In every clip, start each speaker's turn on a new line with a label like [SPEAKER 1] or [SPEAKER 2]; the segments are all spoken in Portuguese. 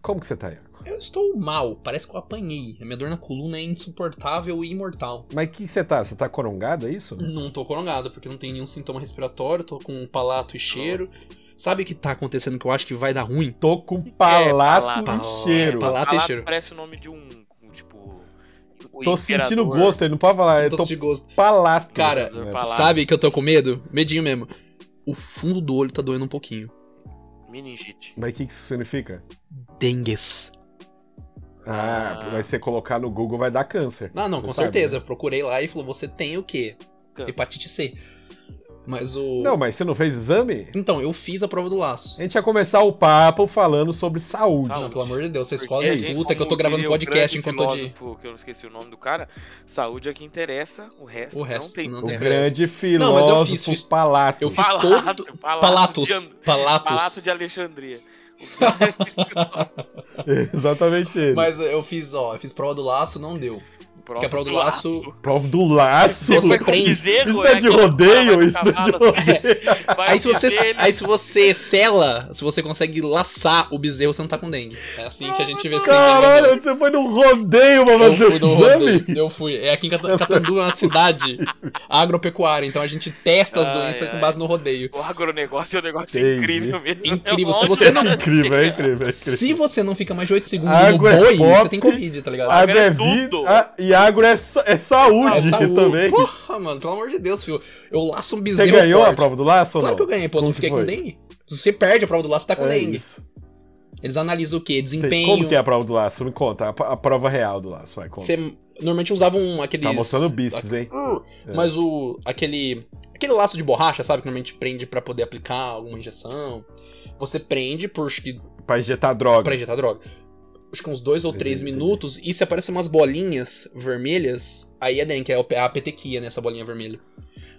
[SPEAKER 1] Como que você tá, Iago?
[SPEAKER 2] Eu estou mal, parece que eu apanhei. A minha dor na coluna é insuportável e imortal.
[SPEAKER 1] Mas que que você tá? Você tá corongado, é isso?
[SPEAKER 2] Não tô coronado, porque não tem nenhum sintoma respiratório, tô com um palato e cheiro. Sabe o que tá acontecendo que eu acho que vai dar ruim?
[SPEAKER 1] Tô com
[SPEAKER 3] palato
[SPEAKER 1] palato
[SPEAKER 3] É, palato.
[SPEAKER 1] e cheiro.
[SPEAKER 2] É, Palato. Lá tem
[SPEAKER 3] Palato
[SPEAKER 2] cheiro.
[SPEAKER 3] parece o nome de um, um, tipo. o
[SPEAKER 1] Tô
[SPEAKER 3] imperador.
[SPEAKER 1] sentindo gosto, ele não pode falar, eu tô
[SPEAKER 2] Doce de gosto.
[SPEAKER 1] palato.
[SPEAKER 2] Cara,
[SPEAKER 1] Né?
[SPEAKER 3] palato. Claro.
[SPEAKER 2] Sabe que eu tô com medo? Medinho mesmo. O fundo do olho tá doendo um pouquinho.
[SPEAKER 3] Meningite.
[SPEAKER 1] Mas o que que isso significa?
[SPEAKER 2] Dengues.
[SPEAKER 1] Ah,
[SPEAKER 3] Ah.
[SPEAKER 1] vai ser colocar no Google vai dar câncer.
[SPEAKER 2] Ah, não, com
[SPEAKER 1] Você sabe,
[SPEAKER 2] certeza.
[SPEAKER 1] né?
[SPEAKER 2] Eu procurei lá e falou: você tem o quê?
[SPEAKER 3] Câncer.
[SPEAKER 2] Hepatite C. Mas o.
[SPEAKER 1] Não, mas você não fez exame?
[SPEAKER 2] Então, eu fiz a prova do laço.
[SPEAKER 1] A gente ia começar o papo falando sobre saúde.
[SPEAKER 3] Saúde.
[SPEAKER 2] Não, pelo amor de Deus, vocês
[SPEAKER 3] Porque,
[SPEAKER 2] quase
[SPEAKER 1] é isso.
[SPEAKER 2] escuta que eu tô
[SPEAKER 3] como
[SPEAKER 2] gravando
[SPEAKER 3] diria o
[SPEAKER 2] podcast
[SPEAKER 3] um grande
[SPEAKER 2] enquanto eu tô de.
[SPEAKER 3] filósofo, Que eu não esqueci o nome do cara. Saúde é que interessa, o resto,
[SPEAKER 2] O resto
[SPEAKER 3] não tem.
[SPEAKER 2] não
[SPEAKER 1] o
[SPEAKER 2] tem
[SPEAKER 1] grande filósofo
[SPEAKER 2] Não, mas eu fiz, fiz-
[SPEAKER 1] palato.
[SPEAKER 2] eu fiz- todo-
[SPEAKER 3] palato
[SPEAKER 2] Palatos.
[SPEAKER 3] de An- Palato
[SPEAKER 2] Palatos.
[SPEAKER 3] de Alexandria.
[SPEAKER 1] Exatamente ele.
[SPEAKER 2] Mas eu fiz, ó, eu fiz prova do laço, não deu.
[SPEAKER 3] Prova
[SPEAKER 2] prova do
[SPEAKER 3] do
[SPEAKER 2] é laço-
[SPEAKER 1] Prova do laço.
[SPEAKER 2] Você
[SPEAKER 3] Com
[SPEAKER 2] tem-
[SPEAKER 3] bezerro,
[SPEAKER 1] Isso é de
[SPEAKER 3] aquele
[SPEAKER 1] rodeio,
[SPEAKER 3] cavalo
[SPEAKER 1] isso é de
[SPEAKER 3] um cavalo, assim, vai
[SPEAKER 2] Aí se, você,
[SPEAKER 3] dele.
[SPEAKER 2] aí se você sela, se você consegue laçar o bezerro, você não tá com dengue. É assim que a gente vê se tem dengue. ou não.
[SPEAKER 1] Caralho, você foi no rodeio pra
[SPEAKER 2] Eu
[SPEAKER 1] fazer o
[SPEAKER 2] fui no rodeio.
[SPEAKER 1] exame?
[SPEAKER 2] Eu fui. É aqui em Cata- Catanduva, é uma cidade agropecuária. Então a gente testa as
[SPEAKER 3] Ai,
[SPEAKER 2] doenças com
[SPEAKER 3] ai.
[SPEAKER 2] base no rodeio.
[SPEAKER 3] O agronegócio é um negócio
[SPEAKER 1] Entendi.
[SPEAKER 3] incrível mesmo.
[SPEAKER 2] Incrível,
[SPEAKER 3] É
[SPEAKER 2] se
[SPEAKER 3] um
[SPEAKER 2] você não-
[SPEAKER 1] É incrível, é incrível, é incrível.
[SPEAKER 2] Se você não fica mais de 8 segundos no
[SPEAKER 1] Água é
[SPEAKER 2] boi,
[SPEAKER 1] pop.
[SPEAKER 2] você tem Covid, tá ligado?
[SPEAKER 3] Água
[SPEAKER 1] Agro é
[SPEAKER 3] é
[SPEAKER 1] vida
[SPEAKER 3] tudo.
[SPEAKER 1] ah, e agro é, sa- é saúde,
[SPEAKER 2] É, saúde.
[SPEAKER 1] também.
[SPEAKER 2] Porra, mano, pelo amor de Deus, filho. Eu laço um
[SPEAKER 1] Você
[SPEAKER 2] bezerro.
[SPEAKER 1] ganhou
[SPEAKER 2] forte.
[SPEAKER 1] a prova do laço ou
[SPEAKER 2] Claro
[SPEAKER 1] não?
[SPEAKER 2] que eu ganhei, pô, eu
[SPEAKER 1] Como
[SPEAKER 2] não
[SPEAKER 1] que
[SPEAKER 2] fiquei
[SPEAKER 1] foi?
[SPEAKER 2] com dengue. Se você perde a prova do laço, você tá com
[SPEAKER 1] É
[SPEAKER 2] dengue.
[SPEAKER 1] isso.
[SPEAKER 2] Eles analisam o quê?
[SPEAKER 1] Tem-
[SPEAKER 2] Desempenho.
[SPEAKER 1] Como que é a prova do laço? Me conta, a, a prova real do laço, vai, conta.
[SPEAKER 2] Você normalmente usava um aqueles.
[SPEAKER 1] Tá mostrando bíceps, é. hein?
[SPEAKER 2] Uh, Mas o. aquele. aquele laço de borracha, sabe? Que normalmente prende pra poder aplicar alguma injeção. Você prende por acho que
[SPEAKER 1] Pra injetar droga.
[SPEAKER 2] pra injetar droga. Acho que uns dois ou
[SPEAKER 1] Entendi,
[SPEAKER 2] três
[SPEAKER 1] entendi.
[SPEAKER 2] minutos, e se aparecem umas bolinhas vermelhas, aí é dengue, é o- é a petequia nessa bolinha vermelha.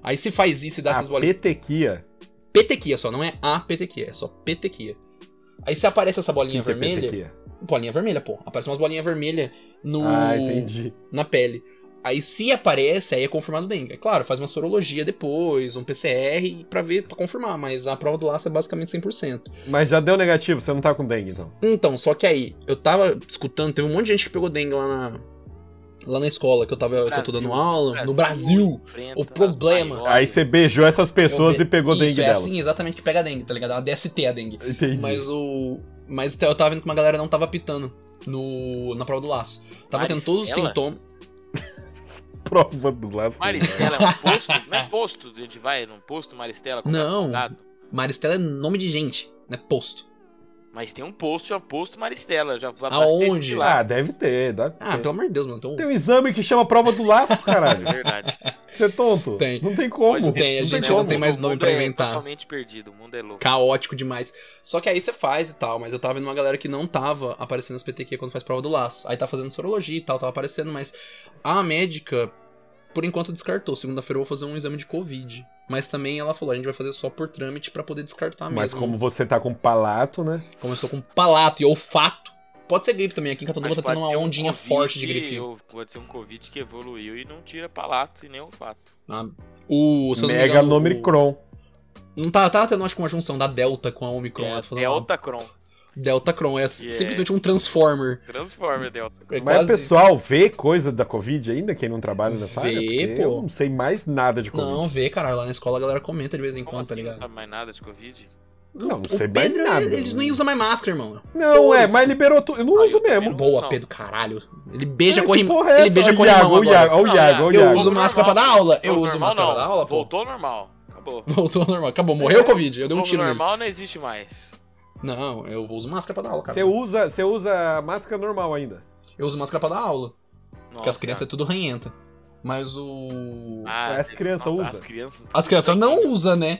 [SPEAKER 2] Aí se faz isso e dá essas
[SPEAKER 1] a
[SPEAKER 2] bolinhas.
[SPEAKER 1] petequia.
[SPEAKER 2] Petequia só, não é a petequia, é só petequia. Aí se aparece essa bolinha
[SPEAKER 1] O que que é
[SPEAKER 2] vermelha.
[SPEAKER 1] petequia?
[SPEAKER 2] bolinha vermelha, pô. Aparece umas bolinhas vermelhas no,
[SPEAKER 1] Ah, entendi.
[SPEAKER 2] na pele. Aí se aparece, aí é confirmado dengue. É claro, faz uma sorologia depois, um PCR pra ver, pra confirmar, mas a prova do laço é basicamente 100%.
[SPEAKER 1] Mas já deu negativo, você não tá com dengue, então.
[SPEAKER 2] Então, só que aí, eu tava escutando, teve um monte de gente que pegou dengue lá na, lá na escola, que eu, tava, que eu tô
[SPEAKER 3] Brasil.
[SPEAKER 2] dando aula, no
[SPEAKER 3] Brasil
[SPEAKER 2] Brasil.
[SPEAKER 3] enfrenta
[SPEAKER 2] o problema-
[SPEAKER 3] as maiores-
[SPEAKER 1] Aí você beijou essas pessoas
[SPEAKER 2] Eu-
[SPEAKER 1] e pegou
[SPEAKER 2] Isso,
[SPEAKER 1] dengue
[SPEAKER 2] é
[SPEAKER 1] delas.
[SPEAKER 2] assim exatamente que pega dengue, tá ligado? É uma DST a dengue.
[SPEAKER 1] Entendi.
[SPEAKER 2] Mas o... Mas eu tava vendo que uma galera não tava pitando no, na prova do laço. Tava tendo todos os
[SPEAKER 3] Varicela?
[SPEAKER 2] sintomas.
[SPEAKER 1] Prova do laço.
[SPEAKER 3] Maristela é um posto? Não é posto, a gente vai num posto, Maristela? comprar
[SPEAKER 2] Não.
[SPEAKER 3] salgado?
[SPEAKER 2] Maristela é nome de gente, né? Posto.
[SPEAKER 3] Mas tem um posto, chama Posto Maristela. Já abastece
[SPEAKER 2] Aonde?
[SPEAKER 3] de lá.
[SPEAKER 1] Ah, deve ter, deve
[SPEAKER 2] Ah,
[SPEAKER 1] ter.
[SPEAKER 2] pelo amor de Deus, mano. Então,
[SPEAKER 1] Tem um exame que chama prova do laço, caralho.
[SPEAKER 3] Verdade.
[SPEAKER 1] Você é tonto?
[SPEAKER 2] Tem.
[SPEAKER 1] Não tem como.
[SPEAKER 2] Pode ter, a
[SPEAKER 1] não
[SPEAKER 2] gente
[SPEAKER 1] como.
[SPEAKER 2] não tem mais
[SPEAKER 3] O
[SPEAKER 2] nome
[SPEAKER 3] mundo
[SPEAKER 2] pra
[SPEAKER 3] é
[SPEAKER 2] inventar.
[SPEAKER 3] totalmente perdido, o mundo é louco.
[SPEAKER 2] caótico demais. Só que aí você faz e tal, mas eu tava vendo uma galera que não tava aparecendo as PTQ quando faz prova do laço. Aí tá fazendo sorologia e tal, tava aparecendo, mas a médica, por enquanto, descartou. Segunda-feira eu vou fazer um exame de Covid. Mas também ela falou, a gente vai fazer só por trâmite pra poder descartar
[SPEAKER 1] Mas
[SPEAKER 2] mesmo.
[SPEAKER 1] como você tá com palato, né?
[SPEAKER 2] Como eu estou com palato e olfato. Pode ser gripe também, aqui em Cataduba
[SPEAKER 3] Mas
[SPEAKER 2] tá
[SPEAKER 3] pode
[SPEAKER 2] tendo uma
[SPEAKER 3] ser um
[SPEAKER 2] ondinha
[SPEAKER 3] Covid
[SPEAKER 2] forte de gripe.
[SPEAKER 3] ou Pode ser um Covid que evoluiu e não tira palato e nem olfato.
[SPEAKER 2] Ah, O, se eu não me
[SPEAKER 1] Mega
[SPEAKER 2] engano, o-
[SPEAKER 1] Nomicron.
[SPEAKER 2] Não tá, tá tendo, acho que uma junção da Delta com a Omicron. ela tá
[SPEAKER 3] É,
[SPEAKER 2] fazendo uma-
[SPEAKER 3] Delta Cron.
[SPEAKER 2] Delta Cron, é
[SPEAKER 3] Yeah.
[SPEAKER 2] simplesmente um Transformer.
[SPEAKER 3] Transformer Delta Cron.
[SPEAKER 2] É
[SPEAKER 1] Mas o
[SPEAKER 2] quase-
[SPEAKER 1] pessoal vê coisa da Covid ainda, quem não trabalha nessa
[SPEAKER 2] Vê,
[SPEAKER 1] área? Porque
[SPEAKER 2] pô.
[SPEAKER 1] Eu não sei mais nada de Covid.
[SPEAKER 2] Não, vê, cara. Lá na escola a galera comenta de vez em
[SPEAKER 3] Como
[SPEAKER 2] quando,
[SPEAKER 3] assim
[SPEAKER 2] tá
[SPEAKER 3] não
[SPEAKER 2] ligado?
[SPEAKER 3] sabe mais nada de Covid?
[SPEAKER 1] Não, não
[SPEAKER 2] O
[SPEAKER 1] sei mais
[SPEAKER 2] Pedro,
[SPEAKER 1] nada.
[SPEAKER 2] ele, ele nem usa mais máscara, irmão.
[SPEAKER 1] Não, é,
[SPEAKER 2] Foda-se.
[SPEAKER 1] mas liberou tudo. Eu não
[SPEAKER 3] Ah,
[SPEAKER 1] uso
[SPEAKER 3] eu também
[SPEAKER 1] mesmo.
[SPEAKER 3] não.
[SPEAKER 2] Boa, Pedro, caralho. Ele beija
[SPEAKER 1] É, que
[SPEAKER 2] corrimão.
[SPEAKER 1] porra é
[SPEAKER 2] ele
[SPEAKER 1] essa?
[SPEAKER 2] beija
[SPEAKER 1] Ó o
[SPEAKER 2] corrimão
[SPEAKER 1] Iago, ó o
[SPEAKER 2] agora.
[SPEAKER 1] Iago, ó o
[SPEAKER 3] Não,
[SPEAKER 1] Iago, ó o
[SPEAKER 2] Eu
[SPEAKER 1] Iago.
[SPEAKER 2] uso
[SPEAKER 3] normal.
[SPEAKER 2] máscara pra dar aula. Eu
[SPEAKER 3] Não,
[SPEAKER 2] uso
[SPEAKER 3] normal
[SPEAKER 2] máscara
[SPEAKER 3] não.
[SPEAKER 2] pra dar aula, pô.
[SPEAKER 3] Voltou ao normal. Acabou.
[SPEAKER 2] Voltou ao normal. Acabou, morreu o Covid. Eu dei um
[SPEAKER 3] Novo
[SPEAKER 2] tiro nele.
[SPEAKER 3] normal não existe mais.
[SPEAKER 2] Não, eu uso máscara pra dar aula, cara.
[SPEAKER 1] Você usa, você usa máscara normal ainda.
[SPEAKER 2] Eu uso máscara pra dar aula. Porque as
[SPEAKER 3] Nossa.
[SPEAKER 2] crianças é tudo ranhenta. Mas o.
[SPEAKER 3] Ah,
[SPEAKER 1] As crianças
[SPEAKER 3] nossa,
[SPEAKER 1] usam.
[SPEAKER 3] As crianças.
[SPEAKER 2] As crianças não usam, né?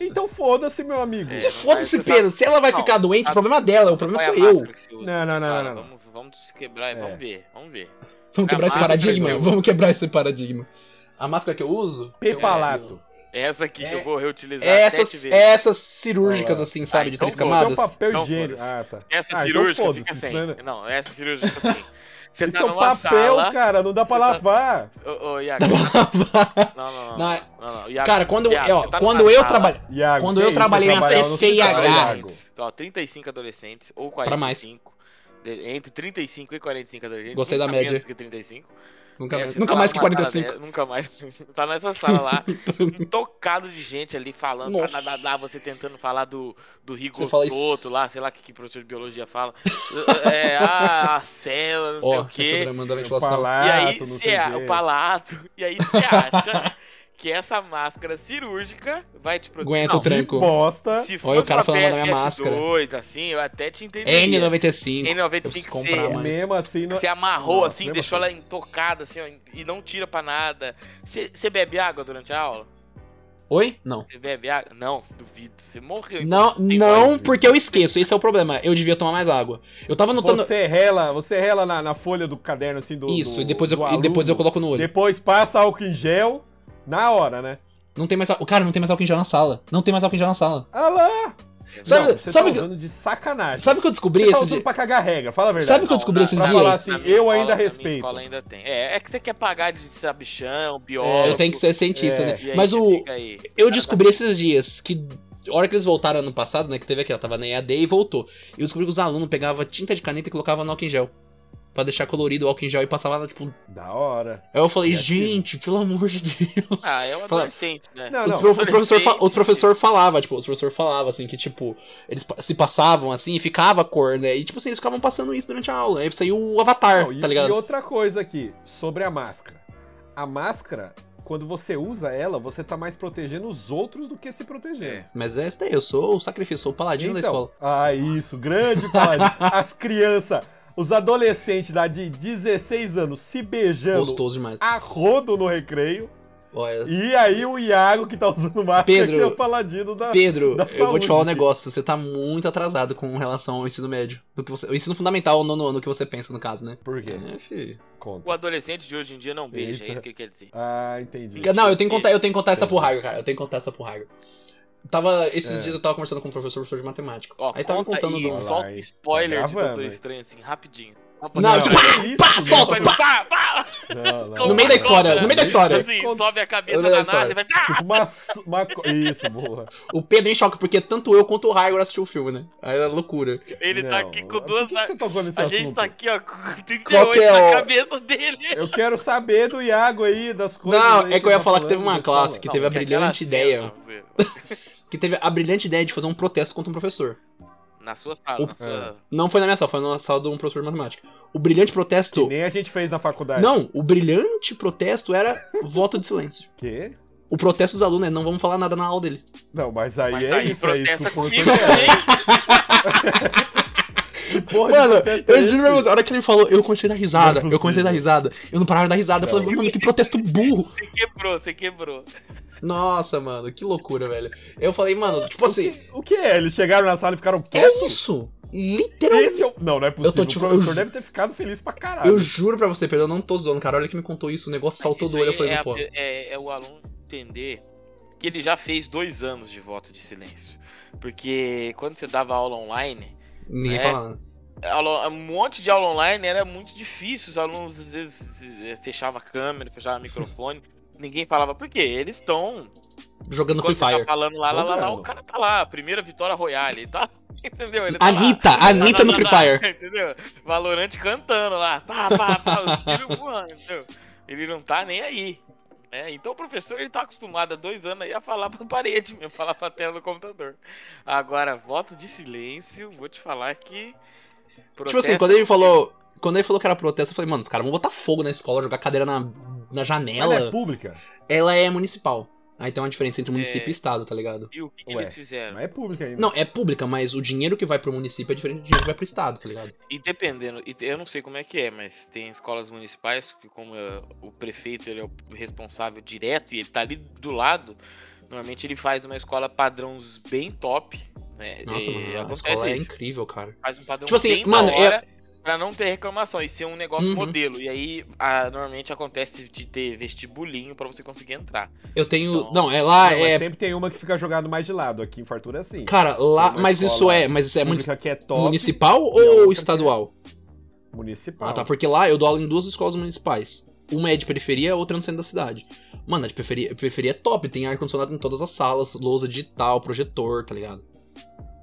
[SPEAKER 1] Então foda-se, meu amigo.
[SPEAKER 3] É.
[SPEAKER 2] E Foda-se,
[SPEAKER 3] mas-
[SPEAKER 2] Pedro. Se ela vai
[SPEAKER 3] Não,
[SPEAKER 2] ficar doente,
[SPEAKER 3] a-
[SPEAKER 2] o problema é dela. O problema
[SPEAKER 3] Qual é a
[SPEAKER 2] sou eu.
[SPEAKER 3] máscara que se usa?
[SPEAKER 1] Não, não, não,
[SPEAKER 3] Cara,
[SPEAKER 1] não, não.
[SPEAKER 3] Vamos, vamos se quebrar e
[SPEAKER 1] É.
[SPEAKER 3] vamos ver. Vamos ver.
[SPEAKER 2] Vamos quebrar
[SPEAKER 3] É A
[SPEAKER 2] esse
[SPEAKER 3] máscara que
[SPEAKER 2] paradigma?
[SPEAKER 3] eu-
[SPEAKER 2] Vamos quebrar esse paradigma. A máscara que eu uso. é, eu-
[SPEAKER 1] Pepalato.
[SPEAKER 3] Essa aqui que
[SPEAKER 2] É-
[SPEAKER 3] eu vou reutilizar sete
[SPEAKER 2] Essas, é
[SPEAKER 3] vezes.
[SPEAKER 2] essas cirúrgicas,
[SPEAKER 1] Olha lá.
[SPEAKER 2] assim, sabe?
[SPEAKER 3] Ah,
[SPEAKER 2] de
[SPEAKER 3] então
[SPEAKER 2] três
[SPEAKER 3] vou.
[SPEAKER 1] Isso é um
[SPEAKER 2] camadas.
[SPEAKER 1] papel
[SPEAKER 3] Então,
[SPEAKER 1] higiêntica. Ah, tá.
[SPEAKER 3] Essa
[SPEAKER 1] Ah, então
[SPEAKER 3] cirúrgica
[SPEAKER 1] foda-se,
[SPEAKER 3] fica
[SPEAKER 1] isso
[SPEAKER 3] sem.
[SPEAKER 1] não é-
[SPEAKER 3] Não, essa cirúrgica fica sem. Você
[SPEAKER 1] Isso
[SPEAKER 3] tá
[SPEAKER 1] é um
[SPEAKER 3] numa
[SPEAKER 1] papel,
[SPEAKER 3] sala.
[SPEAKER 1] cara, não dá pra
[SPEAKER 3] Você tá-
[SPEAKER 1] lavar.
[SPEAKER 3] Ô, ô, Iago. você tá- Não, não, não.
[SPEAKER 2] Não, é-
[SPEAKER 3] não, não, não. Iago,
[SPEAKER 2] Cara, quando eu,
[SPEAKER 3] Iago,
[SPEAKER 2] é, ó,
[SPEAKER 3] você tá
[SPEAKER 2] quando
[SPEAKER 3] numa
[SPEAKER 2] eu
[SPEAKER 3] sala-
[SPEAKER 2] trabalho.
[SPEAKER 1] Iago,
[SPEAKER 2] Quando
[SPEAKER 1] que
[SPEAKER 2] eu
[SPEAKER 1] isso,
[SPEAKER 2] trabalhei na
[SPEAKER 1] trabalhava no
[SPEAKER 2] CCIH.
[SPEAKER 1] hospital, Iago.
[SPEAKER 3] Então, Ó, 35 adolescentes ou
[SPEAKER 2] Pra mais.
[SPEAKER 3] 45. De- Entre 35 e 45 adolescentes.
[SPEAKER 2] Gostei da
[SPEAKER 3] nunca
[SPEAKER 2] média.
[SPEAKER 3] menos que 35.
[SPEAKER 2] Nunca,
[SPEAKER 3] É, você
[SPEAKER 2] nunca
[SPEAKER 3] tá
[SPEAKER 2] mais que
[SPEAKER 3] numa sala
[SPEAKER 2] 45.
[SPEAKER 3] dela, nunca mais. tá nessa sala lá, intocado de gente ali falando.
[SPEAKER 2] Nossa.
[SPEAKER 3] Lá, lá, lá, você tentando falar do, do
[SPEAKER 2] Você fala
[SPEAKER 3] rigototo
[SPEAKER 2] isso.
[SPEAKER 3] lá, sei lá o que, que professor de biologia fala. é, a, a célula, não
[SPEAKER 2] Ó,
[SPEAKER 3] sei o quê. "Ah,
[SPEAKER 2] manda
[SPEAKER 1] O
[SPEAKER 2] ventilação.
[SPEAKER 3] um E aí,
[SPEAKER 1] um palato, não
[SPEAKER 3] você
[SPEAKER 1] sei
[SPEAKER 3] é,
[SPEAKER 1] o quê.
[SPEAKER 3] o palato. E aí, você acha que essa máscara cirúrgica vai te proteger.
[SPEAKER 2] Aguenta
[SPEAKER 3] Não,
[SPEAKER 2] o tranco.
[SPEAKER 1] Que bosta.
[SPEAKER 3] Se
[SPEAKER 2] Olha o cara
[SPEAKER 3] uma
[SPEAKER 2] falando da minha
[SPEAKER 3] PFF2, assim, eu até te entenderia.
[SPEAKER 2] N95.
[SPEAKER 3] N95
[SPEAKER 2] Eu preciso
[SPEAKER 3] você-
[SPEAKER 2] comprar uma. Ah, mas-
[SPEAKER 1] Mesmo assim, não...
[SPEAKER 3] você amarrou
[SPEAKER 1] Nossa,
[SPEAKER 3] assim,
[SPEAKER 1] mesmo
[SPEAKER 3] deixou
[SPEAKER 1] assim.
[SPEAKER 3] ela intocada assim, ó, e não tira pra nada. Você você bebe água durante a aula?
[SPEAKER 2] Oi? Não.
[SPEAKER 3] Você bebe água? Não, duvido. Você morreu. então.
[SPEAKER 2] Não,
[SPEAKER 3] Tem
[SPEAKER 2] não,
[SPEAKER 1] mais.
[SPEAKER 2] porque eu esqueço. Esse é o problema. Eu devia tomar mais água. Eu tava anotando.
[SPEAKER 1] você rela, você rela na, na folha do caderno assim
[SPEAKER 3] é
[SPEAKER 1] do
[SPEAKER 2] Isso,
[SPEAKER 1] do-
[SPEAKER 2] e depois, eu,
[SPEAKER 1] do
[SPEAKER 2] e depois eu
[SPEAKER 1] aluno.
[SPEAKER 2] coloco no olho.
[SPEAKER 1] Depois passa álcool em gel na hora, né?
[SPEAKER 2] Não tem mais álcool. Cara, não tem mais álcool em gel na sala. Não tem mais álcool em gel na sala.
[SPEAKER 1] Ah lá!
[SPEAKER 2] Sabe-
[SPEAKER 1] Não, você
[SPEAKER 2] sabe
[SPEAKER 1] tá
[SPEAKER 2] que-
[SPEAKER 1] usando de sacanagem.
[SPEAKER 2] Sabe o que eu descobri
[SPEAKER 1] você tá
[SPEAKER 2] esse
[SPEAKER 1] usando
[SPEAKER 2] dia?
[SPEAKER 1] pra cagar regra, fala a verdade.
[SPEAKER 2] Sabe o que eu descobri
[SPEAKER 3] na-
[SPEAKER 2] esses
[SPEAKER 3] na-
[SPEAKER 2] dias?
[SPEAKER 3] falar assim,
[SPEAKER 1] Na minha
[SPEAKER 3] eu
[SPEAKER 1] escola-
[SPEAKER 3] ainda
[SPEAKER 1] na minha
[SPEAKER 3] respeito.
[SPEAKER 1] escola
[SPEAKER 3] ainda tem. É, é que você quer pagar de sabichão, biólogo.
[SPEAKER 2] É, eu tenho que ser cientista,
[SPEAKER 1] É.
[SPEAKER 2] né? Mas o. Eu descobri esses dias que. A hora que eles voltaram ano passado, né? Que teve aquela, tava na EAD e voltou. Eu descobri que os alunos pegavam tinta de caneta e colocavam no álcool em gel. Pra deixar colorido o álcool em gel e passava lá, tipo.
[SPEAKER 1] Da hora.
[SPEAKER 2] Aí eu falei,
[SPEAKER 1] Criativo.
[SPEAKER 2] gente, pelo amor de Deus.
[SPEAKER 3] Ah, é um
[SPEAKER 2] Fala-
[SPEAKER 3] adolescente, né?
[SPEAKER 1] Não,
[SPEAKER 2] Os,
[SPEAKER 1] Ah, não.
[SPEAKER 2] pro- os professor fa- os
[SPEAKER 3] adolescente.
[SPEAKER 2] professor falava, tipo, os professor falava assim que tipo, eles pa- se passavam assim e ficava a cor, né? E tipo assim, eles ficavam passando isso durante a aula. Aí saiu o avatar,
[SPEAKER 1] Não, e,
[SPEAKER 2] tá
[SPEAKER 1] e
[SPEAKER 2] ligado?
[SPEAKER 1] outra coisa aqui, sobre a máscara. A máscara, quando você usa ela, você tá mais protegendo os outros do que se protegendo.
[SPEAKER 2] Mas é isso daí, eu sou o sacrifício, sou o paladino da escola.
[SPEAKER 1] Ah, isso, grande paladino. As crianças, os adolescentes lá de 16 anos se beijando
[SPEAKER 2] Gostoso demais. é
[SPEAKER 1] a rodo no recreio.
[SPEAKER 2] Olha,
[SPEAKER 1] E aí o Iago que tá usando máscara
[SPEAKER 2] Pedro,
[SPEAKER 1] que é o paladino da.
[SPEAKER 2] Pedro,
[SPEAKER 1] da
[SPEAKER 2] eu vou te
[SPEAKER 1] saúde.
[SPEAKER 2] falar um negócio. Você tá muito atrasado com relação ao ensino médio. Do que você, o ensino fundamental, o nono ano que você pensa, no caso, né?
[SPEAKER 1] Por quê?
[SPEAKER 2] É, fi.
[SPEAKER 1] Conta.
[SPEAKER 3] O adolescente de hoje em dia não beija, é isso que ele quer dizer.
[SPEAKER 1] Ah, entendi.
[SPEAKER 2] Não, eu tenho que contar, eu tenho que contar essa
[SPEAKER 3] É.
[SPEAKER 2] pro Raio, cara. Eu tenho que contar essa pro Raio. Tava, esses
[SPEAKER 1] É.
[SPEAKER 2] dias eu tava conversando com um professor, professor de matemática.
[SPEAKER 3] Ó,
[SPEAKER 2] Aí tava
[SPEAKER 3] conta
[SPEAKER 2] contando
[SPEAKER 3] aí,
[SPEAKER 2] do-
[SPEAKER 3] solta
[SPEAKER 1] Vai.
[SPEAKER 3] um spoiler
[SPEAKER 1] Tá
[SPEAKER 3] de
[SPEAKER 1] gravando,
[SPEAKER 3] Doutor
[SPEAKER 1] hein?
[SPEAKER 3] Estranho, assim, rapidinho. Só pra-
[SPEAKER 2] Não,
[SPEAKER 1] Não,
[SPEAKER 2] tipo,
[SPEAKER 1] é isso,
[SPEAKER 2] pá,
[SPEAKER 1] né?
[SPEAKER 2] solta,
[SPEAKER 3] Mas pá, pá!
[SPEAKER 1] Não, não.
[SPEAKER 2] No meio da história, no meio da história.
[SPEAKER 3] Assim,
[SPEAKER 1] Conta.
[SPEAKER 3] sobe a cabeça
[SPEAKER 2] No meio
[SPEAKER 3] da
[SPEAKER 2] da história.
[SPEAKER 3] nave, vai... Ah!
[SPEAKER 1] Tipo, uma, su- uma. co- Isso, boa.
[SPEAKER 2] O Pedro em choque, porque tanto eu quanto o Raio assistiu o filme, né? Aí era loucura.
[SPEAKER 3] Ele tá
[SPEAKER 1] Não,
[SPEAKER 3] aqui com
[SPEAKER 1] por
[SPEAKER 3] duas...
[SPEAKER 1] que que você tocou nesse
[SPEAKER 3] A
[SPEAKER 1] assunto?
[SPEAKER 3] gente tá aqui, ó, com 38
[SPEAKER 2] Qual que é
[SPEAKER 3] na
[SPEAKER 2] o-
[SPEAKER 3] cabeça dele.
[SPEAKER 1] Eu quero saber do Iago aí, das coisas.
[SPEAKER 2] Não,
[SPEAKER 1] aí
[SPEAKER 2] é que eu ia
[SPEAKER 1] tá
[SPEAKER 2] falar que teve
[SPEAKER 1] falando
[SPEAKER 2] uma
[SPEAKER 1] da
[SPEAKER 2] classe
[SPEAKER 1] escola.
[SPEAKER 2] que teve a
[SPEAKER 3] aquela
[SPEAKER 2] brilhante
[SPEAKER 3] cena,
[SPEAKER 2] ideia.
[SPEAKER 3] você-
[SPEAKER 2] Que teve a brilhante ideia de fazer um protesto contra um professor.
[SPEAKER 3] Na sua sala, na
[SPEAKER 2] O-
[SPEAKER 3] sua...
[SPEAKER 2] Não foi na minha sala, foi na sala de um professor de matemática. O brilhante protesto.
[SPEAKER 1] Que nem a gente fez na faculdade.
[SPEAKER 2] Não, o brilhante protesto era voto de silêncio.
[SPEAKER 1] Quê?
[SPEAKER 2] O protesto dos alunos é não vamos falar nada na aula dele.
[SPEAKER 1] Não, mas aí
[SPEAKER 3] Mas
[SPEAKER 1] é
[SPEAKER 3] aí
[SPEAKER 1] isso, é isso.
[SPEAKER 3] protesta
[SPEAKER 1] que foi-
[SPEAKER 3] comigo também.
[SPEAKER 1] Que porra de
[SPEAKER 2] Mano,
[SPEAKER 1] protesto é
[SPEAKER 2] eu
[SPEAKER 1] esse?
[SPEAKER 2] juro pra você, a hora que ele falou, eu comecei a dar risada,
[SPEAKER 1] Não é
[SPEAKER 2] eu comecei a dar risada. Eu não parava de dar risada, eu falei, mano, que protesto burro.
[SPEAKER 3] Você quebrou, você quebrou.
[SPEAKER 2] Nossa, mano, que loucura, velho. Eu falei,
[SPEAKER 3] É,
[SPEAKER 2] mano, tipo
[SPEAKER 1] O
[SPEAKER 2] assim,
[SPEAKER 1] que- O que é? Eles chegaram na sala e ficaram
[SPEAKER 2] é
[SPEAKER 1] quietos?
[SPEAKER 2] isso? Literalmente.
[SPEAKER 1] Esse é o... Não, não é possível. o
[SPEAKER 2] te- eu
[SPEAKER 1] professor
[SPEAKER 2] ju-
[SPEAKER 1] deve ter ficado feliz pra caralho.
[SPEAKER 2] Eu juro pra você, Pedro, eu não tô zoando, cara. A hora que me contou isso, o negócio saltou do
[SPEAKER 3] Isso
[SPEAKER 2] olho. Eu
[SPEAKER 3] aí
[SPEAKER 2] falei,
[SPEAKER 3] é,
[SPEAKER 2] não, pô.
[SPEAKER 3] a- é- é o aluno entender que ele já fez dois anos de voto de silêncio. Porque quando você dava aula online,
[SPEAKER 2] Ninguém
[SPEAKER 3] é.
[SPEAKER 2] fala nada.
[SPEAKER 3] aula- um monte de aula online era muito difícil. Os alunos às vezes eh, fechavam a câmera, fechavam o microfone. Ninguém falava, por quê? Eles estão.
[SPEAKER 2] Jogando Free
[SPEAKER 3] Quando você tá
[SPEAKER 2] Fire.
[SPEAKER 3] falando lá, lá, lá, lá,
[SPEAKER 1] Jogando.
[SPEAKER 3] o cara tá lá. Primeira vitória Royale, ele tá? Entendeu? Ele tá lá.
[SPEAKER 2] Anitta, Anitta no Free Fire.
[SPEAKER 3] Entendeu? Valorante cantando lá. Pá, pá, pá, os tiros voando, entendeu? Ele não tá nem aí. né? então o professor ele tá acostumado há dois anos aí a falar pra parede mesmo, falar pra tela do computador. Agora, voto de silêncio, vou te falar que.
[SPEAKER 2] Tipo assim, quando ele falou. Quando ele falou que era protesto, eu falei, mano, os caras vão botar fogo na escola, jogar cadeira na, na
[SPEAKER 1] Ela é
[SPEAKER 2] janela.
[SPEAKER 1] pública.
[SPEAKER 2] Ela é municipal. Aí tem uma diferença entre município
[SPEAKER 3] É.
[SPEAKER 2] e estado, tá ligado?
[SPEAKER 3] E o que, que
[SPEAKER 1] Ué,
[SPEAKER 3] eles fizeram?
[SPEAKER 1] Mas é pública ainda.
[SPEAKER 2] Não, é pública, mas o dinheiro que vai pro município é diferente do dinheiro que vai pro estado, tá ligado?
[SPEAKER 3] E dependendo, e te- eu não sei como é que é, mas tem escolas municipais que como eh, o prefeito ele é o responsável direto e ele tá ali do lado, normalmente ele faz uma escola padrões bem top, né?
[SPEAKER 2] Nossa,
[SPEAKER 3] E
[SPEAKER 2] mano, a
[SPEAKER 3] acontece
[SPEAKER 2] escola é
[SPEAKER 3] isso,
[SPEAKER 2] incrível, cara.
[SPEAKER 3] faz um padrão
[SPEAKER 2] Tipo assim,
[SPEAKER 3] bem da
[SPEAKER 2] mano, é-
[SPEAKER 3] hora, Pra não ter reclamação e ser um negócio
[SPEAKER 2] Uhum.
[SPEAKER 3] modelo. E aí, ah, normalmente acontece de ter vestibulinho pra você conseguir entrar.
[SPEAKER 2] Eu tenho.
[SPEAKER 3] Então-
[SPEAKER 2] não, é lá,
[SPEAKER 1] Não, mas
[SPEAKER 2] é.
[SPEAKER 1] sempre tem uma que fica jogado mais de lado. Aqui em Fartura é assim.
[SPEAKER 2] Cara, lá.
[SPEAKER 1] Tem uma
[SPEAKER 2] Mas isso
[SPEAKER 1] escola
[SPEAKER 2] é. Mas isso é munici-
[SPEAKER 1] Pública que é top.
[SPEAKER 2] municipal
[SPEAKER 1] outra que
[SPEAKER 2] ou
[SPEAKER 1] é-
[SPEAKER 2] estadual?
[SPEAKER 1] Municipal.
[SPEAKER 2] Ah, tá. Porque lá eu dou aula em duas escolas municipais. Uma é de periferia, a outra é no centro da cidade. Mano, a de periferia, periferia é top. Tem ar-condicionado em todas as salas, lousa digital, projetor, tá ligado?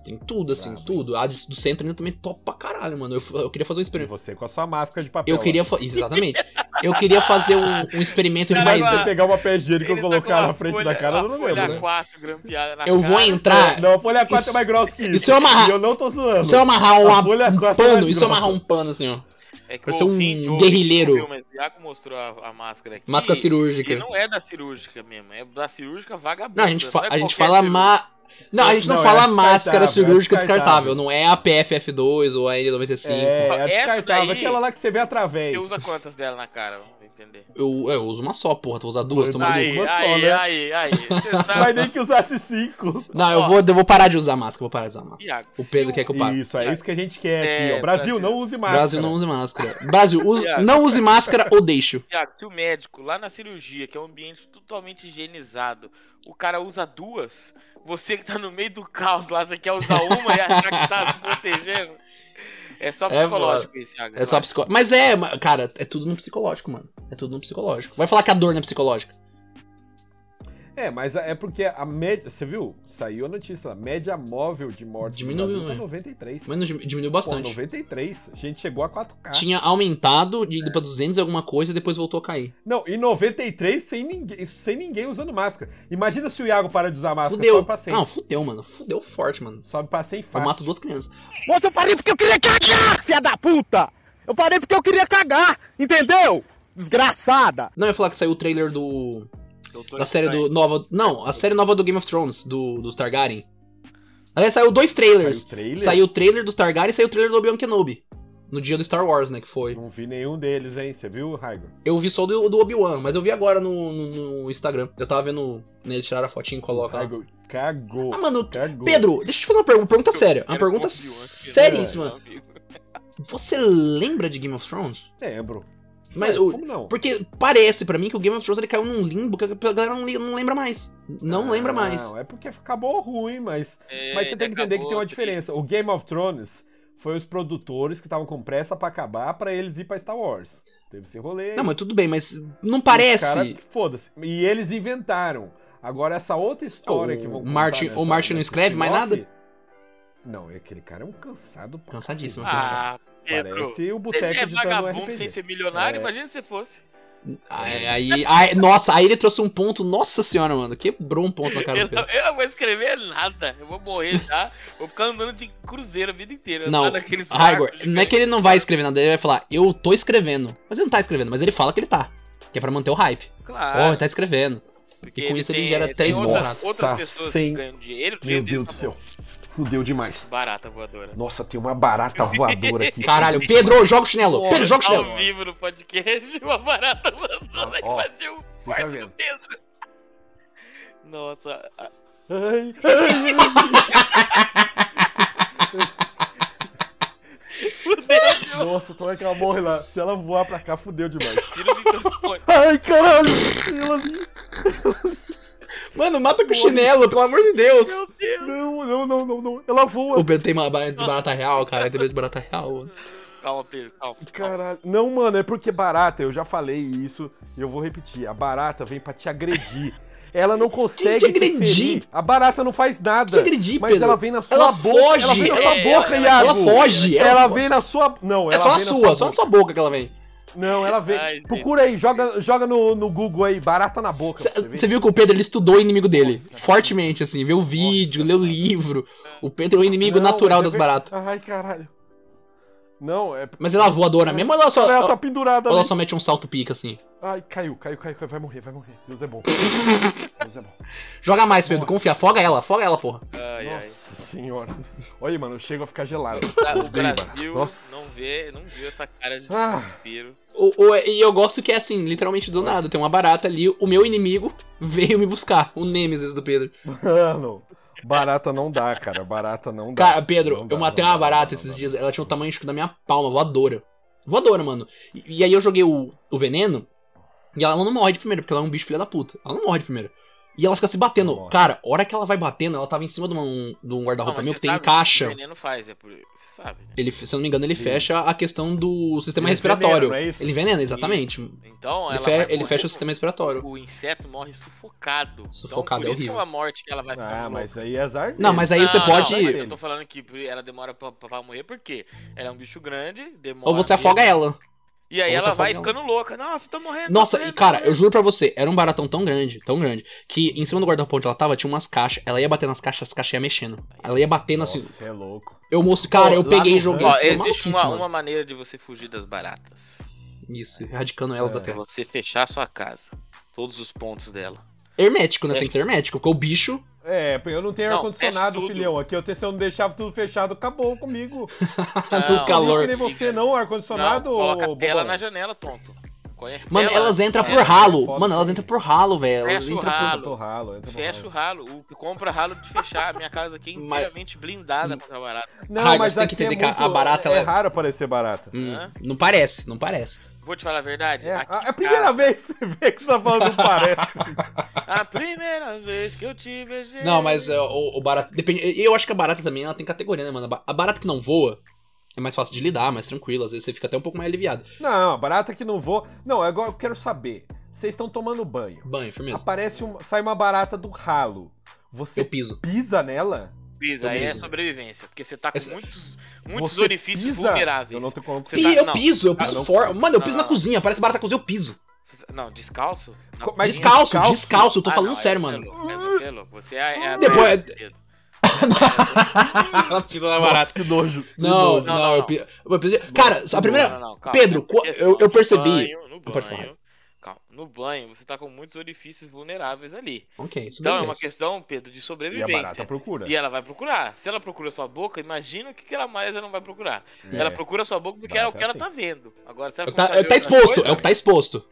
[SPEAKER 2] Tem tudo, assim,
[SPEAKER 1] Brabo, hein?
[SPEAKER 2] tudo. A de- do centro ainda também é top pra caralho, mano. Eu, eu queria fazer um
[SPEAKER 1] E
[SPEAKER 2] experimento.
[SPEAKER 1] você com a sua máscara de papel.
[SPEAKER 2] Eu queria. fa- Exatamente. Eu queria fazer um, um experimento de
[SPEAKER 3] Caralho,
[SPEAKER 1] Mas
[SPEAKER 2] mais.
[SPEAKER 3] Mas
[SPEAKER 1] você
[SPEAKER 3] a-
[SPEAKER 1] pegar uma pé higiênica e
[SPEAKER 3] Ele tá
[SPEAKER 1] colocar
[SPEAKER 3] com uma
[SPEAKER 1] na frente
[SPEAKER 3] folha-
[SPEAKER 1] da cara, eu não
[SPEAKER 3] uma
[SPEAKER 1] lembro.
[SPEAKER 3] folha
[SPEAKER 1] né?
[SPEAKER 3] A4 grampeada na
[SPEAKER 2] Eu vou
[SPEAKER 3] cara.
[SPEAKER 2] entrar.
[SPEAKER 1] Não, a folha 4
[SPEAKER 2] Ah, Isso-
[SPEAKER 1] é mais grossa que isso.
[SPEAKER 2] isso é amarrar-
[SPEAKER 1] E eu não tô zoando.
[SPEAKER 2] Se eu amarrar é uma-
[SPEAKER 1] A folha
[SPEAKER 2] um
[SPEAKER 1] 4 é
[SPEAKER 2] pano,
[SPEAKER 1] mais
[SPEAKER 2] e se eu amarrar
[SPEAKER 1] grossa.
[SPEAKER 2] um pano assim, ó?
[SPEAKER 3] É que
[SPEAKER 2] Vai ser um
[SPEAKER 3] o ouvinte- o ouvinte
[SPEAKER 2] guerrilheiro.
[SPEAKER 3] não viu, Mas o Iago mostrou a, a máscara aqui.
[SPEAKER 2] Máscara
[SPEAKER 3] E
[SPEAKER 2] cirúrgica.
[SPEAKER 3] não é da cirúrgica mesmo, é da cirúrgica vagabunda.
[SPEAKER 2] Não, a gente, fa-
[SPEAKER 3] não é
[SPEAKER 2] a gente
[SPEAKER 3] qualquer
[SPEAKER 2] fala
[SPEAKER 3] cirúrgica.
[SPEAKER 2] ma... Não, a gente não,
[SPEAKER 1] Não, é
[SPEAKER 2] fala
[SPEAKER 1] descartável,
[SPEAKER 2] máscara
[SPEAKER 1] é
[SPEAKER 2] cirúrgica descartável.
[SPEAKER 1] descartável.
[SPEAKER 2] Não é a PFF2 ou a N95.
[SPEAKER 1] É, é
[SPEAKER 3] Essa
[SPEAKER 1] descartável.
[SPEAKER 3] daí-
[SPEAKER 1] Aquela lá que você vê através.
[SPEAKER 3] Você usa quantas dela na cara, vamos entender.
[SPEAKER 2] Eu, eu uso uma só, porra. Tu usa duas, tô
[SPEAKER 1] Uma
[SPEAKER 3] Aí,
[SPEAKER 2] maluco.
[SPEAKER 1] só,
[SPEAKER 3] aí,
[SPEAKER 1] né?
[SPEAKER 3] aí, aí, Você
[SPEAKER 1] Mas
[SPEAKER 3] sabe,
[SPEAKER 1] nem que usasse 5.
[SPEAKER 2] Não, eu
[SPEAKER 3] Ó.
[SPEAKER 2] vou, eu vou parar de usar máscara. Vou parar de usar máscara.
[SPEAKER 3] Iago.
[SPEAKER 2] O Pedro quer que eu pare.
[SPEAKER 1] Isso, é isso que a gente quer
[SPEAKER 3] É,
[SPEAKER 1] aqui. ó. Brasil,
[SPEAKER 3] Brasil.
[SPEAKER 1] não use máscara.
[SPEAKER 2] Brasil, não use máscara. Brasil, use-
[SPEAKER 3] Iago.
[SPEAKER 2] não use máscara ou deixo.
[SPEAKER 3] Tiago, se o médico lá na cirurgia, que é um ambiente totalmente higienizado, o cara usa duas, você que tá no meio do caos lá, você quer usar uma e achar que tá se protegendo? É só
[SPEAKER 2] É
[SPEAKER 3] psicológico isso, Thiago.
[SPEAKER 2] É só psicológico. Mas é, ma- cara, é tudo no psicológico, mano. É tudo no psicológico. Vai falar que a dor não é psicológica.
[SPEAKER 1] É, mas é porque a média. Você viu? Saiu a notícia lá. Média móvel de mortes
[SPEAKER 2] Diminuiu,
[SPEAKER 1] no Brasil tá
[SPEAKER 2] né?
[SPEAKER 1] 93.
[SPEAKER 2] Mas não dimi- diminuiu
[SPEAKER 1] Pô,
[SPEAKER 2] bastante.
[SPEAKER 1] 93. A gente chegou a 4K.
[SPEAKER 2] Tinha aumentado, de
[SPEAKER 1] É.
[SPEAKER 2] ido pra 200 e alguma coisa, e depois voltou a cair.
[SPEAKER 1] Não, e 93 sem ninguém, sem ninguém usando máscara. Imagina se o Iago para de usar máscara.
[SPEAKER 2] Fudeu.
[SPEAKER 1] Sobe Ah, pra 100.
[SPEAKER 2] Não, fudeu, mano. Fudeu forte, mano.
[SPEAKER 1] Sobe pra 100
[SPEAKER 2] Eu
[SPEAKER 1] fácil.
[SPEAKER 2] mato duas crianças.
[SPEAKER 4] Moça, eu parei porque eu queria cagar, filha da puta! Eu parei porque eu queria cagar, entendeu? Desgraçada!
[SPEAKER 2] Não, eu ia falar que saiu o trailer do. Da série do. Nova. Não, a série nova do Game of Thrones, do, dos Targaryen. Aliás, saiu dois trailers.
[SPEAKER 1] Saiu trailer?
[SPEAKER 2] Saiu o trailer dos Targaryen e saiu o trailer do Obi-Wan Kenobi. No dia do Star Wars, né? Que foi.
[SPEAKER 1] Não vi nenhum deles, hein? Você viu, Raigo?
[SPEAKER 2] Eu vi só do, do Obi-Wan, mas eu vi agora no, no- no Instagram. Eu tava vendo. Né, eles tiraram a fotinha e colocam. lá.
[SPEAKER 1] Raigo cagou.
[SPEAKER 2] Ah, mano,
[SPEAKER 1] cagou.
[SPEAKER 2] Pedro, deixa eu te fazer uma pergunta, pergunta séria. é Uma
[SPEAKER 3] Era
[SPEAKER 2] pergunta
[SPEAKER 3] confiante, né?
[SPEAKER 1] é.
[SPEAKER 2] seríssima. Você lembra de Game of Thrones?
[SPEAKER 1] Lembro.
[SPEAKER 2] Mas
[SPEAKER 1] Ué,
[SPEAKER 2] o,
[SPEAKER 1] como não?
[SPEAKER 2] Porque parece pra mim que o Game of Thrones ele caiu num limbo que a galera não, li- não lembra mais. Não lembra mais.
[SPEAKER 1] Não, é porque acabou ruim, mas
[SPEAKER 3] É,
[SPEAKER 1] Mas você tem que entender que tem
[SPEAKER 3] acabou,
[SPEAKER 1] uma diferença. O Game of Thrones foi os produtores que estavam com pressa pra acabar pra eles ir pra Star Wars. Teve esse rolê.
[SPEAKER 2] Não, mas tudo bem, mas não
[SPEAKER 1] Os cara-
[SPEAKER 2] parece.
[SPEAKER 1] Foda-se. E eles inventaram. Agora essa outra história
[SPEAKER 2] O
[SPEAKER 1] que vão
[SPEAKER 2] Martin-
[SPEAKER 1] contar
[SPEAKER 2] o
[SPEAKER 1] nessa-
[SPEAKER 2] Martin não
[SPEAKER 1] nesse
[SPEAKER 2] escreve mais
[SPEAKER 1] spin-off- Não, aquele cara é um cansado. pra
[SPEAKER 2] Cansadíssimo,
[SPEAKER 1] cacete, cara.
[SPEAKER 3] Ah, Pedro.
[SPEAKER 1] Parece o
[SPEAKER 3] Você
[SPEAKER 1] boteco
[SPEAKER 3] é
[SPEAKER 1] editando um
[SPEAKER 3] vagabundo
[SPEAKER 1] RPG.
[SPEAKER 3] sem ser milionário?
[SPEAKER 1] É.
[SPEAKER 3] Imagina se fosse.
[SPEAKER 2] Aí, aí- aí- nossa, aí ele trouxe um ponto. Nossa senhora, mano. Quebrou um ponto na cara
[SPEAKER 3] Eu,
[SPEAKER 2] do Pedro.
[SPEAKER 3] eu não vou escrever nada. Eu vou morrer já. vou ficar andando de cruzeiro a vida inteira.
[SPEAKER 2] Não,
[SPEAKER 3] andar naqueles
[SPEAKER 2] Raigor,
[SPEAKER 3] barcos
[SPEAKER 2] não é que ele não vai escrever nada, ele vai falar, eu tô escrevendo. Mas ele não tá escrevendo, mas ele fala que ele tá. Que é pra manter o hype.
[SPEAKER 3] gigantes.
[SPEAKER 2] Ó,
[SPEAKER 1] Ah.
[SPEAKER 3] Claro.
[SPEAKER 2] ele tá escrevendo.
[SPEAKER 3] Porque
[SPEAKER 2] E com isso ele
[SPEAKER 3] tem-
[SPEAKER 2] gera
[SPEAKER 3] tem
[SPEAKER 2] três
[SPEAKER 3] outras-
[SPEAKER 2] morras.
[SPEAKER 3] Outras
[SPEAKER 1] Nossa,
[SPEAKER 3] pessoas
[SPEAKER 1] sem-
[SPEAKER 3] que ganham dinheiro. o
[SPEAKER 1] Meu
[SPEAKER 3] dinheiro
[SPEAKER 1] Deus do
[SPEAKER 3] tá
[SPEAKER 1] céu.
[SPEAKER 3] bom.
[SPEAKER 1] Fudeu demais.
[SPEAKER 3] Barata voadora.
[SPEAKER 1] Nossa, tem uma barata voadora aqui.
[SPEAKER 2] Caralho, Pedro, joga o chinelo. Pedro, joga o chinelo.
[SPEAKER 3] Ao vivo no podcast, uma barata voadora
[SPEAKER 1] Ó, ó,
[SPEAKER 3] invadiu o quarto do
[SPEAKER 1] vendo.
[SPEAKER 3] Pedro. Nossa, a-
[SPEAKER 1] Ai, ai, ai.
[SPEAKER 3] fudeu.
[SPEAKER 1] Nossa, tomara que ela morre lá. Se ela voar pra cá, fudeu demais.
[SPEAKER 3] Tira o microfone.
[SPEAKER 1] Ai, caralho. Ela ali.
[SPEAKER 2] Mano, mata com o chinelo, pelo amor de Deus.
[SPEAKER 3] Meu Deus.
[SPEAKER 1] Não, não, não, não, não. Ela voa.
[SPEAKER 2] O Pedro tem uma ba- de barata real, cara. Tem medo de barata real.
[SPEAKER 3] Calma, Pedro, calma. calma.
[SPEAKER 1] Caralho. Não, mano, é porque barata, eu já falei isso e eu vou repetir. A barata vem pra te agredir. Ela não consegue.
[SPEAKER 2] Quem te agredir?
[SPEAKER 1] ferir. A barata não faz nada.
[SPEAKER 2] Te agredir,
[SPEAKER 1] mas
[SPEAKER 2] Pedro.
[SPEAKER 1] ela vem na sua
[SPEAKER 2] Ela
[SPEAKER 1] boca.
[SPEAKER 2] foge.
[SPEAKER 1] Ela vem na sua
[SPEAKER 3] É,
[SPEAKER 1] boca,
[SPEAKER 3] ela-
[SPEAKER 1] Iago.
[SPEAKER 2] Ela foge.
[SPEAKER 1] Ela, vem na sua. Não,
[SPEAKER 2] É
[SPEAKER 1] ela
[SPEAKER 2] só a
[SPEAKER 1] vem na
[SPEAKER 2] sua, só na
[SPEAKER 1] boca.
[SPEAKER 2] sua boca que ela vem.
[SPEAKER 1] Não, ela vem.
[SPEAKER 3] Ai, gente.
[SPEAKER 1] Procura aí, joga, joga no, no Google aí, barata na boca. pra
[SPEAKER 2] Você viu que o Pedro ele estudou o inimigo dele fortemente, assim, vê o vídeo, lê o livro. O Pedro é o inimigo
[SPEAKER 1] Não,
[SPEAKER 2] natural
[SPEAKER 1] mas é
[SPEAKER 2] das
[SPEAKER 1] ver-
[SPEAKER 2] baratas.
[SPEAKER 1] Ai, caralho. Não, é.
[SPEAKER 2] Mas ela é voadora mesmo ou ela só,
[SPEAKER 1] Ela tá
[SPEAKER 2] ou
[SPEAKER 1] pendurada
[SPEAKER 2] ela
[SPEAKER 1] ali.
[SPEAKER 2] só mete um salto pica, assim?
[SPEAKER 1] Ai, caiu, caiu, caiu, caiu. Vai morrer, vai morrer. Deus é bom. Deus é bom.
[SPEAKER 2] Joga mais, Pedro, confia, afoga ela, afoga ela, porra.
[SPEAKER 3] Ai, ai.
[SPEAKER 1] Nossa senhora. Olha, mano, eu chego a ficar gelado.
[SPEAKER 3] Tá, O
[SPEAKER 1] Odeio,
[SPEAKER 3] Brasil
[SPEAKER 1] mano. Nossa.
[SPEAKER 3] não vê, não viu essa cara de
[SPEAKER 1] Ah.
[SPEAKER 3] desespero.
[SPEAKER 2] O- o- e eu gosto que é assim, literalmente do nada, tem uma barata ali, o meu inimigo veio me buscar, o Nemesis do Pedro.
[SPEAKER 1] Mano, Barata não dá, cara. Barata não dá.
[SPEAKER 2] Cara, Pedro,
[SPEAKER 1] Não dá,
[SPEAKER 2] eu matei
[SPEAKER 1] não
[SPEAKER 2] uma
[SPEAKER 1] dá,
[SPEAKER 2] barata
[SPEAKER 1] não
[SPEAKER 2] esses
[SPEAKER 1] dá.
[SPEAKER 2] dias. Ela tinha o tamanho acho que, da minha palma, voadora. Voadora, mano. E, e aí eu joguei o, o veneno. E ela não morre de primeira, porque ela é um bicho filha da puta. Ela não morre de primeira. E ela fica se batendo.
[SPEAKER 1] Não morre.
[SPEAKER 2] Cara, a hora que ela vai batendo, ela tava em cima de, uma- um, de um
[SPEAKER 3] Não,
[SPEAKER 2] guarda-roupa
[SPEAKER 3] mas
[SPEAKER 2] meu
[SPEAKER 3] você
[SPEAKER 2] que tem
[SPEAKER 3] sabe o O
[SPEAKER 2] caixa.
[SPEAKER 3] veneno faz, é por. Você sabe, né?
[SPEAKER 2] Ele, se eu não me engano, ele fecha a questão do sistema
[SPEAKER 1] Ele envenena,
[SPEAKER 2] respiratório.
[SPEAKER 1] não é isso?
[SPEAKER 2] Ele envenena, exatamente.
[SPEAKER 3] Então,
[SPEAKER 2] Ele,
[SPEAKER 3] ela
[SPEAKER 2] fe-
[SPEAKER 3] vai
[SPEAKER 2] ele
[SPEAKER 3] morrer,
[SPEAKER 2] fecha o sistema respiratório.
[SPEAKER 3] O inseto morre sufocado.
[SPEAKER 2] Sufocado
[SPEAKER 3] então, por
[SPEAKER 2] é
[SPEAKER 3] isso que
[SPEAKER 2] horrível.
[SPEAKER 3] é uma morte que ela vai ficar
[SPEAKER 1] Ah,
[SPEAKER 3] louca.
[SPEAKER 1] mas aí é azar dele.
[SPEAKER 2] Não, mas aí
[SPEAKER 3] Não,
[SPEAKER 2] você
[SPEAKER 3] Ah, não,
[SPEAKER 2] pode.
[SPEAKER 3] mas Eu tô falando que ela demora pra, pra- pra morrer porque ela é um bicho grande, demora.
[SPEAKER 2] Ou você afoga ela.
[SPEAKER 3] E aí
[SPEAKER 2] ou você
[SPEAKER 3] ela
[SPEAKER 2] afoga
[SPEAKER 3] vai
[SPEAKER 2] ela.
[SPEAKER 3] ficando louca. Nossa, tá morrendo.
[SPEAKER 2] Nossa,
[SPEAKER 3] tá
[SPEAKER 2] e
[SPEAKER 3] morrendo,
[SPEAKER 2] cara,
[SPEAKER 3] tá
[SPEAKER 2] eu
[SPEAKER 3] morrendo.
[SPEAKER 2] juro pra você, era um baratão tão grande, tão grande, que em cima do guarda-roupa onde ela tava tinha umas caixas. Ela ia bater nas caixas, as caixas iam mexendo. Ela ia batendo assim.
[SPEAKER 1] Nossa, é louco.
[SPEAKER 2] Eu mostro, cara, eu
[SPEAKER 1] Lá
[SPEAKER 2] peguei
[SPEAKER 1] no
[SPEAKER 2] e joguei.
[SPEAKER 1] rancho-
[SPEAKER 3] Ó,
[SPEAKER 2] Foi
[SPEAKER 3] existe
[SPEAKER 2] maluquice,
[SPEAKER 3] uma,
[SPEAKER 2] mano.
[SPEAKER 3] uma maneira de você fugir das baratas.
[SPEAKER 2] Isso, erradicando elas
[SPEAKER 1] É.
[SPEAKER 2] da
[SPEAKER 3] É
[SPEAKER 2] terra.
[SPEAKER 3] você fechar a sua casa. Todos os pontos dela.
[SPEAKER 2] Hermético, né?
[SPEAKER 3] É.
[SPEAKER 2] Tem que ser hermético, porque o bicho.
[SPEAKER 1] É, eu não tenho
[SPEAKER 3] Não,
[SPEAKER 1] ar-condicionado,
[SPEAKER 3] fecha tudo.
[SPEAKER 1] filhão. Aqui eu te- se eu não deixava tudo fechado, acabou comigo.
[SPEAKER 2] O calor.
[SPEAKER 1] Eu não queria você não, ar-condicionado.
[SPEAKER 3] Não, coloca a tela
[SPEAKER 1] bobão.
[SPEAKER 3] na janela, tonto. Conhece
[SPEAKER 2] Mano,
[SPEAKER 3] tela?
[SPEAKER 2] elas entram
[SPEAKER 1] é,
[SPEAKER 2] por ralo.
[SPEAKER 1] foda
[SPEAKER 2] Mano,
[SPEAKER 1] também.
[SPEAKER 2] elas
[SPEAKER 1] É
[SPEAKER 2] entram por ralo, velho. Elas
[SPEAKER 3] Fecha o
[SPEAKER 2] entram por.
[SPEAKER 3] ralo.
[SPEAKER 1] Entra pro ralo, entra pro
[SPEAKER 3] Fecha o
[SPEAKER 1] ralo.
[SPEAKER 3] ralo. O, compra ralo de fechar. A minha casa aqui é
[SPEAKER 2] Mas-
[SPEAKER 3] inteiramente blindada contra a barata.
[SPEAKER 1] Não,
[SPEAKER 2] Raio,
[SPEAKER 1] mas
[SPEAKER 2] você tem que
[SPEAKER 1] aqui é
[SPEAKER 2] entender que a- a
[SPEAKER 1] muito-
[SPEAKER 2] barata,
[SPEAKER 1] é,
[SPEAKER 2] ela
[SPEAKER 1] é
[SPEAKER 2] é-
[SPEAKER 1] raro aparecer barata.
[SPEAKER 2] Hum,
[SPEAKER 3] Hã?
[SPEAKER 2] não parece, não parece.
[SPEAKER 3] Vou te falar a verdade.
[SPEAKER 1] É,
[SPEAKER 3] aqui
[SPEAKER 1] a,
[SPEAKER 3] em
[SPEAKER 1] a primeira
[SPEAKER 3] casa-
[SPEAKER 1] vez que você vê que você tá falando não parece.
[SPEAKER 3] A primeira vez que eu te beijei.
[SPEAKER 2] Não, mas é, o, o barata. Depende. Eu acho que a barata também ela tem categoria, né, mano? A ba- A barata que não voa é mais fácil de lidar, mais tranquilo. Às vezes você fica até um pouco mais aliviado.
[SPEAKER 1] Não, barata que não vou. Não, agora eu quero saber. Vocês estão tomando banho.
[SPEAKER 2] Banho, firmeza.
[SPEAKER 1] Aparece uma, sai uma barata do ralo. Você
[SPEAKER 2] Eu piso.
[SPEAKER 1] pisa nela?
[SPEAKER 3] Pisa, aí é
[SPEAKER 2] Beleza.
[SPEAKER 3] sobrevivência. Porque você tá com
[SPEAKER 2] Essa-
[SPEAKER 3] muitos, muitos
[SPEAKER 1] Você
[SPEAKER 3] orifícios
[SPEAKER 1] pisa?
[SPEAKER 3] vulneráveis.
[SPEAKER 1] Eu não tenho como.
[SPEAKER 3] Você
[SPEAKER 2] Pi,
[SPEAKER 3] tá-
[SPEAKER 2] eu
[SPEAKER 3] não,
[SPEAKER 2] piso, eu
[SPEAKER 3] tá-
[SPEAKER 2] piso
[SPEAKER 1] não.
[SPEAKER 2] fora. Mano, eu piso na
[SPEAKER 3] Não, não.
[SPEAKER 2] cozinha, parece barata cozinha, eu piso.
[SPEAKER 3] Não, descalço? Não.
[SPEAKER 1] Co- Mas
[SPEAKER 2] descalço, descalço,
[SPEAKER 1] descalço?
[SPEAKER 2] eu tô
[SPEAKER 3] Ah,
[SPEAKER 2] falando
[SPEAKER 3] não, aí
[SPEAKER 2] sério,
[SPEAKER 3] você é
[SPEAKER 2] mano.
[SPEAKER 3] louco, aí Você é louco. Você é, é a
[SPEAKER 2] Depois-
[SPEAKER 3] merda.
[SPEAKER 2] Ela pisa na
[SPEAKER 1] Nossa, que nojo. que
[SPEAKER 2] Não, não,
[SPEAKER 1] nojo.
[SPEAKER 3] Não, não,
[SPEAKER 2] eu
[SPEAKER 3] não.
[SPEAKER 2] piso. eu piso- Cara, a primeira.
[SPEAKER 3] Não, não, não, calma.
[SPEAKER 2] Pedro, co- eu, eu percebi.
[SPEAKER 3] No banho, no
[SPEAKER 2] Pode
[SPEAKER 3] banho, calma, no banho você tá com muitos orifícios vulneráveis ali.
[SPEAKER 2] Ok, isso
[SPEAKER 3] Então é uma
[SPEAKER 2] beleza.
[SPEAKER 3] questão, Pedro,
[SPEAKER 1] E
[SPEAKER 3] de
[SPEAKER 1] a barata é
[SPEAKER 3] sobrevivência.
[SPEAKER 1] procura.
[SPEAKER 3] E ela vai procurar. Se ela procura sua boca, imagina o que, que ela mais ela não vai procurar.
[SPEAKER 1] É.
[SPEAKER 3] Ela procura sua boca porque
[SPEAKER 1] Barata assim.
[SPEAKER 3] é o que ela
[SPEAKER 1] sim.
[SPEAKER 3] tá vendo. Agora, se
[SPEAKER 2] É
[SPEAKER 3] ela
[SPEAKER 2] o que tá,
[SPEAKER 3] começar
[SPEAKER 2] é
[SPEAKER 3] a
[SPEAKER 2] o
[SPEAKER 3] ver
[SPEAKER 2] que tá
[SPEAKER 3] outra
[SPEAKER 2] exposto,
[SPEAKER 3] coisa,
[SPEAKER 2] é o que tá exposto.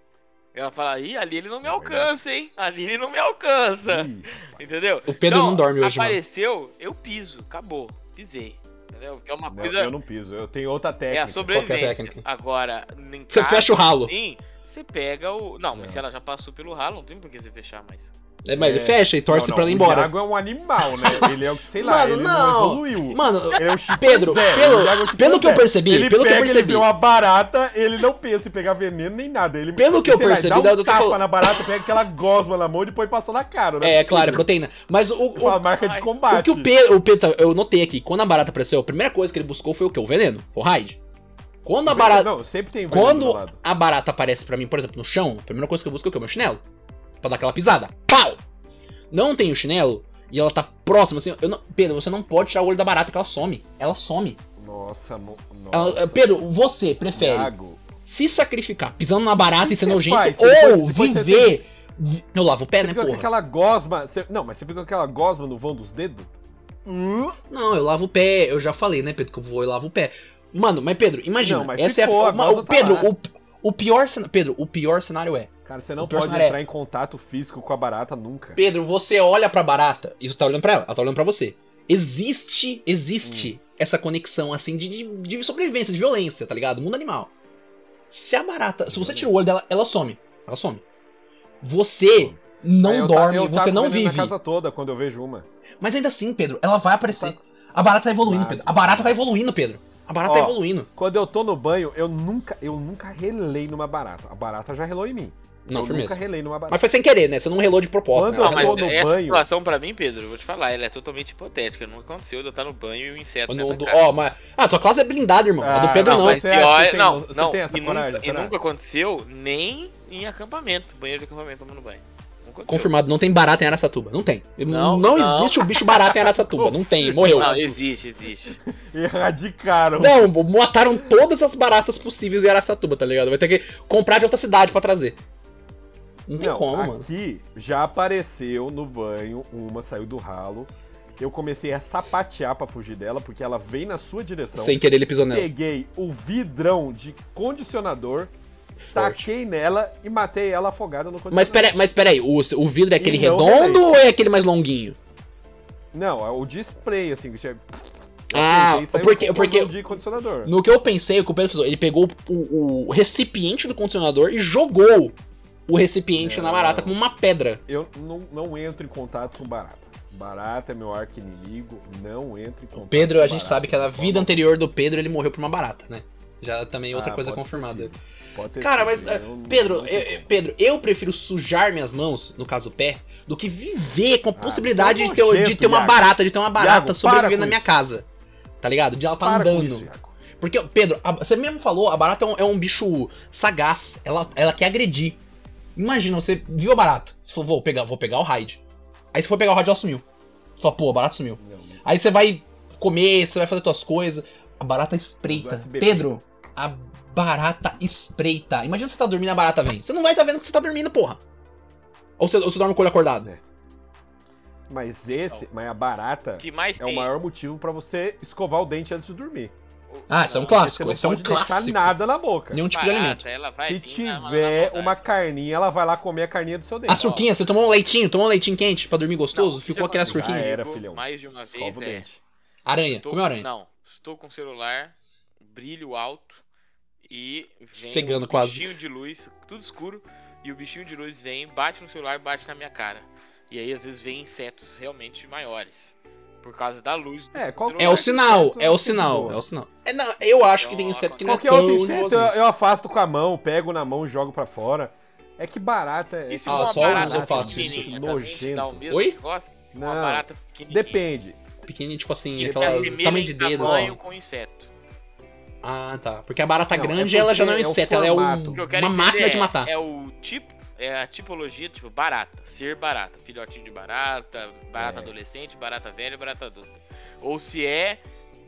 [SPEAKER 3] Ela fala, ih, ali ele não me
[SPEAKER 1] É verdade.
[SPEAKER 3] alcança, hein? Ali ele não me alcança.
[SPEAKER 1] Ih,
[SPEAKER 3] Entendeu? Então,
[SPEAKER 2] O Pedro não dorme hoje, mano.
[SPEAKER 3] Apareceu, eu piso, acabou. Pisei. Entendeu? Que é uma
[SPEAKER 1] não,
[SPEAKER 3] coisa.
[SPEAKER 1] eu não piso, eu tenho outra
[SPEAKER 3] é
[SPEAKER 1] técnica.
[SPEAKER 3] a
[SPEAKER 2] Qual
[SPEAKER 3] sobrevivência.
[SPEAKER 2] que é a técnica?
[SPEAKER 3] Agora, em
[SPEAKER 2] Você
[SPEAKER 3] casa,
[SPEAKER 2] fecha o ralo.
[SPEAKER 3] Sim, você pega o. Não, mas
[SPEAKER 1] Não.
[SPEAKER 3] se ela já passou pelo ralo, não tem por que você fechar mais.
[SPEAKER 2] É, mas ele
[SPEAKER 1] É.
[SPEAKER 2] fecha e
[SPEAKER 1] Não,
[SPEAKER 2] torce
[SPEAKER 1] não,
[SPEAKER 2] pra ela ir
[SPEAKER 1] O
[SPEAKER 2] embora.
[SPEAKER 1] Iago é um animal, né? Ele é o que, sei lá,
[SPEAKER 2] Mano,
[SPEAKER 1] ele
[SPEAKER 2] não.
[SPEAKER 1] não evoluiu.
[SPEAKER 2] Mano,
[SPEAKER 1] Ele é o chimpanzé.
[SPEAKER 2] Pedro, pelo-
[SPEAKER 1] o Iago é o
[SPEAKER 2] pelo que eu
[SPEAKER 1] chimpanzé.
[SPEAKER 2] percebi,
[SPEAKER 1] ele
[SPEAKER 2] pelo que eu
[SPEAKER 1] pega,
[SPEAKER 2] percebi.
[SPEAKER 1] Ele vê uma barata, ele não pensa em pegar veneno nem nada. Ele,
[SPEAKER 2] Pelo que eu
[SPEAKER 1] sei lá,
[SPEAKER 2] percebi,
[SPEAKER 1] dá um
[SPEAKER 2] daí eu tô
[SPEAKER 1] tapa
[SPEAKER 2] falando-
[SPEAKER 1] na barata, pega aquela gosma na mão e depois passa na cara, né?
[SPEAKER 2] é, claro, é proteína. Mas o,
[SPEAKER 1] Foi uma
[SPEAKER 2] o,
[SPEAKER 1] marca
[SPEAKER 3] Ai,
[SPEAKER 1] de
[SPEAKER 3] o
[SPEAKER 1] combate.
[SPEAKER 2] o que o Pedro, o Pedro. tá, Eu notei aqui, quando a barata apareceu, a primeira coisa que ele buscou foi o quê? O veneno? Foi o raid. Quando a barata.
[SPEAKER 1] Não, sempre tem veneno do
[SPEAKER 2] Quando
[SPEAKER 1] lado.
[SPEAKER 2] a barata aparece pra mim, por exemplo, no chão, a primeira coisa que eu busco é o quê? O meu chinelo. Pra dar aquela pisada. Pau! Não tem o chinelo e ela tá próxima, assim. Eu não- Pedro, você não pode tirar o olho da barata que ela some. Ela some.
[SPEAKER 1] Nossa, no,
[SPEAKER 2] Ela- eh,
[SPEAKER 1] nossa.
[SPEAKER 2] É, Pedro, é você prefere
[SPEAKER 1] Iago.
[SPEAKER 2] se sacrificar pisando na barata
[SPEAKER 1] que
[SPEAKER 2] e ser
[SPEAKER 1] você
[SPEAKER 2] nojento
[SPEAKER 1] faz?
[SPEAKER 2] ou
[SPEAKER 1] Depois- depois você
[SPEAKER 2] viver. vi- Eu lavo o pé,
[SPEAKER 1] Você
[SPEAKER 2] né,
[SPEAKER 1] fica com
[SPEAKER 2] porra?
[SPEAKER 1] aquela gosma. você- Não, mas você fica com aquela gosma no vão dos dedos? Hum?
[SPEAKER 2] Não, eu lavo o pé. Eu já falei, né, Pedro, que eu vou e lavo o pé. Mano, mas Pedro, imagina.
[SPEAKER 1] Não, mas
[SPEAKER 2] essa
[SPEAKER 1] ficou,
[SPEAKER 2] é a.
[SPEAKER 1] a
[SPEAKER 2] Uma,
[SPEAKER 1] bola
[SPEAKER 2] o
[SPEAKER 1] tá
[SPEAKER 2] Pedro,
[SPEAKER 1] lá.
[SPEAKER 2] o, o pior cenário. Pedro, o pior cenário é.
[SPEAKER 1] Cara, você não
[SPEAKER 2] O pior
[SPEAKER 1] pode
[SPEAKER 2] cenário é-
[SPEAKER 1] entrar em contato físico com a barata nunca.
[SPEAKER 2] Pedro, você olha pra barata e você tá olhando pra ela, ela tá olhando pra você. Existe, existe
[SPEAKER 1] Hum.
[SPEAKER 2] essa conexão assim de, de- de sobrevivência, de violência, tá ligado? Mundo animal. Se a barata, se você tira o olho dela, ela some. Ela some. Você não
[SPEAKER 1] Aí eu ta-
[SPEAKER 2] dorme,
[SPEAKER 1] eu
[SPEAKER 2] você
[SPEAKER 1] taco
[SPEAKER 2] não
[SPEAKER 1] veneno
[SPEAKER 2] vive.
[SPEAKER 1] na casa toda quando eu vejo uma.
[SPEAKER 2] Mas ainda assim, Pedro, ela vai aparecer. A barata tá evoluindo,
[SPEAKER 1] Claro.
[SPEAKER 2] Pedro. A barata tá evoluindo, Pedro. A barata tá
[SPEAKER 1] Ó.
[SPEAKER 2] evoluindo.
[SPEAKER 1] Quando eu tô no banho, eu nunca, eu nunca relei numa barata. A barata já relou em mim.
[SPEAKER 2] Não,
[SPEAKER 1] eu nunca
[SPEAKER 2] firmeza.
[SPEAKER 1] relei numa
[SPEAKER 2] Mas
[SPEAKER 1] barata.
[SPEAKER 2] foi sem querer, né? Você não relou de propósito.
[SPEAKER 1] Quando
[SPEAKER 2] né?
[SPEAKER 1] eu
[SPEAKER 3] Não,
[SPEAKER 2] Ela
[SPEAKER 3] mas
[SPEAKER 1] tô
[SPEAKER 2] relou.
[SPEAKER 1] no
[SPEAKER 3] essa
[SPEAKER 1] banho.
[SPEAKER 3] situação pra mim, Pedro, eu vou te falar, ela é totalmente hipotética. Nunca aconteceu de eu estar no banho e o inseto me
[SPEAKER 2] Quando-
[SPEAKER 3] atacar.
[SPEAKER 2] Ó, mas. Ah, tua classe é blindada, irmão. a do
[SPEAKER 1] né, tá Ah,
[SPEAKER 2] Pedro
[SPEAKER 1] não,
[SPEAKER 2] não.
[SPEAKER 1] mas-
[SPEAKER 3] Mas
[SPEAKER 1] Você acha
[SPEAKER 3] pior,
[SPEAKER 1] que tem-
[SPEAKER 3] não,
[SPEAKER 1] você
[SPEAKER 3] não.
[SPEAKER 1] tem essa
[SPEAKER 3] e, nunca,
[SPEAKER 1] coragem,
[SPEAKER 3] e
[SPEAKER 1] será?
[SPEAKER 3] nunca aconteceu nem em acampamento, banheiro de acampamento tomando banho. Não aconteceu.
[SPEAKER 2] Confirmado, não tem barata em Aracatuba. Não tem. Não,
[SPEAKER 3] Não, não.
[SPEAKER 2] existe o bicho barata em Aracatuba. Não tem, morreu.
[SPEAKER 3] Não, existe, existe.
[SPEAKER 1] Erradicaram.
[SPEAKER 2] Não, mataram todas as baratas possíveis em Aracatuba, tá ligado? Vai ter que comprar de outra cidade pra trazer. Não tem
[SPEAKER 1] Não, tá
[SPEAKER 2] como, mano.
[SPEAKER 1] aqui já apareceu no banho, uma saiu do ralo. Eu comecei a sapatear pra fugir dela, porque ela vem na sua direção.
[SPEAKER 2] Sem querer ele pisou nela.
[SPEAKER 1] Peguei o vidrão de condicionador, taquei nela e matei ela afogada no condicionador.
[SPEAKER 2] Mas peraí, mas peraí, o, o vidro é aquele
[SPEAKER 1] E não
[SPEAKER 2] redondo ou é aquele mais longuinho?
[SPEAKER 1] Não, é o display, assim, que tinha.
[SPEAKER 2] Ah,
[SPEAKER 1] Aí saiu
[SPEAKER 2] porque,
[SPEAKER 1] com
[SPEAKER 2] porque
[SPEAKER 1] de condicionador.
[SPEAKER 2] no que eu pensei, o que o Pedro fez, ele pegou o, o recipiente do condicionador e jogou o recipiente na barata como uma pedra.
[SPEAKER 1] Eu não, não entro em contato com barata. Barata é meu arco inimigo, não entro em contato
[SPEAKER 2] O Pedro,
[SPEAKER 1] com
[SPEAKER 2] a gente
[SPEAKER 1] tá barata.
[SPEAKER 2] sabe que na vida anterior do Pedro ele morreu por uma barata, né? Já também é outra
[SPEAKER 1] Ah,
[SPEAKER 2] coisa
[SPEAKER 1] pode ter
[SPEAKER 2] confirmada.
[SPEAKER 1] sido, pode ter
[SPEAKER 2] Cara, mas
[SPEAKER 1] sido,
[SPEAKER 2] eh,
[SPEAKER 1] eu não-
[SPEAKER 2] Pedro,
[SPEAKER 1] não
[SPEAKER 2] eu,
[SPEAKER 1] entro.
[SPEAKER 2] eu- Pedro, eu prefiro sujar minhas mãos, no caso o pé, do que viver com a
[SPEAKER 1] Ah,
[SPEAKER 2] possibilidade
[SPEAKER 1] você é
[SPEAKER 2] de, ter, de
[SPEAKER 1] nojento,
[SPEAKER 2] ter uma
[SPEAKER 1] Iago.
[SPEAKER 2] barata, de ter uma barata
[SPEAKER 1] para
[SPEAKER 2] sobrevivendo
[SPEAKER 1] com
[SPEAKER 2] na minha
[SPEAKER 1] isso.
[SPEAKER 2] casa. Tá ligado? De ela tá
[SPEAKER 1] Para com
[SPEAKER 2] andando.
[SPEAKER 1] isso, Iago.
[SPEAKER 2] Porque, Pedro, a- você mesmo falou, a barata é um, é um bicho sagaz. Ela, ela quer agredir. Imagina, você viu a barata. Você falou, vou pegar, vou pegar o Hyde. Aí você foi pegar o Hyde, ela sumiu. Você fala, pô, a barata sumiu.
[SPEAKER 1] Não,
[SPEAKER 2] Aí você vai comer, você vai fazer suas coisas. A barata
[SPEAKER 1] Do
[SPEAKER 2] espreita.
[SPEAKER 1] SBT.
[SPEAKER 2] Pedro, a barata espreita. Imagina você tá dormindo e a barata vem. Você não vai estar vendo que você tá dormindo, porra. Ou você, ou você dorme com o olho acordado.
[SPEAKER 1] Mas esse, mas a barata
[SPEAKER 3] O que mais
[SPEAKER 1] é o
[SPEAKER 3] tem?
[SPEAKER 1] maior motivo pra você escovar o dente antes de dormir.
[SPEAKER 3] O-
[SPEAKER 2] Ah, isso é um
[SPEAKER 3] Não,
[SPEAKER 1] Você
[SPEAKER 2] clássico.
[SPEAKER 1] não
[SPEAKER 2] Isso é um
[SPEAKER 1] pode deixar
[SPEAKER 2] clássico.
[SPEAKER 1] nada na boca.
[SPEAKER 2] Nenhum tipo de
[SPEAKER 3] barata,
[SPEAKER 2] alimento.
[SPEAKER 3] ela vai
[SPEAKER 1] Se
[SPEAKER 3] vir na- na
[SPEAKER 1] tiver
[SPEAKER 3] vontade.
[SPEAKER 1] uma carninha, ela vai lá comer a carninha do seu dente.
[SPEAKER 2] A surquinha, você tomou um leitinho, tomou um leitinho quente pra dormir gostoso?
[SPEAKER 3] Não,
[SPEAKER 2] Ficou
[SPEAKER 3] já
[SPEAKER 2] aquela
[SPEAKER 3] aconteceu
[SPEAKER 2] surquinha?
[SPEAKER 1] Já era,
[SPEAKER 3] comigo
[SPEAKER 1] filhão.
[SPEAKER 3] Mais de uma vez
[SPEAKER 1] Escova o
[SPEAKER 3] é.
[SPEAKER 1] dente.
[SPEAKER 2] Aranha,
[SPEAKER 3] tô
[SPEAKER 2] comeu aranha.
[SPEAKER 3] Não, estou com o celular, brilho alto e vem
[SPEAKER 2] Cegando
[SPEAKER 3] o
[SPEAKER 2] quase.
[SPEAKER 3] bichinho de luz, tudo escuro, e o bichinho de luz vem, bate no celular, bate na minha cara. E aí às vezes vem insetos realmente maiores. Por causa da luz do
[SPEAKER 1] É, qual-
[SPEAKER 2] É o
[SPEAKER 1] Inseto
[SPEAKER 2] sinal, é o
[SPEAKER 1] é de
[SPEAKER 2] sinal,
[SPEAKER 1] boa.
[SPEAKER 2] é o sinal. É, não, eu acho que tem
[SPEAKER 3] Então,
[SPEAKER 2] inseto que não é
[SPEAKER 1] Qualquer
[SPEAKER 2] tão
[SPEAKER 1] outro inseto eu,
[SPEAKER 2] nervosinho.
[SPEAKER 1] eu afasto com a mão, pego na mão, jogo pra fora. É que barata é.
[SPEAKER 3] E se
[SPEAKER 2] Ah,
[SPEAKER 3] for uma
[SPEAKER 2] só
[SPEAKER 3] barata
[SPEAKER 2] eu faço isso.
[SPEAKER 3] pequenininha também te dá um o
[SPEAKER 1] Nojento.
[SPEAKER 3] mesmo
[SPEAKER 2] Oi?
[SPEAKER 3] negócio? Uma
[SPEAKER 1] Não,
[SPEAKER 3] barata pequenininha.
[SPEAKER 1] depende.
[SPEAKER 2] Pequenininho, tipo assim,
[SPEAKER 3] Eles
[SPEAKER 2] aquelas
[SPEAKER 3] assemelham
[SPEAKER 2] tamanho de
[SPEAKER 3] em
[SPEAKER 2] dedo.
[SPEAKER 3] tamanho
[SPEAKER 2] Assim.
[SPEAKER 3] com inseto.
[SPEAKER 2] Ah, tá. Porque a barata
[SPEAKER 1] Não, é
[SPEAKER 2] grande, ela já não é um
[SPEAKER 1] porque é o
[SPEAKER 2] inseto, ela é um-
[SPEAKER 1] formato.
[SPEAKER 3] O que eu quero
[SPEAKER 2] uma
[SPEAKER 3] entender
[SPEAKER 2] máquina de
[SPEAKER 3] é-
[SPEAKER 2] matar.
[SPEAKER 3] É o tipo, é a tipologia, tipo, barata, ser barata, filhotinho de barata, barata
[SPEAKER 1] É.
[SPEAKER 3] adolescente, barata velha, barata adulta. Ou se é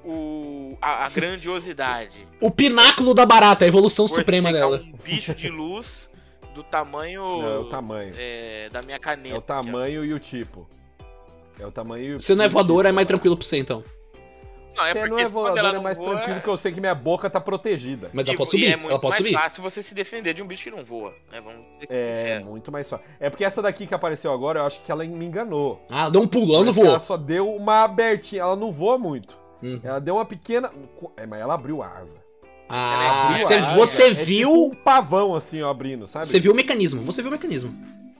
[SPEAKER 3] o a, a grandiosidade.
[SPEAKER 2] O pináculo da barata, a evolução
[SPEAKER 3] Por
[SPEAKER 2] suprema
[SPEAKER 3] chegar
[SPEAKER 2] dela.
[SPEAKER 3] um bicho de luz do tamanho
[SPEAKER 1] Não, é o tamanho.
[SPEAKER 3] é, da minha caneta.
[SPEAKER 1] É o tamanho e o tipo. É o tamanho e o
[SPEAKER 2] Você não
[SPEAKER 1] e
[SPEAKER 2] é
[SPEAKER 1] o
[SPEAKER 2] voador,
[SPEAKER 1] tipo,
[SPEAKER 2] é mais
[SPEAKER 1] cara.
[SPEAKER 2] tranquilo pra você, então.
[SPEAKER 3] Não, é
[SPEAKER 1] Você
[SPEAKER 3] porque
[SPEAKER 1] não é
[SPEAKER 3] se quando
[SPEAKER 1] voador,
[SPEAKER 3] ela
[SPEAKER 1] é
[SPEAKER 3] não
[SPEAKER 1] mais
[SPEAKER 3] voa,
[SPEAKER 1] tranquilo que eu sei que minha boca tá protegida.
[SPEAKER 2] Mas ela
[SPEAKER 3] e-
[SPEAKER 2] pode
[SPEAKER 3] e
[SPEAKER 2] subir,
[SPEAKER 3] é muito
[SPEAKER 2] ela pode
[SPEAKER 3] mais
[SPEAKER 2] subir.
[SPEAKER 3] fácil você se defender de um bicho que não voa, né? Vamos ser
[SPEAKER 1] É,
[SPEAKER 3] sinceros.
[SPEAKER 1] muito mais fácil. É porque essa daqui que apareceu agora, eu acho que ela me enganou.
[SPEAKER 2] Ah, ela deu um pulo, ela não
[SPEAKER 1] Parece que Ela é
[SPEAKER 2] voou.
[SPEAKER 1] só deu uma abertinha, ela não voa muito.
[SPEAKER 2] Hum.
[SPEAKER 1] Ela deu uma pequena. É, mas ela abriu a asa.
[SPEAKER 2] Ah,
[SPEAKER 3] abriu a
[SPEAKER 2] você,
[SPEAKER 3] asa,
[SPEAKER 2] você
[SPEAKER 1] É tipo
[SPEAKER 2] viu.
[SPEAKER 1] um pavão assim, ó, abrindo, sabe?
[SPEAKER 2] Você viu o mecanismo, você viu o mecanismo.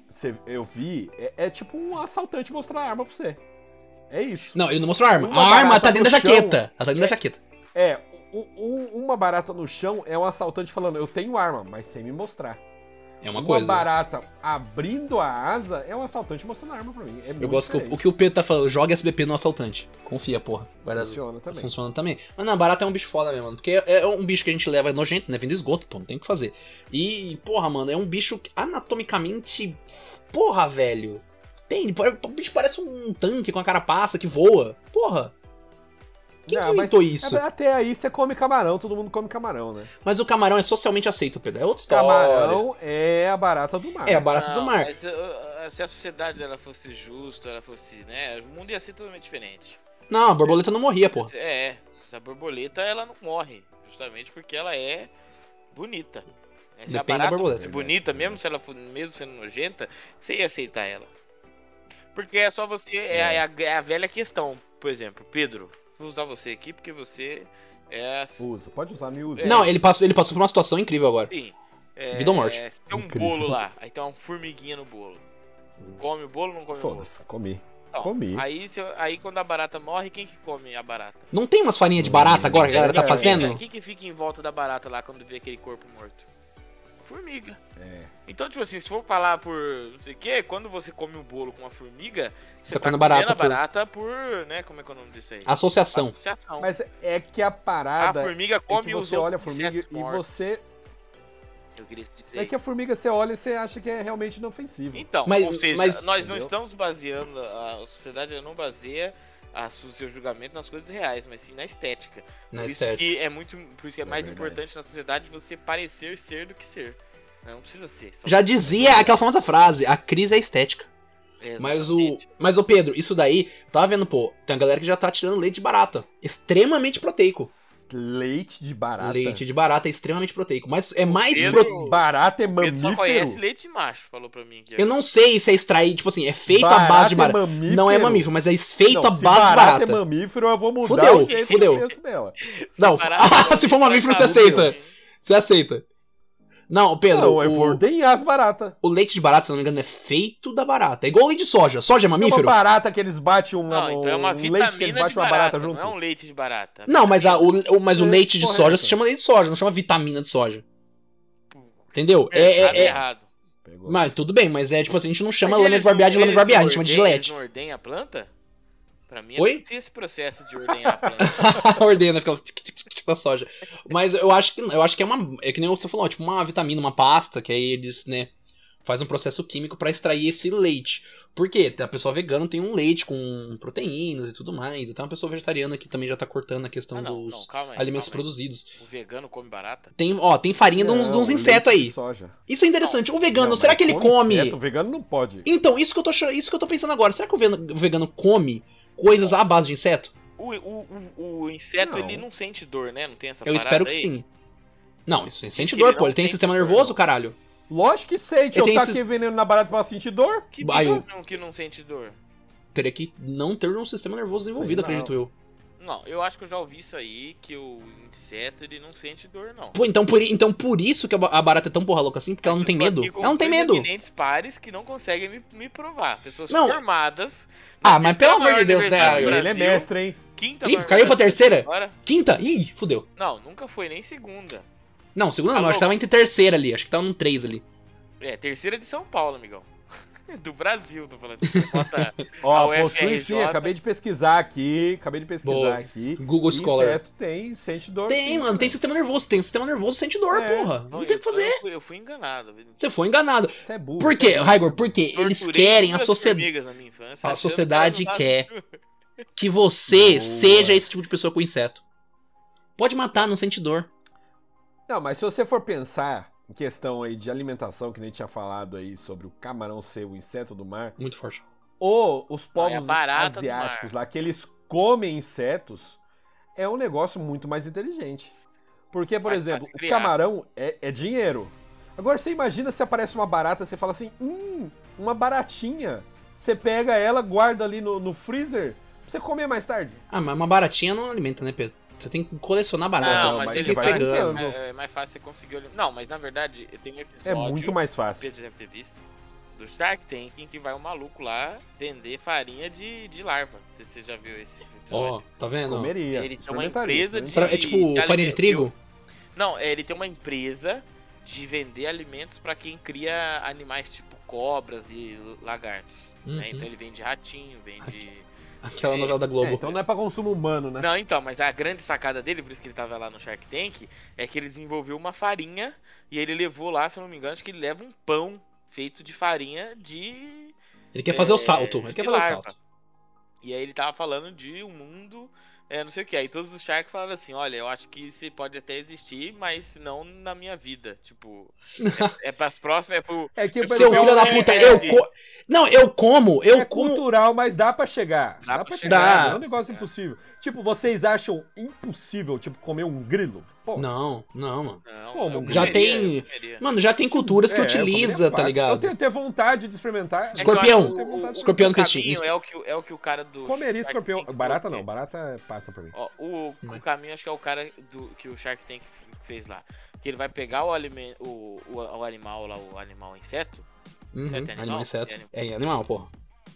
[SPEAKER 1] Você- eu vi. É, é tipo um assaltante mostrar a arma pra você. É isso.
[SPEAKER 2] Não, ele não mostrou a arma.
[SPEAKER 1] Uma
[SPEAKER 2] A arma
[SPEAKER 1] barata
[SPEAKER 2] tá dentro da
[SPEAKER 1] no chão.
[SPEAKER 2] jaqueta. Ela tá dentro da jaqueta.
[SPEAKER 1] É, um- um- uma barata no chão é um assaltante falando, eu tenho arma, mas sem me mostrar.
[SPEAKER 2] É uma coisa.
[SPEAKER 1] barata abrindo a asa é um assaltante mostrando a arma pra mim. É muito
[SPEAKER 2] Eu gosto que o- o
[SPEAKER 1] diferente.
[SPEAKER 2] que o Pedro tá falando, joga SBP no assaltante. Confia, porra. Vai dar-
[SPEAKER 1] Funciona também.
[SPEAKER 2] Funciona também. Mas não, barata é um bicho foda mesmo, mano. Porque é é um bicho que a gente leva nojento, né? Vindo do esgoto, pô, não tem o que fazer. E, porra, mano, é um bicho que anatomicamente. Porra, velho. Tem, pare- o bicho parece um tanque com a carapaça que voa. Porra. Quem
[SPEAKER 1] Não,
[SPEAKER 2] que
[SPEAKER 1] mas-
[SPEAKER 2] inventou isso?
[SPEAKER 1] É, Até aí você come camarão, todo mundo come camarão, né?
[SPEAKER 2] Mas o camarão é socialmente aceito, Pedro. É outra história.
[SPEAKER 1] Camarão é a barata do mar.
[SPEAKER 2] É a barata
[SPEAKER 3] Não,
[SPEAKER 2] do mar.
[SPEAKER 3] mas, uh, se a sociedade ela fosse justa, ela fosse, né, o mundo ia ser totalmente diferente.
[SPEAKER 2] Não, a borboleta não morria, porra.
[SPEAKER 3] É, mas a borboleta ela não morre, justamente porque ela é bonita. Né? Se a
[SPEAKER 2] Depende da
[SPEAKER 3] barata
[SPEAKER 2] borboleta.
[SPEAKER 3] fosse bonita, mesmo se ela for, mesmo sendo nojenta, você ia aceitar ela. Porque é só você, é, a- é a, é a velha questão, por exemplo, Pedro, vou usar você aqui porque você é assim.
[SPEAKER 1] Usa, pode usar, me usa.
[SPEAKER 2] Não, é ele passou, ele passou por uma situação incrível agora.
[SPEAKER 3] é,
[SPEAKER 2] Vida ou morte.
[SPEAKER 3] se Tem um
[SPEAKER 1] Incrível.
[SPEAKER 3] bolo lá, aí tem uma formiguinha no bolo. Come o bolo ou não come o bolo?
[SPEAKER 1] Foda-se, comi.
[SPEAKER 3] Não,
[SPEAKER 1] Comi.
[SPEAKER 3] Aí, se- aí quando a barata morre, quem que come a barata?
[SPEAKER 2] Não tem umas farinhas de barata agora que a galera tá
[SPEAKER 1] É,
[SPEAKER 2] fazendo?
[SPEAKER 3] O que, que fica em volta da barata lá quando vê aquele corpo morto? Formiga.
[SPEAKER 1] É.
[SPEAKER 3] Então, tipo assim, se for falar por não sei o que, quando você come um bolo com uma formiga,
[SPEAKER 2] Você tá comendo
[SPEAKER 3] comendo
[SPEAKER 1] é
[SPEAKER 2] barata,
[SPEAKER 3] a
[SPEAKER 2] por
[SPEAKER 3] barata por, né, como é que é o nome disso aí?
[SPEAKER 2] associação.
[SPEAKER 3] Associação.
[SPEAKER 1] Mas é que a
[SPEAKER 3] a
[SPEAKER 1] parada
[SPEAKER 3] formiga
[SPEAKER 1] é
[SPEAKER 3] come
[SPEAKER 1] que
[SPEAKER 3] os
[SPEAKER 1] você
[SPEAKER 3] outros
[SPEAKER 1] olha a formiga
[SPEAKER 3] insetos
[SPEAKER 1] e
[SPEAKER 3] mortos.
[SPEAKER 1] você...
[SPEAKER 3] Eu queria te dizer
[SPEAKER 1] É que a formiga você olha e você acha que é realmente inofensivo.
[SPEAKER 3] Então,
[SPEAKER 2] Mas-
[SPEAKER 3] ou seja,
[SPEAKER 2] mas-
[SPEAKER 3] nós não
[SPEAKER 1] Entendeu?
[SPEAKER 3] estamos baseando, a sociedade ela não baseia a su- seu julgamento nas coisas reais, mas sim na estética.
[SPEAKER 2] Na
[SPEAKER 3] por
[SPEAKER 2] estética.
[SPEAKER 3] Isso que é muito, por isso que é
[SPEAKER 1] É
[SPEAKER 3] mais
[SPEAKER 1] verdade.
[SPEAKER 3] importante na sociedade você parecer ser do que ser. Né? Não precisa ser. só-
[SPEAKER 2] Já dizia aquela famosa frase, a crise é estética.
[SPEAKER 3] é,
[SPEAKER 2] Mas o.
[SPEAKER 3] Exatamente.
[SPEAKER 2] Mas o Pedro, isso daí, eu tava vendo, pô, tem uma galera que já tá tirando leite de barata. Extremamente proteico.
[SPEAKER 1] Leite de barata.
[SPEAKER 2] Leite de barata é extremamente proteico, mas é mais
[SPEAKER 3] Pedro-
[SPEAKER 2] proteico.
[SPEAKER 1] Barata é
[SPEAKER 3] Pedro só conhece
[SPEAKER 1] mamífero?
[SPEAKER 3] leite macho, falou pra mim. Aqui,
[SPEAKER 2] Eu não sei se é extraído, tipo assim, é feito à
[SPEAKER 1] Barata
[SPEAKER 2] base de
[SPEAKER 1] é
[SPEAKER 2] barata.
[SPEAKER 1] mamífero?
[SPEAKER 2] Não é mamífero, mas é feito
[SPEAKER 1] Não,
[SPEAKER 2] à
[SPEAKER 1] se
[SPEAKER 2] base de
[SPEAKER 1] barata é
[SPEAKER 2] barata.
[SPEAKER 1] mamífero, eu vou mudar
[SPEAKER 2] Fudeu,
[SPEAKER 1] o que
[SPEAKER 2] fudeu.
[SPEAKER 1] eu penso dela.
[SPEAKER 2] não,
[SPEAKER 3] Separado,
[SPEAKER 2] se for mamífero, você
[SPEAKER 3] separado.
[SPEAKER 2] aceita. Você aceita. Não, Pedro,
[SPEAKER 1] Não, é eu
[SPEAKER 2] o,
[SPEAKER 1] vou ordenhar as baratas.
[SPEAKER 2] o leite de barata, se eu não me engano, é feito da barata. É igual leite de soja. Soja é
[SPEAKER 1] É uma
[SPEAKER 2] mamífero?
[SPEAKER 1] barata que eles batem um,
[SPEAKER 3] Não, então é uma
[SPEAKER 1] um leite que eles
[SPEAKER 3] vitamina de
[SPEAKER 1] batem uma
[SPEAKER 3] barata,
[SPEAKER 1] barata
[SPEAKER 3] não
[SPEAKER 1] junto.
[SPEAKER 3] é um leite de barata.
[SPEAKER 2] Não, mas, a- o, o- mas o
[SPEAKER 1] É,
[SPEAKER 2] leite de
[SPEAKER 1] correto.
[SPEAKER 2] soja se chama leite de soja, não chama vitamina de soja. Entendeu? É,
[SPEAKER 3] É,
[SPEAKER 2] é, é-
[SPEAKER 3] errado.
[SPEAKER 1] Pegou.
[SPEAKER 2] Mas tudo bem, mas é tipo assim, a gente não chama
[SPEAKER 3] Mas
[SPEAKER 2] lâmina
[SPEAKER 3] eles
[SPEAKER 2] de barbear de
[SPEAKER 3] não-
[SPEAKER 2] lâmina de barbear, a gente
[SPEAKER 3] eles
[SPEAKER 2] chama de
[SPEAKER 3] não ordem- Eles
[SPEAKER 2] gilete.
[SPEAKER 3] não ordenham a planta? Pra mim, é
[SPEAKER 2] Oi?
[SPEAKER 3] não tinha esse processo de ordenhar a planta. Ah,
[SPEAKER 2] Ordena, fica lá, tic, tic, tic, tic, na soja. Mas eu acho que eu acho que é uma. É que nem você falou, tipo uma vitamina, uma pasta, que aí eles, né, faz um processo químico pra extrair esse leite. Por quê? A pessoa vegana tem um leite com proteínas e tudo mais. Até uma pessoa vegetariana que também já tá cortando a questão
[SPEAKER 3] Ah, não,
[SPEAKER 2] dos
[SPEAKER 3] não, calma aí,
[SPEAKER 2] alimentos
[SPEAKER 3] calma aí.
[SPEAKER 2] produzidos.
[SPEAKER 3] O vegano come barata?
[SPEAKER 2] Tem, ó, tem farinha de uns, de
[SPEAKER 1] Não,
[SPEAKER 2] uns insetos
[SPEAKER 1] É, leite de
[SPEAKER 2] aí.
[SPEAKER 1] Soja.
[SPEAKER 2] Isso é interessante. O vegano,
[SPEAKER 1] Não,
[SPEAKER 2] será
[SPEAKER 1] mas
[SPEAKER 2] que ele come?
[SPEAKER 1] Inseto, vegano não pode.
[SPEAKER 2] Então, isso que eu tô achando- isso que eu tô pensando agora. Será que o vegano- o vegano come coisas à base de inseto?
[SPEAKER 3] O, o, o, o inseto,
[SPEAKER 1] Não.
[SPEAKER 3] ele não sente dor, né? Não tem essa
[SPEAKER 2] Eu
[SPEAKER 3] parada
[SPEAKER 2] espero que
[SPEAKER 3] aí?
[SPEAKER 2] sim. Não, isso ele sente
[SPEAKER 3] Ele
[SPEAKER 2] dor,
[SPEAKER 3] não
[SPEAKER 2] pô. Ele tem
[SPEAKER 3] sente
[SPEAKER 2] sistema
[SPEAKER 3] dor,
[SPEAKER 2] nervoso,
[SPEAKER 3] não.
[SPEAKER 2] caralho.
[SPEAKER 1] Lógico que sente.
[SPEAKER 2] Ele
[SPEAKER 1] Eu
[SPEAKER 2] tem
[SPEAKER 1] taquei
[SPEAKER 2] esses-
[SPEAKER 1] veneno na barata pra sentir dor?
[SPEAKER 3] Que
[SPEAKER 2] Vai,
[SPEAKER 3] bicho não, que não sente dor?
[SPEAKER 2] Teria que não ter um sistema nervoso
[SPEAKER 1] Sei
[SPEAKER 2] desenvolvido,
[SPEAKER 1] não.
[SPEAKER 2] acredito eu.
[SPEAKER 3] Não, eu acho que eu já ouvi isso aí, que o inseto, ele não sente dor, não.
[SPEAKER 2] Pô, então por, i- então por isso que a ba- a barata é tão porra louca assim, porque ela não tem
[SPEAKER 3] Tô
[SPEAKER 2] medo.
[SPEAKER 3] aqui com
[SPEAKER 2] Ela não tem medo.
[SPEAKER 3] Continentes pares que não conseguem me, me provar. Pessoas
[SPEAKER 2] Não.
[SPEAKER 3] formadas.
[SPEAKER 2] Ah, mas
[SPEAKER 3] Essa é a
[SPEAKER 2] pelo amor
[SPEAKER 3] maior
[SPEAKER 2] de Deus, né,
[SPEAKER 3] universidade do
[SPEAKER 1] Ele
[SPEAKER 2] Brasil.
[SPEAKER 1] é mestre, hein?
[SPEAKER 3] Quinta
[SPEAKER 2] Ih,
[SPEAKER 3] maior
[SPEAKER 2] caiu pra terceira?
[SPEAKER 3] Agora?
[SPEAKER 2] Quinta? Ih, fudeu.
[SPEAKER 3] Não, nunca foi nem segunda.
[SPEAKER 2] Não, segunda não,
[SPEAKER 3] Alô?
[SPEAKER 2] acho que tava entre terceira ali. Acho que tava num três ali.
[SPEAKER 3] É, terceira de São Paulo, amigão. Do Brasil, tô falando. Bota- A
[SPEAKER 1] Ó,
[SPEAKER 3] UFRJ.
[SPEAKER 1] possui sim, acabei de pesquisar aqui. Acabei de pesquisar
[SPEAKER 2] Boa.
[SPEAKER 1] aqui.
[SPEAKER 2] Google Scholar.
[SPEAKER 1] Inseto tem, sente dor.
[SPEAKER 2] Tem,
[SPEAKER 1] sim,
[SPEAKER 2] mano, tem sistema nervoso. Tem um sistema nervoso, sente dor,
[SPEAKER 1] É.
[SPEAKER 2] porra. Não tem o que
[SPEAKER 3] eu-
[SPEAKER 2] fazer.
[SPEAKER 3] Eu fui, eu fui enganado.
[SPEAKER 2] Você foi enganado.
[SPEAKER 1] Você é burro.
[SPEAKER 2] Por
[SPEAKER 1] você
[SPEAKER 2] quê,
[SPEAKER 1] é burro.
[SPEAKER 2] Raigor? Porque eles
[SPEAKER 3] Torturei
[SPEAKER 2] querem, a,
[SPEAKER 3] duas
[SPEAKER 2] sociedade
[SPEAKER 3] formigas na minha infância,
[SPEAKER 2] a
[SPEAKER 3] achando que
[SPEAKER 2] sociedade
[SPEAKER 3] elas não
[SPEAKER 2] quer que você
[SPEAKER 1] Boa.
[SPEAKER 2] seja esse tipo de pessoa com inseto. Pode matar, não sente dor.
[SPEAKER 1] Não, mas se você for pensar em questão aí de alimentação, que nem tinha falado aí sobre o camarão ser o inseto do mar,
[SPEAKER 2] Muito forte.
[SPEAKER 1] ou os
[SPEAKER 3] é a
[SPEAKER 1] povos
[SPEAKER 3] barata do mar.
[SPEAKER 1] asiáticos lá, que eles comem insetos, é um negócio muito mais inteligente. Porque, por
[SPEAKER 3] Mais
[SPEAKER 1] exemplo,
[SPEAKER 3] fácil
[SPEAKER 1] o
[SPEAKER 3] criar.
[SPEAKER 1] camarão é, é dinheiro. Agora você imagina se aparece uma barata, você fala assim, hum, uma baratinha. Você pega ela, guarda ali no, no freezer, pra você comer mais tarde.
[SPEAKER 2] Ah, mas uma baratinha não alimenta, né, Pedro? Você tem que colecionar barata. né?
[SPEAKER 3] Não,
[SPEAKER 1] Não,
[SPEAKER 3] mas,
[SPEAKER 1] mas
[SPEAKER 3] ele
[SPEAKER 1] você
[SPEAKER 2] fica
[SPEAKER 1] vai
[SPEAKER 3] vai
[SPEAKER 1] tentando.
[SPEAKER 3] É, é mais fácil você conseguir olhar. Não, mas na verdade, tem um episódio.
[SPEAKER 1] É muito mais
[SPEAKER 3] O
[SPEAKER 1] fácil.
[SPEAKER 3] Pedro deve ter visto. Do Shark Tank, em que vai um maluco lá vender farinha de, de larva. Não sei se você já viu esse episódio.
[SPEAKER 2] Ó, tá vendo?
[SPEAKER 1] Comeria.
[SPEAKER 3] Ele tem uma
[SPEAKER 1] experimentaria,
[SPEAKER 3] empresa de-
[SPEAKER 1] experimentaria.
[SPEAKER 2] Pra- é tipo
[SPEAKER 3] de
[SPEAKER 2] farinha de
[SPEAKER 3] alimento,
[SPEAKER 2] trigo?
[SPEAKER 3] Não, é, ele tem uma empresa de vender alimentos pra quem cria animais tipo cobras e lagartos. né?
[SPEAKER 2] Uhum.
[SPEAKER 3] Então ele vende ratinho, vende.
[SPEAKER 2] Aquela
[SPEAKER 3] É.
[SPEAKER 2] novela da
[SPEAKER 1] É,
[SPEAKER 2] Globo.
[SPEAKER 1] então não é pra consumo humano, né?
[SPEAKER 3] Não, então, mas a grande sacada dele, por isso que ele tava lá no Shark Tank, é que ele desenvolveu uma farinha e ele levou lá, se eu não me engano, acho que ele leva um pão feito de farinha de.
[SPEAKER 2] Ele quer fazer o
[SPEAKER 3] é,
[SPEAKER 2] salto. Ele quer fazer
[SPEAKER 3] de
[SPEAKER 2] o
[SPEAKER 3] larva.
[SPEAKER 2] salto.
[SPEAKER 3] E aí ele tava falando de um mundo, é, não sei o que. Aí todos os Sharks falaram assim, olha, eu acho que isso pode até existir, mas não na minha vida. Tipo, é, é pras próximas, é pro...
[SPEAKER 1] É que o
[SPEAKER 2] Seu
[SPEAKER 1] pessoal-
[SPEAKER 2] filho da
[SPEAKER 3] é-
[SPEAKER 2] puta,
[SPEAKER 3] é-
[SPEAKER 2] eu co... Não, eu como, eu
[SPEAKER 1] é
[SPEAKER 2] como.
[SPEAKER 1] cultural, mas dá pra chegar.
[SPEAKER 3] Dá
[SPEAKER 1] Dá,
[SPEAKER 3] pra
[SPEAKER 1] pra
[SPEAKER 3] chegar.
[SPEAKER 1] chegar.
[SPEAKER 2] Dá.
[SPEAKER 1] Não é um negócio impossível. Tipo, vocês acham impossível, tipo, comer um grilo? Pô,
[SPEAKER 2] Não, não, mano.
[SPEAKER 3] Não,
[SPEAKER 1] Como?
[SPEAKER 3] eu
[SPEAKER 1] Já
[SPEAKER 2] tem-
[SPEAKER 3] É eu comeria.
[SPEAKER 2] Mano, já tem culturas que
[SPEAKER 1] é, comer
[SPEAKER 2] utiliza,
[SPEAKER 1] é
[SPEAKER 2] tá
[SPEAKER 1] fácil. Eu
[SPEAKER 2] ligado?
[SPEAKER 1] tenho, tenho vontade de experimentar.
[SPEAKER 3] É que eu
[SPEAKER 2] Escorpião.
[SPEAKER 3] acho que o- o-
[SPEAKER 2] Escorpião
[SPEAKER 3] o
[SPEAKER 2] no peixe.
[SPEAKER 3] caminho É o, que, o- é o que o cara do...
[SPEAKER 1] Comeria
[SPEAKER 3] Shark
[SPEAKER 1] escorpião.
[SPEAKER 3] Tank
[SPEAKER 1] Barata
[SPEAKER 3] falou
[SPEAKER 1] não,
[SPEAKER 3] que é.
[SPEAKER 1] barata passa pra mim.
[SPEAKER 3] Ó, o, o caminho acho que é o cara do, que o Shark Tank fez lá. Que ele vai pegar o, alime, o, o, o animal lá, o animal inseto.
[SPEAKER 2] Uhum,
[SPEAKER 3] Certo, é
[SPEAKER 2] Animal
[SPEAKER 3] animal?
[SPEAKER 2] inseto.
[SPEAKER 3] É animal.
[SPEAKER 2] É animal, porra.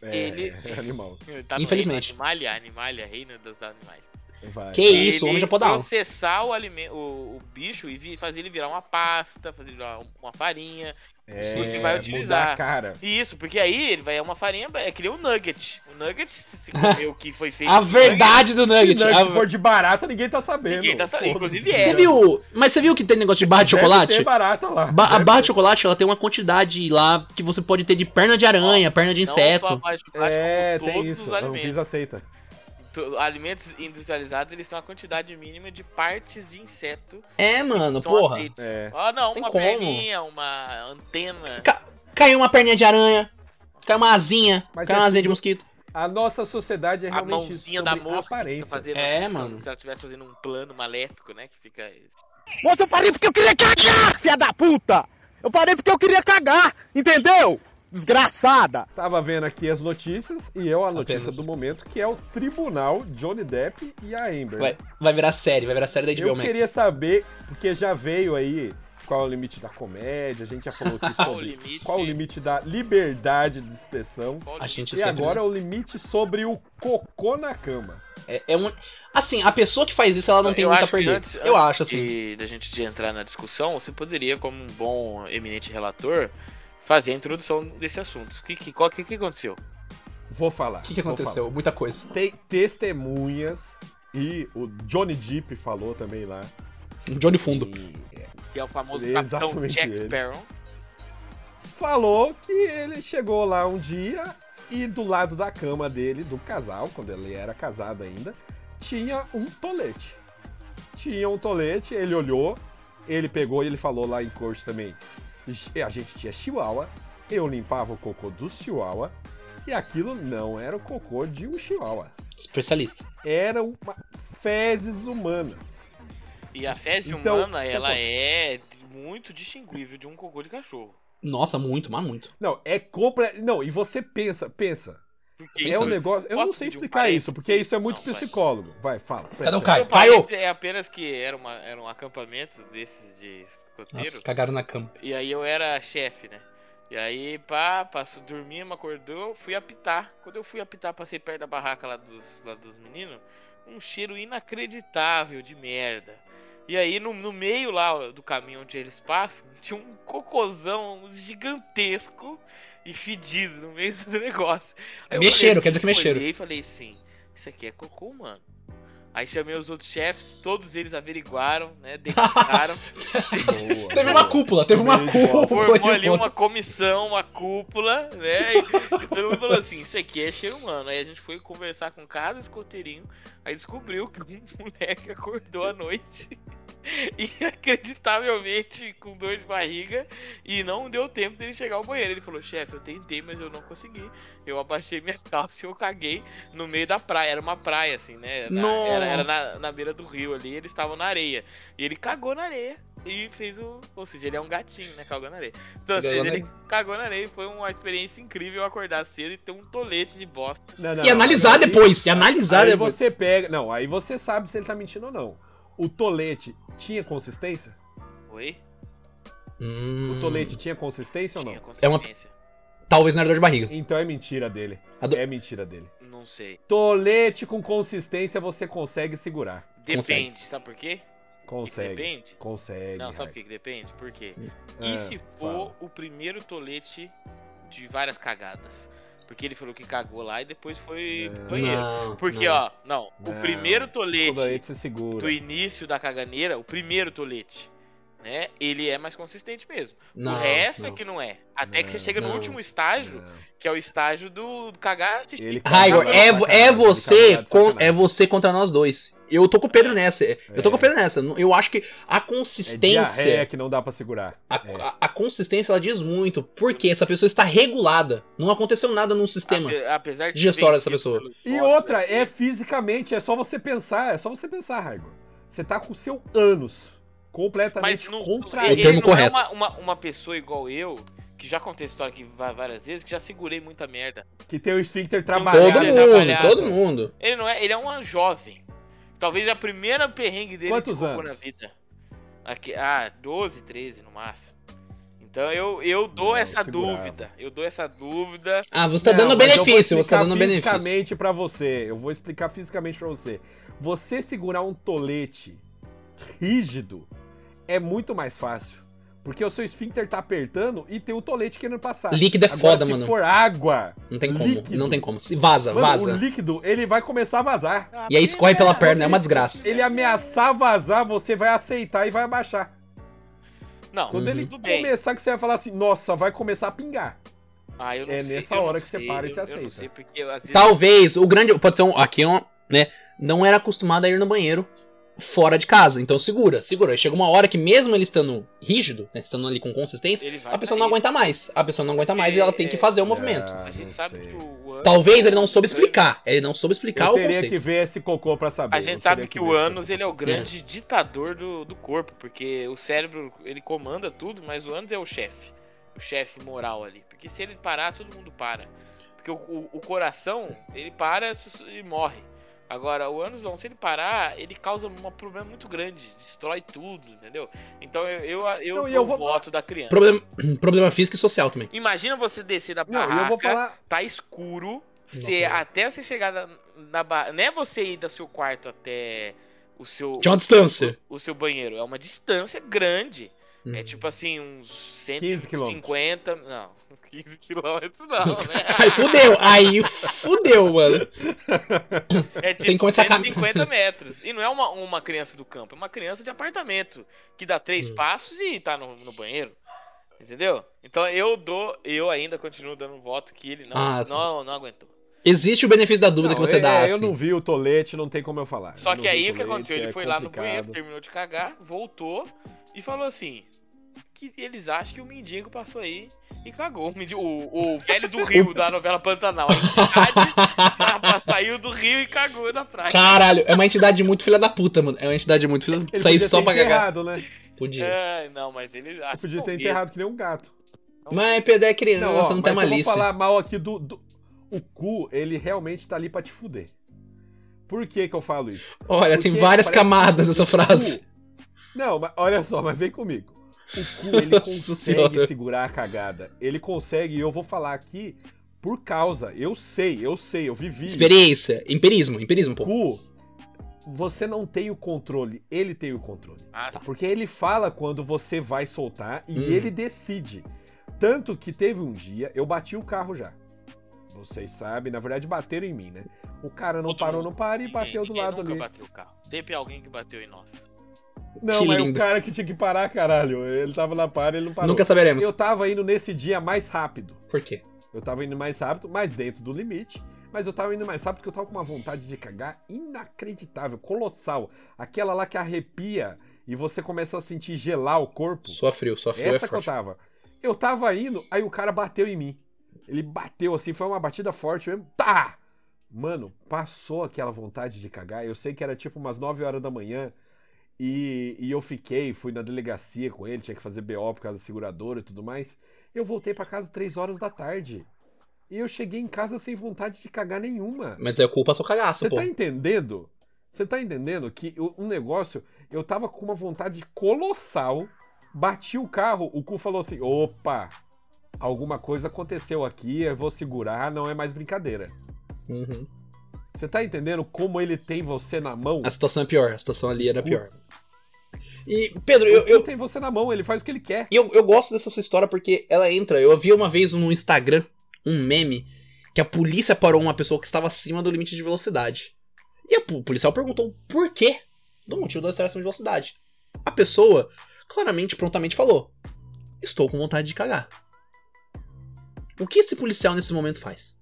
[SPEAKER 1] É,
[SPEAKER 3] Ele-
[SPEAKER 1] é animal.
[SPEAKER 3] Tá no
[SPEAKER 2] Infelizmente.
[SPEAKER 3] Reino animalia, animalia, reino dos animais.
[SPEAKER 1] Vai.
[SPEAKER 2] Que isso, o homem já pode dar. aula.
[SPEAKER 3] processar o, alime- o, o bicho e vi- fazer ele virar uma pasta, fazer ele virar um, uma farinha.
[SPEAKER 1] É,
[SPEAKER 2] isso ele
[SPEAKER 3] vai
[SPEAKER 1] mudar
[SPEAKER 3] utilizar.
[SPEAKER 1] a cara.
[SPEAKER 3] E isso, porque aí ele vai é uma farinha, é que nem um nugget. O nugget, se se comer o que foi feito.
[SPEAKER 2] A
[SPEAKER 3] com nugget,
[SPEAKER 2] verdade do
[SPEAKER 1] Se
[SPEAKER 2] Nugget.
[SPEAKER 1] não
[SPEAKER 2] a-
[SPEAKER 1] for de barata, ninguém tá sabendo.
[SPEAKER 3] Ninguém tá sabendo,
[SPEAKER 1] Foda-se.
[SPEAKER 3] inclusive é.
[SPEAKER 2] Você viu? Mas você viu que tem negócio de barra de
[SPEAKER 1] Deve
[SPEAKER 2] chocolate?
[SPEAKER 1] ter barata lá.
[SPEAKER 2] Ba- a barra de chocolate ela tem uma quantidade lá que você pode ter de perna de aranha, perna de
[SPEAKER 3] não só a
[SPEAKER 2] inseto.
[SPEAKER 3] parte de plástico,
[SPEAKER 1] É,
[SPEAKER 3] como
[SPEAKER 1] tem
[SPEAKER 3] todos
[SPEAKER 1] isso.
[SPEAKER 3] Os
[SPEAKER 1] A Anvisa
[SPEAKER 3] alimentos.
[SPEAKER 1] aceita.
[SPEAKER 3] To- alimentos industrializados, eles têm uma quantidade mínima de partes de inseto.
[SPEAKER 2] É, mano,
[SPEAKER 3] que são
[SPEAKER 2] porra.
[SPEAKER 3] aceitos.
[SPEAKER 1] É.
[SPEAKER 3] Então Ah, não,
[SPEAKER 2] Tem
[SPEAKER 3] uma
[SPEAKER 2] como.
[SPEAKER 3] perninha, uma antena.
[SPEAKER 2] Ca- Caiu uma perninha de aranha, caiu uma asinha,
[SPEAKER 1] Mas
[SPEAKER 2] caiu uma
[SPEAKER 1] é
[SPEAKER 2] asinha de
[SPEAKER 1] tudo-
[SPEAKER 2] mosquito.
[SPEAKER 1] A nossa sociedade é
[SPEAKER 3] a
[SPEAKER 1] realmente
[SPEAKER 3] mãozinha da
[SPEAKER 1] sobre
[SPEAKER 3] mosca que fica
[SPEAKER 1] aparência.
[SPEAKER 3] fazendo.
[SPEAKER 2] É, mano.
[SPEAKER 3] Se ela estivesse fazendo um plano maléfico, né? Que fica.
[SPEAKER 4] Moço, eu parei porque eu queria cagar, filha da puta! Eu parei porque eu queria cagar, entendeu? Desgraçada!
[SPEAKER 1] Tava vendo aqui as notícias e eu a notícia
[SPEAKER 2] Apenas.
[SPEAKER 1] do momento, que é o tribunal Johnny Depp e a Amber.
[SPEAKER 2] Vai, vai virar série, vai virar série da HBO
[SPEAKER 1] eu
[SPEAKER 2] Max.
[SPEAKER 1] queria saber, porque já veio aí qual é o limite da comédia, a gente já falou aqui
[SPEAKER 2] Ah,
[SPEAKER 1] sobre
[SPEAKER 3] Qual o limite?
[SPEAKER 1] qual o limite da liberdade de expressão.
[SPEAKER 2] A gente
[SPEAKER 1] E
[SPEAKER 2] sempre-
[SPEAKER 1] agora é o limite sobre o cocô na cama.
[SPEAKER 2] É, é um... Assim, a pessoa que faz isso, ela não tem
[SPEAKER 3] Eu
[SPEAKER 2] muito a
[SPEAKER 3] acho que
[SPEAKER 2] perder.
[SPEAKER 3] antes-
[SPEAKER 2] eu
[SPEAKER 3] antes
[SPEAKER 2] acho, assim.
[SPEAKER 3] de- da gente de entrar na discussão, você poderia, como um bom eminente relator, fazer a introdução desse assunto. O que, que, qual- que, que aconteceu?
[SPEAKER 1] Vou falar.
[SPEAKER 2] O que, que
[SPEAKER 1] vou
[SPEAKER 2] aconteceu? Muita coisa.
[SPEAKER 1] falar. Tem testemunhas e o Johnny Depp falou também lá.
[SPEAKER 2] Johnny Fundo.
[SPEAKER 1] e
[SPEAKER 3] Que é o famoso Capitão
[SPEAKER 1] Exatamente
[SPEAKER 3] Jack
[SPEAKER 1] ele.
[SPEAKER 3] Sparrow.
[SPEAKER 1] falou que ele chegou lá um dia e do lado da cama dele, do casal, quando ele era casado ainda, tinha um tolete. Tinha um tolete, ele olhou, ele pegou e ele falou lá em corte também. "Gi- A gente tinha chihuahua, eu limpava o cocô dos chihuahua, e aquilo não era o cocô de um chihuahua.
[SPEAKER 2] Especialista.
[SPEAKER 1] Eram uma- fezes humanas.
[SPEAKER 3] E a fezes
[SPEAKER 1] Então,
[SPEAKER 3] humana,
[SPEAKER 1] então,
[SPEAKER 3] ela
[SPEAKER 1] pô.
[SPEAKER 3] é muito distinguível de um cocô de cachorro.
[SPEAKER 2] Nossa, muito, mas muito.
[SPEAKER 1] Não, é compra. Não, e você pensa, pensa.
[SPEAKER 3] Porque
[SPEAKER 1] é
[SPEAKER 3] isso-
[SPEAKER 1] um negócio. Eu
[SPEAKER 3] Posso
[SPEAKER 1] não sei
[SPEAKER 3] pedir um
[SPEAKER 1] explicar
[SPEAKER 3] parênteses?
[SPEAKER 1] isso, porque isso é muito
[SPEAKER 3] Não, vai.
[SPEAKER 1] psicólogo. Vai, fala.
[SPEAKER 2] Cadê o
[SPEAKER 1] presta.
[SPEAKER 2] Caio? Caio!
[SPEAKER 3] Meu parênteses é apenas que era, uma, era um acampamento desses de escoteiro.
[SPEAKER 2] Nossa, cagaram na cama.
[SPEAKER 3] E aí eu era chefe, né? E aí, pá, passou, dormimos, acordou, fui apitar. Quando eu fui apitar, passei perto da barraca lá dos, lá dos meninos, um cheiro inacreditável de merda. E aí, no, no meio lá ó, do caminho onde eles passam, tinha um cocôzão gigantesco e fedido no meio do negócio. eu
[SPEAKER 2] Mexeram,
[SPEAKER 3] falei
[SPEAKER 2] quer dizer que
[SPEAKER 3] assim,
[SPEAKER 2] mexeram.
[SPEAKER 3] Olhei e falei assim, isso aqui é cocô, mano. Aí chamei os outros chefes, todos eles averiguaram, né, decretaram.
[SPEAKER 1] Boa, boa.
[SPEAKER 2] Teve uma cúpula, teve uma
[SPEAKER 1] Também, ó,
[SPEAKER 2] cúpula.
[SPEAKER 3] formou ali um uma comissão, uma cúpula, né? E, e todo mundo falou assim: Isso aqui é cheiro humano. Aí a gente foi conversar com cada escoteirinho, aí descobriu que um moleque acordou à noite, inacreditavelmente com dor de barriga, e não deu tempo dele chegar ao banheiro. Ele falou: Chefe, eu tentei, mas eu não consegui. Eu abaixei minha calça e eu caguei no meio da praia. Era uma praia, assim, né? Na-
[SPEAKER 2] Não.
[SPEAKER 3] era era na, na beira do rio ali, eles estavam na areia. E ele cagou na areia. E fez o. Ou seja, ele é um gatinho, né? Cagou na areia. Então, ou
[SPEAKER 2] Cagou
[SPEAKER 3] seja,
[SPEAKER 2] na
[SPEAKER 3] ele cagou na areia. Foi uma experiência incrível acordar cedo e ter um tolete de bosta.
[SPEAKER 1] Não, não,
[SPEAKER 2] E analisar
[SPEAKER 1] aí-
[SPEAKER 2] depois, e analisar
[SPEAKER 1] Aí
[SPEAKER 2] depois.
[SPEAKER 1] você pega. Não, aí você sabe se ele tá mentindo ou não. O tolete tinha consistência?
[SPEAKER 3] Oi?
[SPEAKER 2] Hum,
[SPEAKER 1] O tolete tinha consistência ou
[SPEAKER 3] Tinha
[SPEAKER 1] não?
[SPEAKER 3] consequência.
[SPEAKER 2] Talvez não era dor de barriga.
[SPEAKER 1] Então é mentira dele.
[SPEAKER 2] A do-
[SPEAKER 1] É mentira dele.
[SPEAKER 3] Não sei.
[SPEAKER 1] Tolete com consistência você consegue segurar.
[SPEAKER 3] Depende,
[SPEAKER 2] Consegue.
[SPEAKER 3] sabe por quê? Que
[SPEAKER 1] Consegue.
[SPEAKER 3] Depende.
[SPEAKER 1] Consegue.
[SPEAKER 3] Não, sabe
[SPEAKER 1] Raik.
[SPEAKER 3] por que que depende? Por quê?
[SPEAKER 1] Ah,
[SPEAKER 3] E se for
[SPEAKER 1] fala.
[SPEAKER 3] o primeiro tolete de várias cagadas? Porque ele falou que cagou lá e depois foi pro banheiro.
[SPEAKER 2] Não,
[SPEAKER 3] Porque,
[SPEAKER 2] não.
[SPEAKER 3] ó, não,
[SPEAKER 1] Não.
[SPEAKER 3] o primeiro
[SPEAKER 1] O
[SPEAKER 3] tolete
[SPEAKER 1] tolete se segura.
[SPEAKER 3] do início da caganeira, o primeiro tolete, né? Ele é mais consistente mesmo.
[SPEAKER 2] Não,
[SPEAKER 3] o resto é
[SPEAKER 2] não.
[SPEAKER 3] que não é. Até que você
[SPEAKER 1] Não,
[SPEAKER 3] chega no
[SPEAKER 2] não,
[SPEAKER 3] último estágio,
[SPEAKER 1] Não.
[SPEAKER 3] que é o estágio do do cagar. xixi.
[SPEAKER 1] Ele
[SPEAKER 2] Ah, Igor,
[SPEAKER 1] cagou
[SPEAKER 2] é,
[SPEAKER 1] pra
[SPEAKER 2] vo-
[SPEAKER 1] caralho,
[SPEAKER 2] é
[SPEAKER 1] ele
[SPEAKER 2] você
[SPEAKER 1] cagou de
[SPEAKER 2] con-
[SPEAKER 1] sacanagem.
[SPEAKER 2] é você contra nós dois. Eu tô com o Pedro nessa. Eu tô
[SPEAKER 1] É.
[SPEAKER 2] com o Pedro nessa. Eu acho que a
[SPEAKER 1] É
[SPEAKER 2] consistência.
[SPEAKER 1] diarreia que não dá pra segurar.
[SPEAKER 2] A,
[SPEAKER 1] É.
[SPEAKER 2] a- a consistência ela diz muito, porque essa pessoa está regulada. Não aconteceu nada num sistema.
[SPEAKER 3] Ape- Apesar de
[SPEAKER 2] Digestória
[SPEAKER 3] ser
[SPEAKER 2] dessa
[SPEAKER 3] vencido
[SPEAKER 2] pessoa.
[SPEAKER 3] pelo né,
[SPEAKER 1] E
[SPEAKER 3] fósforo,
[SPEAKER 1] outra, é fisicamente, é só você pensar, é só você pensar, Raigor. Você tá com o seu ânus completamente
[SPEAKER 3] Mas não,
[SPEAKER 1] contra
[SPEAKER 2] É o
[SPEAKER 3] ele,
[SPEAKER 2] termo
[SPEAKER 3] não
[SPEAKER 2] correto.
[SPEAKER 3] é uma, uma, uma pessoa igual eu, que já contei essa história aqui va- várias vezes, que já segurei muita merda.
[SPEAKER 1] que tem o esfíncter
[SPEAKER 2] Todo
[SPEAKER 1] trabalhado.
[SPEAKER 3] Trabalhar,
[SPEAKER 2] mundo,
[SPEAKER 3] trabalhar.
[SPEAKER 2] todo mundo.
[SPEAKER 3] Ele não é, ele é um jovem. Talvez a primeira perrengue dele
[SPEAKER 1] Quantos
[SPEAKER 3] que tocou
[SPEAKER 1] anos?
[SPEAKER 3] na vida. Aqui, ah, 12, 13 no máximo. Então eu, eu dou
[SPEAKER 1] Não,
[SPEAKER 3] essa
[SPEAKER 1] segurava.
[SPEAKER 3] dúvida. Eu dou essa dúvida.
[SPEAKER 2] Ah, você tá
[SPEAKER 1] Não,
[SPEAKER 2] dando
[SPEAKER 1] mas eu vou
[SPEAKER 2] benefício, você tá
[SPEAKER 1] explicar
[SPEAKER 2] dando benefício.
[SPEAKER 1] fisicamente pra você. Eu vou explicar fisicamente pra você. Você segurar um tolete rígido é muito mais fácil, porque o seu esfíncter tá apertando e tem o tolete querendo passar.
[SPEAKER 2] Líquido é
[SPEAKER 1] Agora,
[SPEAKER 2] foda,
[SPEAKER 1] se
[SPEAKER 2] mano.
[SPEAKER 1] for água,
[SPEAKER 2] Não tem como,
[SPEAKER 1] líquido.
[SPEAKER 2] não tem como. Se Vaza,
[SPEAKER 1] mano, o
[SPEAKER 2] vaza.
[SPEAKER 1] líquido, ele vai começar a vazar.
[SPEAKER 2] E aí escorre pela perna, é uma desgraça.
[SPEAKER 1] Ele ameaçar vazar, você vai aceitar e vai abaixar.
[SPEAKER 3] Não,
[SPEAKER 1] Quando ele
[SPEAKER 3] tudo Uhum. bem.
[SPEAKER 1] começar, que você vai falar assim, nossa, vai começar a pingar.
[SPEAKER 3] Ah, eu não
[SPEAKER 1] É
[SPEAKER 3] sei,
[SPEAKER 1] nessa
[SPEAKER 3] eu não
[SPEAKER 1] hora que você
[SPEAKER 3] sei,
[SPEAKER 1] para e
[SPEAKER 3] eu-
[SPEAKER 1] você
[SPEAKER 3] Eu
[SPEAKER 1] aceita.
[SPEAKER 3] não sei, porque às vezes
[SPEAKER 2] Talvez o grande. Pode ser um. Aqui, é um, né? Não era acostumado a ir no banheiro fora de casa. Então segura, segura. Aí Chega uma hora que, mesmo ele estando rígido, né? Estando ali com consistência,
[SPEAKER 3] ele vai
[SPEAKER 2] a pessoa não
[SPEAKER 3] sair.
[SPEAKER 1] É.
[SPEAKER 2] aguenta mais. A pessoa não aguenta mais e ela tem que fazer o movimento.
[SPEAKER 1] Ah,
[SPEAKER 3] É, A gente
[SPEAKER 1] não
[SPEAKER 3] sabe
[SPEAKER 1] sei.
[SPEAKER 3] que o, o
[SPEAKER 2] Talvez ele não soube explicar. Ele não soube explicar
[SPEAKER 1] Eu
[SPEAKER 2] o
[SPEAKER 1] teria
[SPEAKER 2] conceito.
[SPEAKER 1] que ver esse cocô pra saber.
[SPEAKER 3] A
[SPEAKER 1] Eu
[SPEAKER 3] gente
[SPEAKER 1] teria
[SPEAKER 3] sabe que
[SPEAKER 1] ver
[SPEAKER 3] o
[SPEAKER 1] esse
[SPEAKER 3] ânus ele é o grande ditador do, do corpo, porque o cérebro ele comanda tudo, mas o ânus é o chefe. O chefe moral ali. Porque se ele parar, todo mundo para. Porque o, o- o coração, ele para as pessoas- e morre. Agora, o ânus não, se ele parar, ele causa um problema muito grande. Destrói tudo, entendeu? Então eu, eu, eu,
[SPEAKER 1] Não, e
[SPEAKER 3] dou
[SPEAKER 1] eu vou-
[SPEAKER 3] o voto da criança.
[SPEAKER 2] Problema, problema físico e social também.
[SPEAKER 3] Imagina você descer da
[SPEAKER 1] Não, e
[SPEAKER 3] barraca,
[SPEAKER 1] eu vou falar.
[SPEAKER 3] tá escuro,
[SPEAKER 2] Nossa, é.
[SPEAKER 3] você-
[SPEAKER 2] velho.
[SPEAKER 3] até você chegar na, na ba- Não é você ir do seu quarto até o seu.
[SPEAKER 2] Tinha uma distância.
[SPEAKER 3] O, o seu banheiro. É uma distância grande. É
[SPEAKER 2] Hum.
[SPEAKER 3] tipo assim, uns
[SPEAKER 1] 15 quilômetros.
[SPEAKER 3] 150. Não, 15 quilômetros não, né?
[SPEAKER 2] Aí fudeu, aí fudeu, mano.
[SPEAKER 3] É tipo
[SPEAKER 2] Tem que começar a cam-
[SPEAKER 3] 150 metros. E não é uma, uma criança do campo, é uma criança de apartamento. Que dá três
[SPEAKER 2] Hum.
[SPEAKER 3] passos e tá no, no banheiro. Entendeu? Então eu dou, eu ainda continuo dando voto que ele não,
[SPEAKER 2] Ah, tá.
[SPEAKER 3] não, não aguentou.
[SPEAKER 2] Existe o benefício da dúvida
[SPEAKER 1] Não,
[SPEAKER 2] que você
[SPEAKER 1] é,
[SPEAKER 2] dá,
[SPEAKER 1] Eu
[SPEAKER 2] assim.
[SPEAKER 1] não vi o tolete, não tem como eu falar.
[SPEAKER 3] Só
[SPEAKER 1] Eu não
[SPEAKER 3] que
[SPEAKER 1] vi
[SPEAKER 3] aí o que
[SPEAKER 1] tolete,
[SPEAKER 3] aconteceu? Ele
[SPEAKER 1] é
[SPEAKER 3] foi lá no
[SPEAKER 1] complicado.
[SPEAKER 3] banheiro, terminou de cagar, voltou e falou assim: que eles acham que o mendigo passou aí e cagou. O, mendi- o- o velho do rio da novela Pantanal. A entidade tava- saiu do rio e cagou na praia.
[SPEAKER 2] Caralho, é uma entidade muito filha da puta, mano. É uma entidade muito filha da puta.
[SPEAKER 1] Ele
[SPEAKER 2] Sair
[SPEAKER 1] podia
[SPEAKER 2] só
[SPEAKER 1] ter
[SPEAKER 2] pra cagar.
[SPEAKER 1] enterrado, né?
[SPEAKER 2] Podia.
[SPEAKER 3] Ai, É, não, mas eles acham.
[SPEAKER 1] Ele podia
[SPEAKER 3] que
[SPEAKER 1] ter
[SPEAKER 3] morreu.
[SPEAKER 1] enterrado que nem um gato.
[SPEAKER 2] Mas perder é criança, não,
[SPEAKER 1] ó,
[SPEAKER 2] tem
[SPEAKER 1] mas Eu
[SPEAKER 2] malícia.
[SPEAKER 1] vou falar mal aqui do, do- O cu, ele realmente tá ali pra te fuder. Por que que eu falo isso?
[SPEAKER 2] Olha, tem
[SPEAKER 1] Porque
[SPEAKER 2] várias
[SPEAKER 1] parece-
[SPEAKER 2] camadas essa frase.
[SPEAKER 1] Cu- Não, mas olha só, mas vem comigo. O cu, ele
[SPEAKER 2] Nossa
[SPEAKER 1] consegue
[SPEAKER 2] Senhora.
[SPEAKER 1] segurar a cagada. Ele consegue, e eu vou falar aqui por causa. Eu sei, eu sei, eu vivi.
[SPEAKER 2] Experiência. Empirismo, empirismo,
[SPEAKER 1] O
[SPEAKER 2] pô.
[SPEAKER 1] cu, você não tem o controle, ele tem o controle.
[SPEAKER 3] Ah, tá.
[SPEAKER 1] Porque ele fala quando você vai soltar e
[SPEAKER 2] Hum.
[SPEAKER 1] ele decide. Tanto que teve um dia, eu bati o carro já. Vocês sabem, na verdade bateram em mim, né? O cara não
[SPEAKER 3] Todo
[SPEAKER 1] parou
[SPEAKER 3] mundo.
[SPEAKER 1] não para e
[SPEAKER 3] Ninguém-
[SPEAKER 1] bateu do
[SPEAKER 3] ninguém
[SPEAKER 1] lado
[SPEAKER 3] nunca
[SPEAKER 1] ali.
[SPEAKER 3] bateu o carro. Sempre é alguém que bateu em nós.
[SPEAKER 1] Não,
[SPEAKER 2] Que
[SPEAKER 1] mas
[SPEAKER 2] lindo.
[SPEAKER 1] o cara que tinha que parar, caralho. Ele tava na para, ele não parou.
[SPEAKER 2] Nunca saberemos.
[SPEAKER 1] Eu tava indo nesse dia mais rápido.
[SPEAKER 2] Por quê?
[SPEAKER 1] Eu tava indo mais rápido, mas dentro do limite. Mas eu tava indo mais rápido porque eu tava com uma vontade de cagar inacreditável, colossal. Aquela lá que arrepia e você começa a sentir gelar o corpo.
[SPEAKER 2] Só frio, só frio é
[SPEAKER 1] Essa que eu
[SPEAKER 2] forte.
[SPEAKER 1] tava. Eu tava indo, aí o cara bateu em mim. Ele bateu assim, foi uma batida forte mesmo. Tá! Mano, passou aquela vontade de cagar. Eu sei que era tipo umas 9 horas da manhã. E, e eu fiquei, fui na delegacia com ele, tinha que fazer BO por causa da seguradora e tudo mais. Eu voltei pra casa 3 horas da tarde. E eu cheguei em casa sem vontade de cagar nenhuma.
[SPEAKER 2] Mas é culpa seu cagaço,
[SPEAKER 1] Você
[SPEAKER 2] pô.
[SPEAKER 1] tá entendendo? Você tá entendendo que o- um negócio, eu tava com uma vontade colossal, bati o carro, o cu falou assim: opa, alguma coisa aconteceu aqui, eu vou segurar, não é mais brincadeira.
[SPEAKER 2] Uhum.
[SPEAKER 1] Você tá entendendo como ele tem você na mão?
[SPEAKER 2] A situação é pior, a situação ali era
[SPEAKER 1] Cu-
[SPEAKER 2] pior. E, Pedro, eu,
[SPEAKER 1] Ele
[SPEAKER 2] eu,
[SPEAKER 1] tem você na mão, ele faz o que ele quer.
[SPEAKER 2] E eu, eu gosto dessa sua história porque ela entra. Eu vi uma vez no Instagram um meme que a polícia parou uma pessoa que estava acima do limite de velocidade. E a po- o policial perguntou por quê do motivo da extração de velocidade. A pessoa claramente, prontamente falou: Estou com vontade de cagar. O que esse policial nesse momento faz?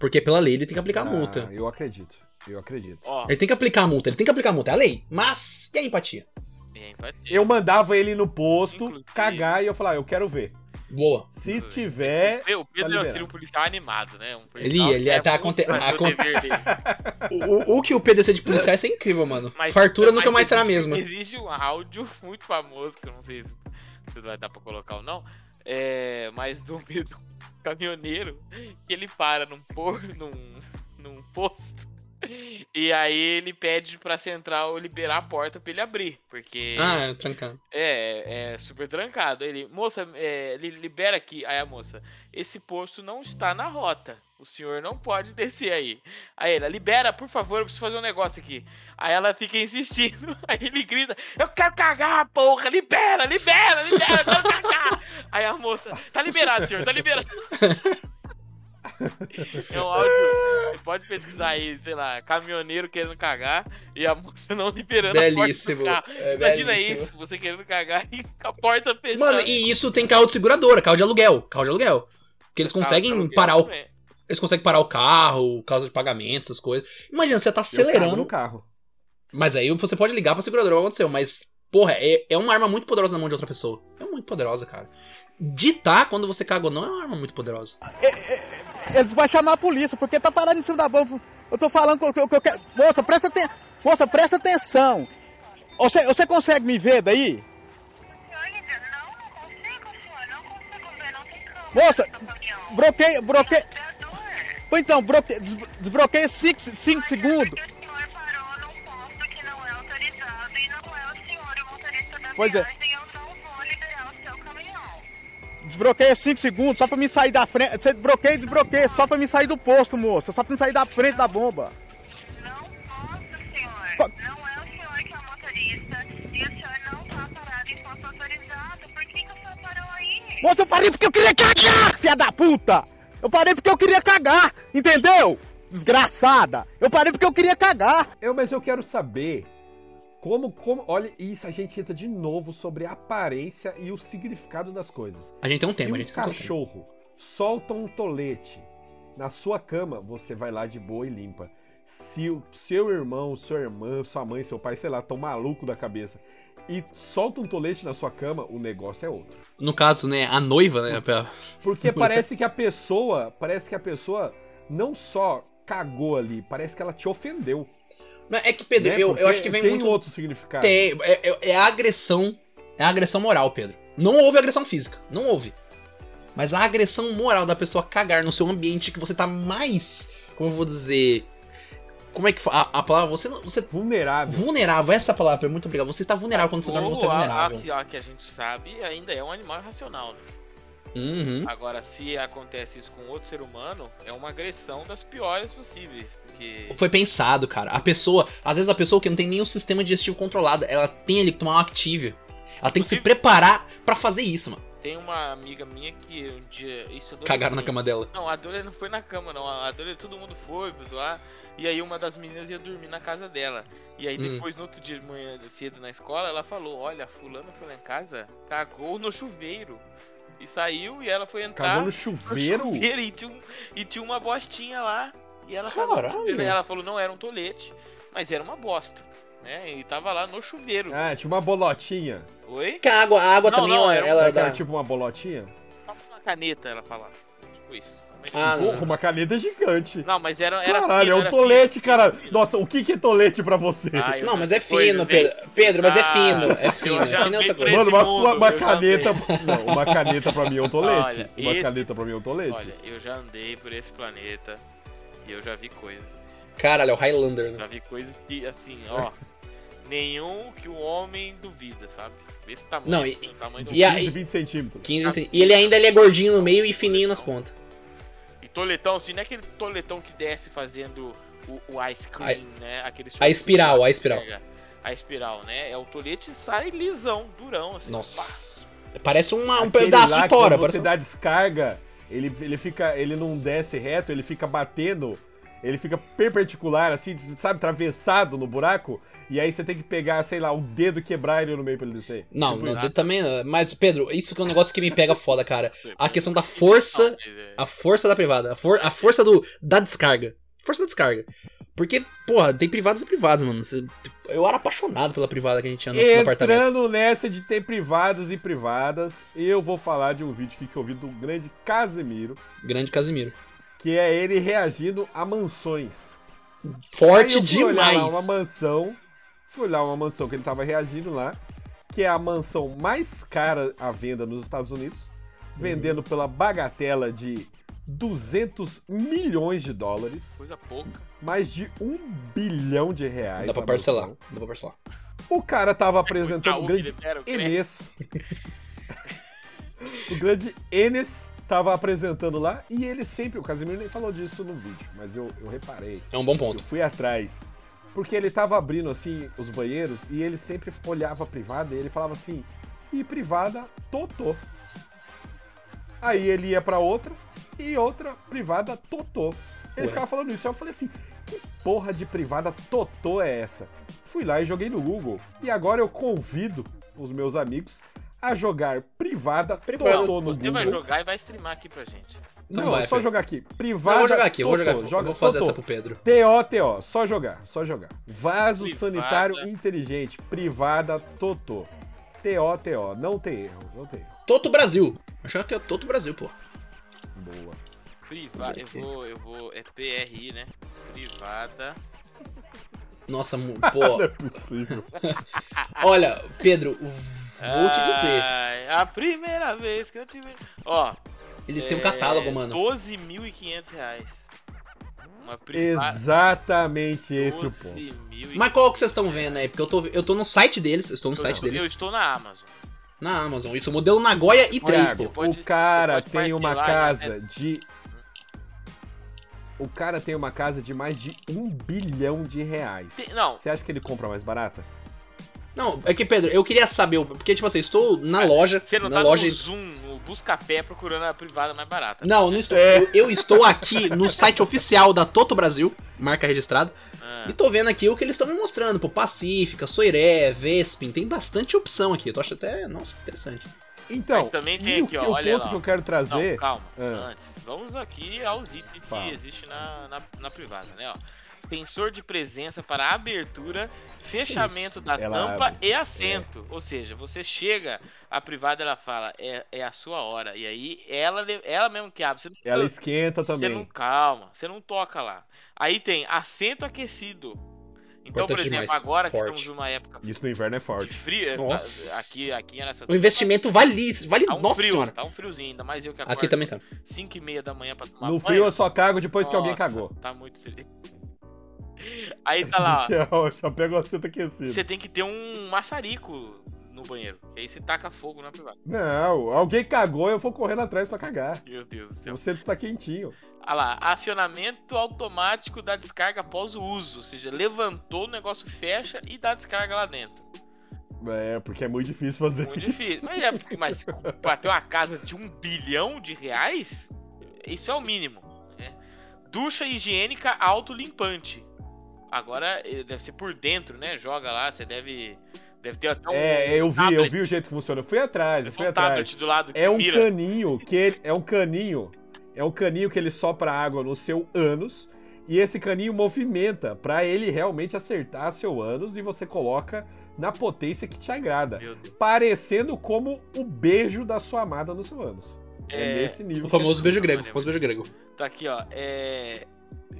[SPEAKER 2] Porque pela lei ele tem que aplicar a multa.
[SPEAKER 1] Ah, eu acredito, eu acredito.
[SPEAKER 3] Ó,
[SPEAKER 2] Ele tem que aplicar a multa, ele tem que aplicar a multa, é a lei. Mas, e a empatia?
[SPEAKER 3] ninguém bateu.
[SPEAKER 1] Eu mandava ele no posto
[SPEAKER 3] Inclusive-
[SPEAKER 1] cagar e eu falava, "Ah, eu quero ver.
[SPEAKER 2] Boa.
[SPEAKER 1] Se
[SPEAKER 3] Inclusive-
[SPEAKER 1] tiver.
[SPEAKER 3] O Pedro é um
[SPEAKER 1] tá liberado.
[SPEAKER 3] filho policial animado, né? Um
[SPEAKER 2] Ele-
[SPEAKER 3] policial
[SPEAKER 2] ele
[SPEAKER 3] que é
[SPEAKER 2] tá
[SPEAKER 3] muito
[SPEAKER 2] aconte-
[SPEAKER 3] fã do
[SPEAKER 2] aconte-
[SPEAKER 3] dever dele.
[SPEAKER 2] O, o- o que o PDC de policial isso é incrível, mano.
[SPEAKER 3] Mas-
[SPEAKER 2] Fartura nunca
[SPEAKER 3] mas
[SPEAKER 2] mais será a
[SPEAKER 3] existe-
[SPEAKER 2] mesma.
[SPEAKER 3] Existe um áudio muito famoso, que eu não sei se se vai dar pra colocar ou não, é, mas do, do caminhoneiro, que ele para num, por, num, num posto, e aí ele pede pra central liberar a porta pra ele abrir, porque
[SPEAKER 2] Ah, trancando.
[SPEAKER 3] é, é super trancado. Ele, moça, é, li- libera aqui. Aí a moça, esse posto não está na rota. O senhor não pode descer aí. Aí ela, libera, por favor, eu preciso fazer um negócio aqui. Aí ela fica insistindo. Aí ele grita, eu quero cagar, porra, libera, libera, libera, eu quero cagar. Aí a moça, tá liberado, senhor, tá liberado. É um áudio, você pode pesquisar aí, sei lá, caminhoneiro querendo cagar e a moça não liberando
[SPEAKER 2] Belíssimo.
[SPEAKER 3] a porta do carro.
[SPEAKER 2] É,
[SPEAKER 3] Imagina
[SPEAKER 2] belíssimo.
[SPEAKER 3] isso, você querendo cagar e com a porta fechada.
[SPEAKER 2] Mano, e isso tem carro de seguradora, carro de aluguel, carro de aluguel. Porque eles conseguem parar o,
[SPEAKER 3] Também.
[SPEAKER 2] eles conseguem parar o carro, causa de pagamento, essas coisas. Imagina, você tá
[SPEAKER 1] Eu cago no
[SPEAKER 2] acelerando,
[SPEAKER 1] carro.
[SPEAKER 2] mas aí você pode ligar pra seguradora, o que aconteceu, mas Porra, é, é uma arma muito poderosa na mão de outra pessoa. É muito poderosa, cara. Ditar quando você caga ou não é uma arma muito poderosa.
[SPEAKER 4] Eles vão chamar a polícia, porque tá parado em cima da bomba. Eu tô falando que eu, que eu- que eu quero. Moça, presta, aten... Moça, presta atenção. Você, você consegue me ver daí?
[SPEAKER 5] Olha, não, não consigo, senhor. Não consigo ver, não tem como.
[SPEAKER 4] Moça,
[SPEAKER 5] seu caminhão.
[SPEAKER 4] Bloqueio, bloqueio.
[SPEAKER 5] Computador.
[SPEAKER 4] Pois então, bloqueio, desbloqueia 5 segundos.
[SPEAKER 5] é Porque o senhor parou num posto que não é autorizado e não é o senhor o motorista da
[SPEAKER 4] Pois é.
[SPEAKER 5] viagem. Eu não vou liberar o seu caminhão.
[SPEAKER 4] Desbloqueia 5 segundos só pra me sair da frente. Você desbloqueia e desbloqueia só pra me sair do posto, moça. Só pra me sair da frente da bomba.
[SPEAKER 5] Não posso, senhor.
[SPEAKER 4] Co-
[SPEAKER 5] Não é o senhor que é o motorista e o senhor não tá parado em posto autorizado. Por que, que o senhor parou aí?
[SPEAKER 4] Moça, eu parei porque eu queria cagar, filha da puta! Eu parei porque eu queria cagar, entendeu? Desgraçada! Eu parei porque eu queria cagar!
[SPEAKER 1] Eu, mas eu quero saber como, como. Olha, isso a gente entra de novo sobre a aparência e o significado das coisas.
[SPEAKER 2] A gente tem um
[SPEAKER 1] Se
[SPEAKER 2] tema, a
[SPEAKER 1] um
[SPEAKER 2] gente tem um tema.
[SPEAKER 1] cachorro solta um tolete na sua cama, você vai lá de boa e limpa. Se o seu irmão, sua irmã, sua mãe, seu pai, sei lá, tão maluco da cabeça e solta um tolete na sua cama, o negócio é outro.
[SPEAKER 2] No caso, né, a noiva, né? pra-
[SPEAKER 1] Porque parece que a pessoa, parece que a pessoa não só cagou ali, parece que ela te ofendeu.
[SPEAKER 2] Mas É que, Pedro,
[SPEAKER 1] né?
[SPEAKER 2] eu,
[SPEAKER 1] Porque
[SPEAKER 2] eu acho que vem
[SPEAKER 1] tem
[SPEAKER 2] muito.
[SPEAKER 1] outro significado.
[SPEAKER 2] Tem, é, é- é a agressão. É a agressão moral, Pedro. Não houve agressão física. Não houve. Mas a agressão moral da pessoa cagar no seu ambiente que você tá mais. Como eu vou dizer. Como é que fa- a, a palavra? Você, não- você tá
[SPEAKER 1] Vulnerável.
[SPEAKER 2] vulnerável, essa palavra é muito obrigado. Você tá vulnerável quando você dorme, você é
[SPEAKER 3] Ou a, a,
[SPEAKER 2] vulnerável.
[SPEAKER 3] que- a que a gente sabe ainda é um animal irracional. né?
[SPEAKER 2] Uhum.
[SPEAKER 3] Agora, se acontece isso com outro ser humano, é uma agressão das piores possíveis. Porque.
[SPEAKER 2] Foi pensado, cara. A pessoa, às vezes a pessoa que não tem nenhum sistema digestivo controlado, ela tem ali que tomar um Activia. Ela tem que se
[SPEAKER 3] Inclusive-
[SPEAKER 2] preparar pra fazer isso, mano.
[SPEAKER 3] Tem uma amiga minha que um dia. Isso eu dou- um
[SPEAKER 2] Cagaram na cama dela.
[SPEAKER 3] Não, a Dolly não foi na cama, não. A Dolly todo mundo foi pra zoar. E aí uma das meninas ia dormir na casa dela. E aí
[SPEAKER 2] Hum.
[SPEAKER 3] depois, no outro dia de manhã cedo na escola, ela falou, olha, fulano foi lá em casa, cagou no chuveiro. E saiu e ela foi entrar.
[SPEAKER 1] Cagou no
[SPEAKER 3] no
[SPEAKER 1] chuveiro.
[SPEAKER 3] Ah? chuveiro e, tinha um- e tinha uma bostinha lá. E ela cagou no
[SPEAKER 2] Caralho.
[SPEAKER 3] chuveiro. E ela falou, não era um tolete, mas era uma bosta. Né? E tava lá no chuveiro.
[SPEAKER 1] Ah, tinha uma bolotinha.
[SPEAKER 3] Oi?
[SPEAKER 2] Que a água, a água
[SPEAKER 3] Não,
[SPEAKER 2] também,
[SPEAKER 3] não,
[SPEAKER 2] ó,
[SPEAKER 3] era um-
[SPEAKER 2] ela
[SPEAKER 1] Será que
[SPEAKER 2] dá.
[SPEAKER 1] era tipo uma bolotinha?
[SPEAKER 3] Tava uma caneta, ela falava. Tipo isso.
[SPEAKER 2] Ah, não.
[SPEAKER 1] Porra, uma caneta gigante.
[SPEAKER 3] Não, mas era. era
[SPEAKER 1] Caralho, é
[SPEAKER 3] fino,
[SPEAKER 1] um
[SPEAKER 3] era
[SPEAKER 1] tolete,
[SPEAKER 3] fino,
[SPEAKER 1] cara.
[SPEAKER 3] fino.
[SPEAKER 1] Nossa, o que que é tolete pra você?
[SPEAKER 3] Ah, eu
[SPEAKER 2] Não,
[SPEAKER 3] já-
[SPEAKER 2] mas é
[SPEAKER 3] Pois,
[SPEAKER 2] fino,
[SPEAKER 3] eu
[SPEAKER 2] Pedro. Pedro, mas é
[SPEAKER 3] Ah,
[SPEAKER 2] fino. É
[SPEAKER 3] eu
[SPEAKER 2] fino.
[SPEAKER 3] já
[SPEAKER 2] Fino é outra
[SPEAKER 3] vi
[SPEAKER 2] coisa.
[SPEAKER 3] esse
[SPEAKER 1] Mano, uma,
[SPEAKER 3] mundo,
[SPEAKER 1] uma
[SPEAKER 3] eu já
[SPEAKER 1] caneta. é Não, uma caneta pra mim é um tolete.
[SPEAKER 3] Olha,
[SPEAKER 1] uma
[SPEAKER 3] esse-
[SPEAKER 1] caneta pra mim é um tolete.
[SPEAKER 3] Olha, eu já andei por esse planeta e eu já vi coisas.
[SPEAKER 2] Caralho, é o Highlander, né?
[SPEAKER 3] Já vi coisas que, assim, ó. nenhum que o homem duvida, sabe? Esse tamanho. assim,
[SPEAKER 2] Não, e-
[SPEAKER 3] o tamanho do
[SPEAKER 2] e a-
[SPEAKER 1] 15, 20 centímetros.
[SPEAKER 2] 15 cent- E ele ainda ele é gordinho no meio e fininho nas pontas.
[SPEAKER 3] E toletão, assim, não é aquele toletão que desce fazendo o, o ice cream, né? Aquele
[SPEAKER 2] a espiral, a espiral.
[SPEAKER 3] Pega. A espiral, né? É o tolete e sai lisão, durão, assim. pá.
[SPEAKER 2] Nossa. Parece uma, um
[SPEAKER 1] Aquele
[SPEAKER 2] pedaço
[SPEAKER 1] lá
[SPEAKER 2] de
[SPEAKER 1] que
[SPEAKER 2] tora.
[SPEAKER 1] Quando
[SPEAKER 2] parece
[SPEAKER 1] você dá descarga, ele, ele fica. Ele não desce reto, ele fica batendo. Ele fica perpendicular, assim, sabe, atravessado no buraco. E aí você tem que pegar, sei lá, o dedo e quebrar ele no meio pra ele descer.
[SPEAKER 2] um- Não,
[SPEAKER 1] Tipo
[SPEAKER 2] não,
[SPEAKER 1] isso.
[SPEAKER 2] eu também. não. Mas, Pedro, isso que é um negócio que me pega foda, cara. A questão da é força.
[SPEAKER 3] é
[SPEAKER 2] Ah. A força da privada. A, for- a força do, da descarga. Força da descarga. Porque, porra, tem privados e privados, mano. Cê- Eu era apaixonado pela privada que a gente tinha no, no apartamento.
[SPEAKER 1] Entrando nessa de ter privadas e privadas, eu vou falar de um vídeo aqui que eu vi do grande Casemiro,
[SPEAKER 2] Grande Casimiro.
[SPEAKER 1] que é ele reagindo a mansões.
[SPEAKER 2] Forte
[SPEAKER 1] Aí eu fui olhar
[SPEAKER 2] demais.
[SPEAKER 1] lá uma mansão. Fui lá uma mansão que ele tava reagindo lá. Que é a mansão mais cara à venda nos Estados Unidos.
[SPEAKER 2] Uhum.
[SPEAKER 1] Vendendo pela bagatela de 200 milhões de dólares.
[SPEAKER 3] Coisa pouca.
[SPEAKER 1] Mais de um bilhão de reais.
[SPEAKER 2] Dá pra
[SPEAKER 1] a
[SPEAKER 2] parcelar.
[SPEAKER 1] mansão.
[SPEAKER 2] Dá pra parcelar.
[SPEAKER 1] O cara tava apresentando o
[SPEAKER 3] Itaú,
[SPEAKER 1] grande
[SPEAKER 3] Bilhetero, Crédito.
[SPEAKER 1] Enes. o grande Enes tava apresentando lá. E ele sempre. O Casimiro nem falou disso no vídeo, mas eu- eu reparei.
[SPEAKER 2] É um bom
[SPEAKER 1] Eu
[SPEAKER 2] ponto.
[SPEAKER 1] fui atrás. Porque ele tava abrindo, assim, os banheiros e ele sempre olhava a privada e ele falava assim, e privada, totô. Aí ele ia pra outra e outra privada, totô. Ele
[SPEAKER 2] Ué.
[SPEAKER 1] ficava falando isso. Aí eu falei assim, que porra de privada totô é essa? Fui lá e joguei no Google. E agora eu convido os meus amigos a jogar privada,
[SPEAKER 2] Privada.
[SPEAKER 1] totô no
[SPEAKER 3] Você vai
[SPEAKER 1] Google.
[SPEAKER 3] jogar e vai streamar aqui pra gente.
[SPEAKER 2] Então
[SPEAKER 1] não,
[SPEAKER 2] vai,
[SPEAKER 1] só
[SPEAKER 2] Fê.
[SPEAKER 1] jogar aqui.
[SPEAKER 2] Não,
[SPEAKER 1] Privada.
[SPEAKER 2] eu vou jogar aqui, eu vou
[SPEAKER 1] Totô.
[SPEAKER 2] jogar aqui. Eu
[SPEAKER 1] Joga-
[SPEAKER 2] vou fazer
[SPEAKER 1] Totô.
[SPEAKER 2] essa pro Pedro.
[SPEAKER 1] TO, TO, só jogar, só jogar. Vaso
[SPEAKER 3] Privada.
[SPEAKER 1] sanitário inteligente, privada, totô. TO, TO, não tem erro, não tem erro.
[SPEAKER 2] Toto Brasil. Achava que é Toto Brasil, pô.
[SPEAKER 1] Boa.
[SPEAKER 3] Privada. Eu
[SPEAKER 2] Aqui.
[SPEAKER 3] vou, eu vou. É PRI, né? Privada.
[SPEAKER 2] Nossa, mu- pô.
[SPEAKER 1] Não é possível.
[SPEAKER 2] Olha, Pedro, vou te dizer.
[SPEAKER 3] Ai, a primeira vez que eu tive. Ó.
[SPEAKER 2] Eles têm um
[SPEAKER 3] é,
[SPEAKER 2] catálogo, mano.
[SPEAKER 3] 12.500 reais. Uma privada.
[SPEAKER 1] Exatamente esse o ponto.
[SPEAKER 3] 12.000.
[SPEAKER 2] Mas qual que vocês estão vendo aí? Porque eu tô, eu tô no site deles, eu estou no
[SPEAKER 3] Eu-
[SPEAKER 2] site
[SPEAKER 3] Eu
[SPEAKER 2] deles,
[SPEAKER 3] estou na Amazon.
[SPEAKER 2] na Amazon. Isso, modelo Nagoya e 3,
[SPEAKER 1] Thiago,
[SPEAKER 2] pô.
[SPEAKER 3] pode-
[SPEAKER 1] o cara
[SPEAKER 3] você pode
[SPEAKER 1] tem uma
[SPEAKER 3] parcelar, né?
[SPEAKER 1] casa de. O cara tem uma casa de mais de um bilhão de reais.
[SPEAKER 3] Tem- Não,
[SPEAKER 1] Você acha que ele compra mais barata?
[SPEAKER 2] Não, é que, Pedro, eu queria saber, porque, tipo assim, eu estou na loja,
[SPEAKER 3] você não
[SPEAKER 2] na
[SPEAKER 3] tá
[SPEAKER 2] loja...
[SPEAKER 3] no Zoom, no Buscapé, procurando a privada mais barata.
[SPEAKER 2] Não, não estou. Eu, eu estou aqui no site oficial da Toto Brasil, marca registrada,
[SPEAKER 3] Ah,
[SPEAKER 2] e tô vendo aqui o que eles estão me mostrando, pô, Pacífica, Soiré, Vespin, tem bastante opção aqui, eu tô achando até, nossa, interessante.
[SPEAKER 1] Então,
[SPEAKER 3] Mas também
[SPEAKER 1] e
[SPEAKER 3] tem
[SPEAKER 1] o,
[SPEAKER 3] aqui,
[SPEAKER 1] que-
[SPEAKER 3] ó,
[SPEAKER 1] o
[SPEAKER 3] olha
[SPEAKER 1] ponto
[SPEAKER 3] lá,
[SPEAKER 1] que eu quero
[SPEAKER 3] não,
[SPEAKER 1] trazer.
[SPEAKER 3] calma.
[SPEAKER 1] Ah.
[SPEAKER 3] Antes, vamos aqui aos itens
[SPEAKER 1] Fala.
[SPEAKER 3] que existe na, na, na privada, né? Ó. Sensor de presença para abertura, fechamento da
[SPEAKER 1] Ela
[SPEAKER 3] tampa
[SPEAKER 1] abre. É.
[SPEAKER 3] e assento. Ou seja, você chega, a privada ela fala, é, é a sua hora. E aí ela, le- ela mesmo que abre. Você não
[SPEAKER 1] Ela esquenta
[SPEAKER 3] Você não
[SPEAKER 1] também.
[SPEAKER 3] calma, você não toca lá. Aí tem assento aquecido. Então, por
[SPEAKER 2] Importante
[SPEAKER 3] exemplo,
[SPEAKER 2] demais,
[SPEAKER 3] agora
[SPEAKER 2] forte.
[SPEAKER 3] que estamos numa época
[SPEAKER 1] Isso no inverno é
[SPEAKER 3] de
[SPEAKER 1] forte.
[SPEAKER 3] frio,
[SPEAKER 2] Nossa.
[SPEAKER 3] tá- aqui, aqui nessa
[SPEAKER 2] O investimento vale, vale,
[SPEAKER 3] tá um
[SPEAKER 2] nossa
[SPEAKER 3] frio,
[SPEAKER 2] senhora.
[SPEAKER 3] tá um friozinho, ainda mais eu que acordo
[SPEAKER 2] Aqui também tá.
[SPEAKER 3] 5 e meia da manhã pra tomar
[SPEAKER 1] No
[SPEAKER 3] banho.
[SPEAKER 1] frio eu só cago depois que alguém
[SPEAKER 3] Nossa,
[SPEAKER 1] cagou.
[SPEAKER 3] Tá muito sério. Aí tá lá, ó,
[SPEAKER 1] Tchau, já pega o assento aquecido.
[SPEAKER 3] você tem que ter um maçarico no banheiro. E aí você taca fogo na privada.
[SPEAKER 1] Não, alguém cagou, eu vou correndo atrás pra cagar.
[SPEAKER 3] Meu Deus do céu.
[SPEAKER 1] Você tá quentinho.
[SPEAKER 3] Ah lá, acionamento automático da descarga após o uso. Ou seja, levantou, o negócio fecha e dá descarga lá dentro.
[SPEAKER 1] É, porque é muito difícil fazer.
[SPEAKER 3] Muito difícil. Mas é porque mas pra ter uma casa de um bilhão de reais, isso é o mínimo. Né? Ducha higiênica autolimpante. Agora eh, deve ser por dentro, né? Joga lá, você deve. Deve ter até um.
[SPEAKER 1] É, eu vi,
[SPEAKER 3] tablet,
[SPEAKER 1] eu vi o jeito que funciona. Eu fui atrás, eu
[SPEAKER 3] deve ter
[SPEAKER 1] fui
[SPEAKER 3] um
[SPEAKER 1] atrás.
[SPEAKER 3] tablet do lado que
[SPEAKER 1] É um
[SPEAKER 3] mira.
[SPEAKER 1] caninho que ele, é um caninho, é um caninho que ele sopra água no seu ânus e esse caninho movimenta pra ele realmente acertar seu ânus e você coloca na potência que te agrada,
[SPEAKER 3] Meu Deus.
[SPEAKER 1] parecendo como o beijo da sua amada no seu ânus. É,
[SPEAKER 3] É,
[SPEAKER 1] nesse nível.
[SPEAKER 2] O
[SPEAKER 1] que
[SPEAKER 2] famoso beijo grego, o
[SPEAKER 3] Olha,
[SPEAKER 2] famoso beijo grego.
[SPEAKER 3] Tá aqui, ó. É.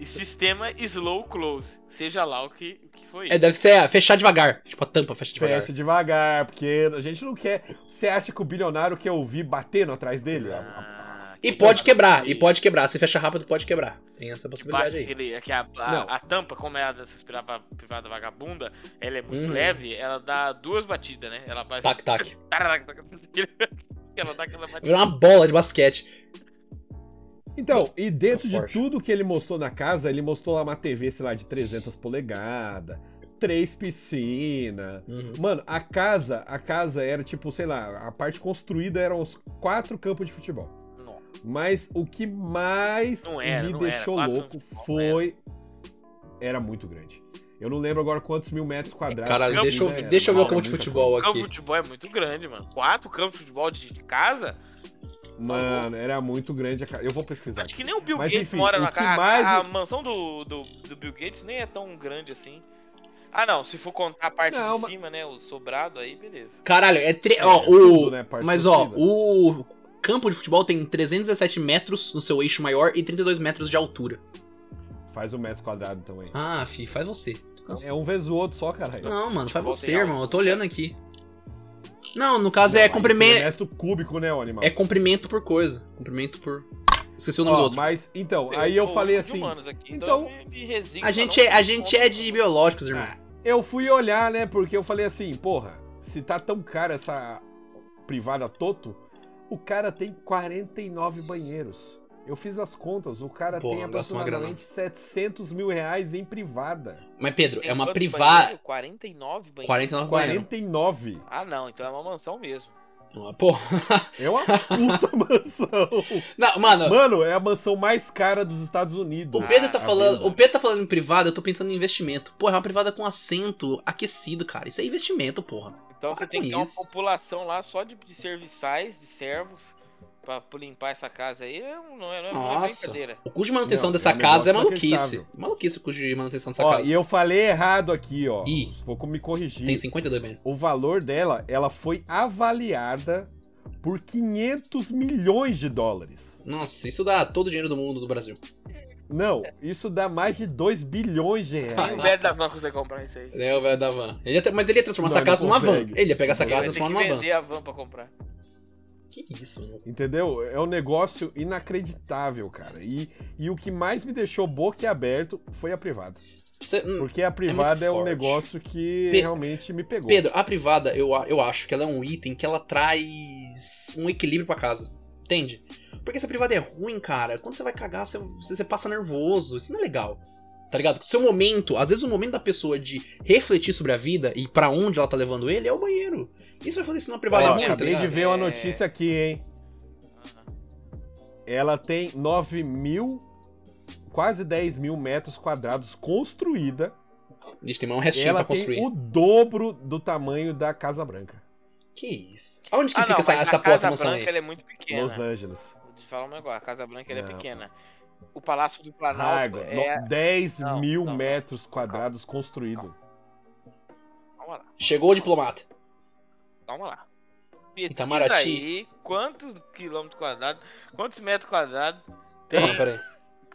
[SPEAKER 3] Sistema Slow Close. Seja lá o que, o que foi
[SPEAKER 2] É, deve ser ah, fechar devagar. Tipo, a tampa fecha devagar.
[SPEAKER 1] Fecha devagar, porque a gente não quer. Você acha que o bilionário quer ouvir batendo atrás dele?
[SPEAKER 3] Ah,
[SPEAKER 2] E
[SPEAKER 3] que
[SPEAKER 2] pode quebrar,
[SPEAKER 3] maravilha.
[SPEAKER 2] e pode quebrar. Se fecha rápido, pode quebrar. Tem essa
[SPEAKER 3] Bate
[SPEAKER 2] possibilidade aí.
[SPEAKER 3] aquele, é que a, a-
[SPEAKER 1] Não.
[SPEAKER 3] a tampa, como é a dessa privada, privada vagabunda, ela é muito
[SPEAKER 2] Uhum.
[SPEAKER 3] leve, ela dá duas batidas, né? Ela tá, bate.
[SPEAKER 1] Tá.
[SPEAKER 2] Tac, tac.
[SPEAKER 3] Ela dá aquela batida.
[SPEAKER 2] Virou uma bola de basquete.
[SPEAKER 1] Então, e dentro de
[SPEAKER 2] forte.
[SPEAKER 1] tudo que ele mostrou na casa, ele mostrou lá uma TV, sei lá, de 300 polegadas, três piscinas.
[SPEAKER 2] Uhum.
[SPEAKER 1] Mano, a casa, a casa era tipo, sei lá, a parte construída eram os quatro campos de futebol.
[SPEAKER 3] Não.
[SPEAKER 1] Mas o que mais
[SPEAKER 3] Não era,
[SPEAKER 1] me
[SPEAKER 3] não era.
[SPEAKER 1] deixou
[SPEAKER 3] Quatro
[SPEAKER 1] louco
[SPEAKER 3] campos de futebol, não
[SPEAKER 1] foi. Era muito grande. Eu não lembro agora quantos mil metros quadrados.
[SPEAKER 2] Caralho,
[SPEAKER 1] que
[SPEAKER 2] deixa eu,
[SPEAKER 1] era, mas
[SPEAKER 2] deixa eu ver o
[SPEAKER 1] era
[SPEAKER 2] campo de
[SPEAKER 1] muita
[SPEAKER 2] futebol
[SPEAKER 3] O campo de
[SPEAKER 2] aqui.
[SPEAKER 3] futebol é muito grande, mano. Quatro campos de futebol de, de casa?
[SPEAKER 1] coisa. Mano, era muito grande a casa. Eu vou pesquisar.
[SPEAKER 3] Acho que nem o Bill
[SPEAKER 1] Mas,
[SPEAKER 3] Gates
[SPEAKER 1] enfim,
[SPEAKER 3] mora
[SPEAKER 1] o
[SPEAKER 3] na
[SPEAKER 1] que
[SPEAKER 3] casa.
[SPEAKER 1] mais
[SPEAKER 3] A,
[SPEAKER 1] me-
[SPEAKER 3] mansão do, do, do Bill Gates nem é tão grande assim. Ah, não. Se for contar a parte
[SPEAKER 1] Não,
[SPEAKER 3] de
[SPEAKER 1] mas-
[SPEAKER 3] cima, né? O sobrado aí, beleza.
[SPEAKER 2] Caralho, é. Tre... ó,
[SPEAKER 1] tudo,
[SPEAKER 2] o...
[SPEAKER 1] né, parte
[SPEAKER 2] Mas ó,
[SPEAKER 1] construída.
[SPEAKER 2] o campo de futebol tem 317 metros no seu eixo maior e 32 metros de altura.
[SPEAKER 1] Faz um metro quadrado então aí.
[SPEAKER 2] Ah, fi, faz você. Tô cansado.
[SPEAKER 1] É um vez o outro só, caralho.
[SPEAKER 2] Não, mano, faz
[SPEAKER 3] Futebol
[SPEAKER 2] você,
[SPEAKER 3] tem alto.
[SPEAKER 2] irmão. Eu tô olhando aqui. Não, no caso é
[SPEAKER 1] Aí você
[SPEAKER 2] comprimento.
[SPEAKER 1] Mexe o cúbico, né, ô animal?
[SPEAKER 2] É comprimento por coisa. Comprimento por. Esqueci o nome
[SPEAKER 1] Ó,
[SPEAKER 2] do outro.
[SPEAKER 1] Mas, então, aí eu
[SPEAKER 3] sou
[SPEAKER 1] falei
[SPEAKER 3] de
[SPEAKER 1] assim,
[SPEAKER 3] humanos aqui,
[SPEAKER 1] então-
[SPEAKER 3] eu me- me resigno
[SPEAKER 2] A
[SPEAKER 3] pra
[SPEAKER 2] gente,
[SPEAKER 3] não-
[SPEAKER 2] é, a gente é de biológicos, irmão.
[SPEAKER 1] eu fui olhar, né, porque eu falei assim, porra, se tá tão cara essa privada Toto, o cara tem 49 banheiros. Eu fiz as contas, o cara
[SPEAKER 2] Porra,
[SPEAKER 1] tem
[SPEAKER 2] gasta uma grana.
[SPEAKER 1] aproximadamente 700 mil reais em privada.
[SPEAKER 2] Mas, Pedro, é uma
[SPEAKER 3] Quantos
[SPEAKER 2] privada.
[SPEAKER 3] banheiros? 49 banheiros.
[SPEAKER 2] 49
[SPEAKER 1] é?
[SPEAKER 2] banheiro.
[SPEAKER 1] 49.
[SPEAKER 3] Ah, não, então é uma mansão mesmo.
[SPEAKER 2] Porra.
[SPEAKER 1] É uma puta mansão.
[SPEAKER 2] Não, mano,
[SPEAKER 1] Mano, é a mansão mais cara dos Estados Unidos.
[SPEAKER 2] o Pedro tá
[SPEAKER 1] Ah,
[SPEAKER 2] falando.
[SPEAKER 1] verdade.
[SPEAKER 2] O Pedro tá falando em privada, eu tô pensando em investimento. Porra, é uma privada com assento aquecido, cara. Isso é investimento, porra.
[SPEAKER 3] Então
[SPEAKER 2] Para
[SPEAKER 3] você tem
[SPEAKER 2] com
[SPEAKER 3] que ter uma
[SPEAKER 2] isso.
[SPEAKER 3] população lá só de, de serviçais, de servos, pra limpar essa casa aí é um- não é, não é, não é
[SPEAKER 2] Nossa.
[SPEAKER 3] brincadeira.
[SPEAKER 2] O custo de manutenção
[SPEAKER 1] Não,
[SPEAKER 2] dessa
[SPEAKER 1] é um
[SPEAKER 2] casa é
[SPEAKER 1] negócio
[SPEAKER 2] maluquice.
[SPEAKER 1] inacreditável.
[SPEAKER 2] Maluquice o custo de manutenção dessa
[SPEAKER 1] Ó,
[SPEAKER 2] tá casa.
[SPEAKER 1] e eu falei errado aqui, ó.
[SPEAKER 2] Ih.
[SPEAKER 1] Vou me corrigir.
[SPEAKER 2] Tem 52 banheiros.
[SPEAKER 1] O valor dela, ela foi avaliada por 500 milhões de dólares.
[SPEAKER 2] Nossa, isso dá todo o dinheiro do mundo do Brasil.
[SPEAKER 1] Não, isso dá mais de 2 bilhões de
[SPEAKER 2] Ah,
[SPEAKER 3] E o
[SPEAKER 1] reais.
[SPEAKER 3] Beto da Van consegue comprar isso aí.
[SPEAKER 2] É o velho da van. Ele ia ter- mas ele ia transformar
[SPEAKER 1] Não,
[SPEAKER 2] essa
[SPEAKER 1] ele
[SPEAKER 2] casa numa van.
[SPEAKER 1] consegue.
[SPEAKER 2] Ele ia pegar essa
[SPEAKER 3] Ele
[SPEAKER 2] casa
[SPEAKER 3] vai
[SPEAKER 2] e
[SPEAKER 3] ter que
[SPEAKER 2] transformar numa van.
[SPEAKER 3] vender a van pra comprar.
[SPEAKER 2] Que isso, mano.
[SPEAKER 1] Entendeu? É um negócio inacreditável, cara. E, e o que mais me deixou boquiaberto foi a privada.
[SPEAKER 2] Você- hum,
[SPEAKER 1] Porque a privada é, um
[SPEAKER 2] forte.
[SPEAKER 1] negócio que
[SPEAKER 2] Pe-
[SPEAKER 1] realmente me pegou.
[SPEAKER 2] Pedro, a privada, eu, a- eu acho que ela é um item que ela traz um equilíbrio pra casa. Entende? Porque se a privada é ruim, cara, quando você vai cagar, você, você- você passa nervoso. Isso não é legal. Tá ligado? Seu momento, às vezes o momento da pessoa de refletir sobre a vida e pra onde ela tá levando ele é o banheiro. E você vai fazer isso numa privada
[SPEAKER 1] Ó,
[SPEAKER 2] ruim, tá
[SPEAKER 1] acabei
[SPEAKER 2] ligado?
[SPEAKER 1] de ver uma
[SPEAKER 3] É.
[SPEAKER 1] notícia aqui, hein? Ela tem 9 mil, quase 10 mil metros quadrados construída.
[SPEAKER 2] A gente tem mais um restinho
[SPEAKER 1] Ela
[SPEAKER 2] pra
[SPEAKER 1] tem
[SPEAKER 2] construir.
[SPEAKER 1] o dobro do tamanho da Casa Branca,
[SPEAKER 2] Que isso? Aonde que
[SPEAKER 3] Ah,
[SPEAKER 2] fica
[SPEAKER 3] não,
[SPEAKER 2] essa,
[SPEAKER 3] mas
[SPEAKER 2] essa
[SPEAKER 3] a Casa
[SPEAKER 2] próxima mansão
[SPEAKER 3] Branca
[SPEAKER 2] aí?
[SPEAKER 3] ela é muito pequena.
[SPEAKER 1] Los Angeles.
[SPEAKER 3] Vou te falar um negócio, a Casa Branca ela é
[SPEAKER 1] Não.
[SPEAKER 3] pequena. O Palácio do Planalto
[SPEAKER 1] Cargo,
[SPEAKER 3] é...
[SPEAKER 1] no- 10
[SPEAKER 3] Não,
[SPEAKER 1] mil
[SPEAKER 3] não, não.
[SPEAKER 1] metros quadrados construído.
[SPEAKER 3] Calma lá,
[SPEAKER 2] Chegou o diplomata.
[SPEAKER 3] calma lá.
[SPEAKER 2] Então,
[SPEAKER 3] Pesquisa
[SPEAKER 2] Itamaraty.
[SPEAKER 3] aí quantos quilômetros quadrados, quantos metros quadrados
[SPEAKER 2] Não,
[SPEAKER 3] tem,
[SPEAKER 2] Ah, peraí.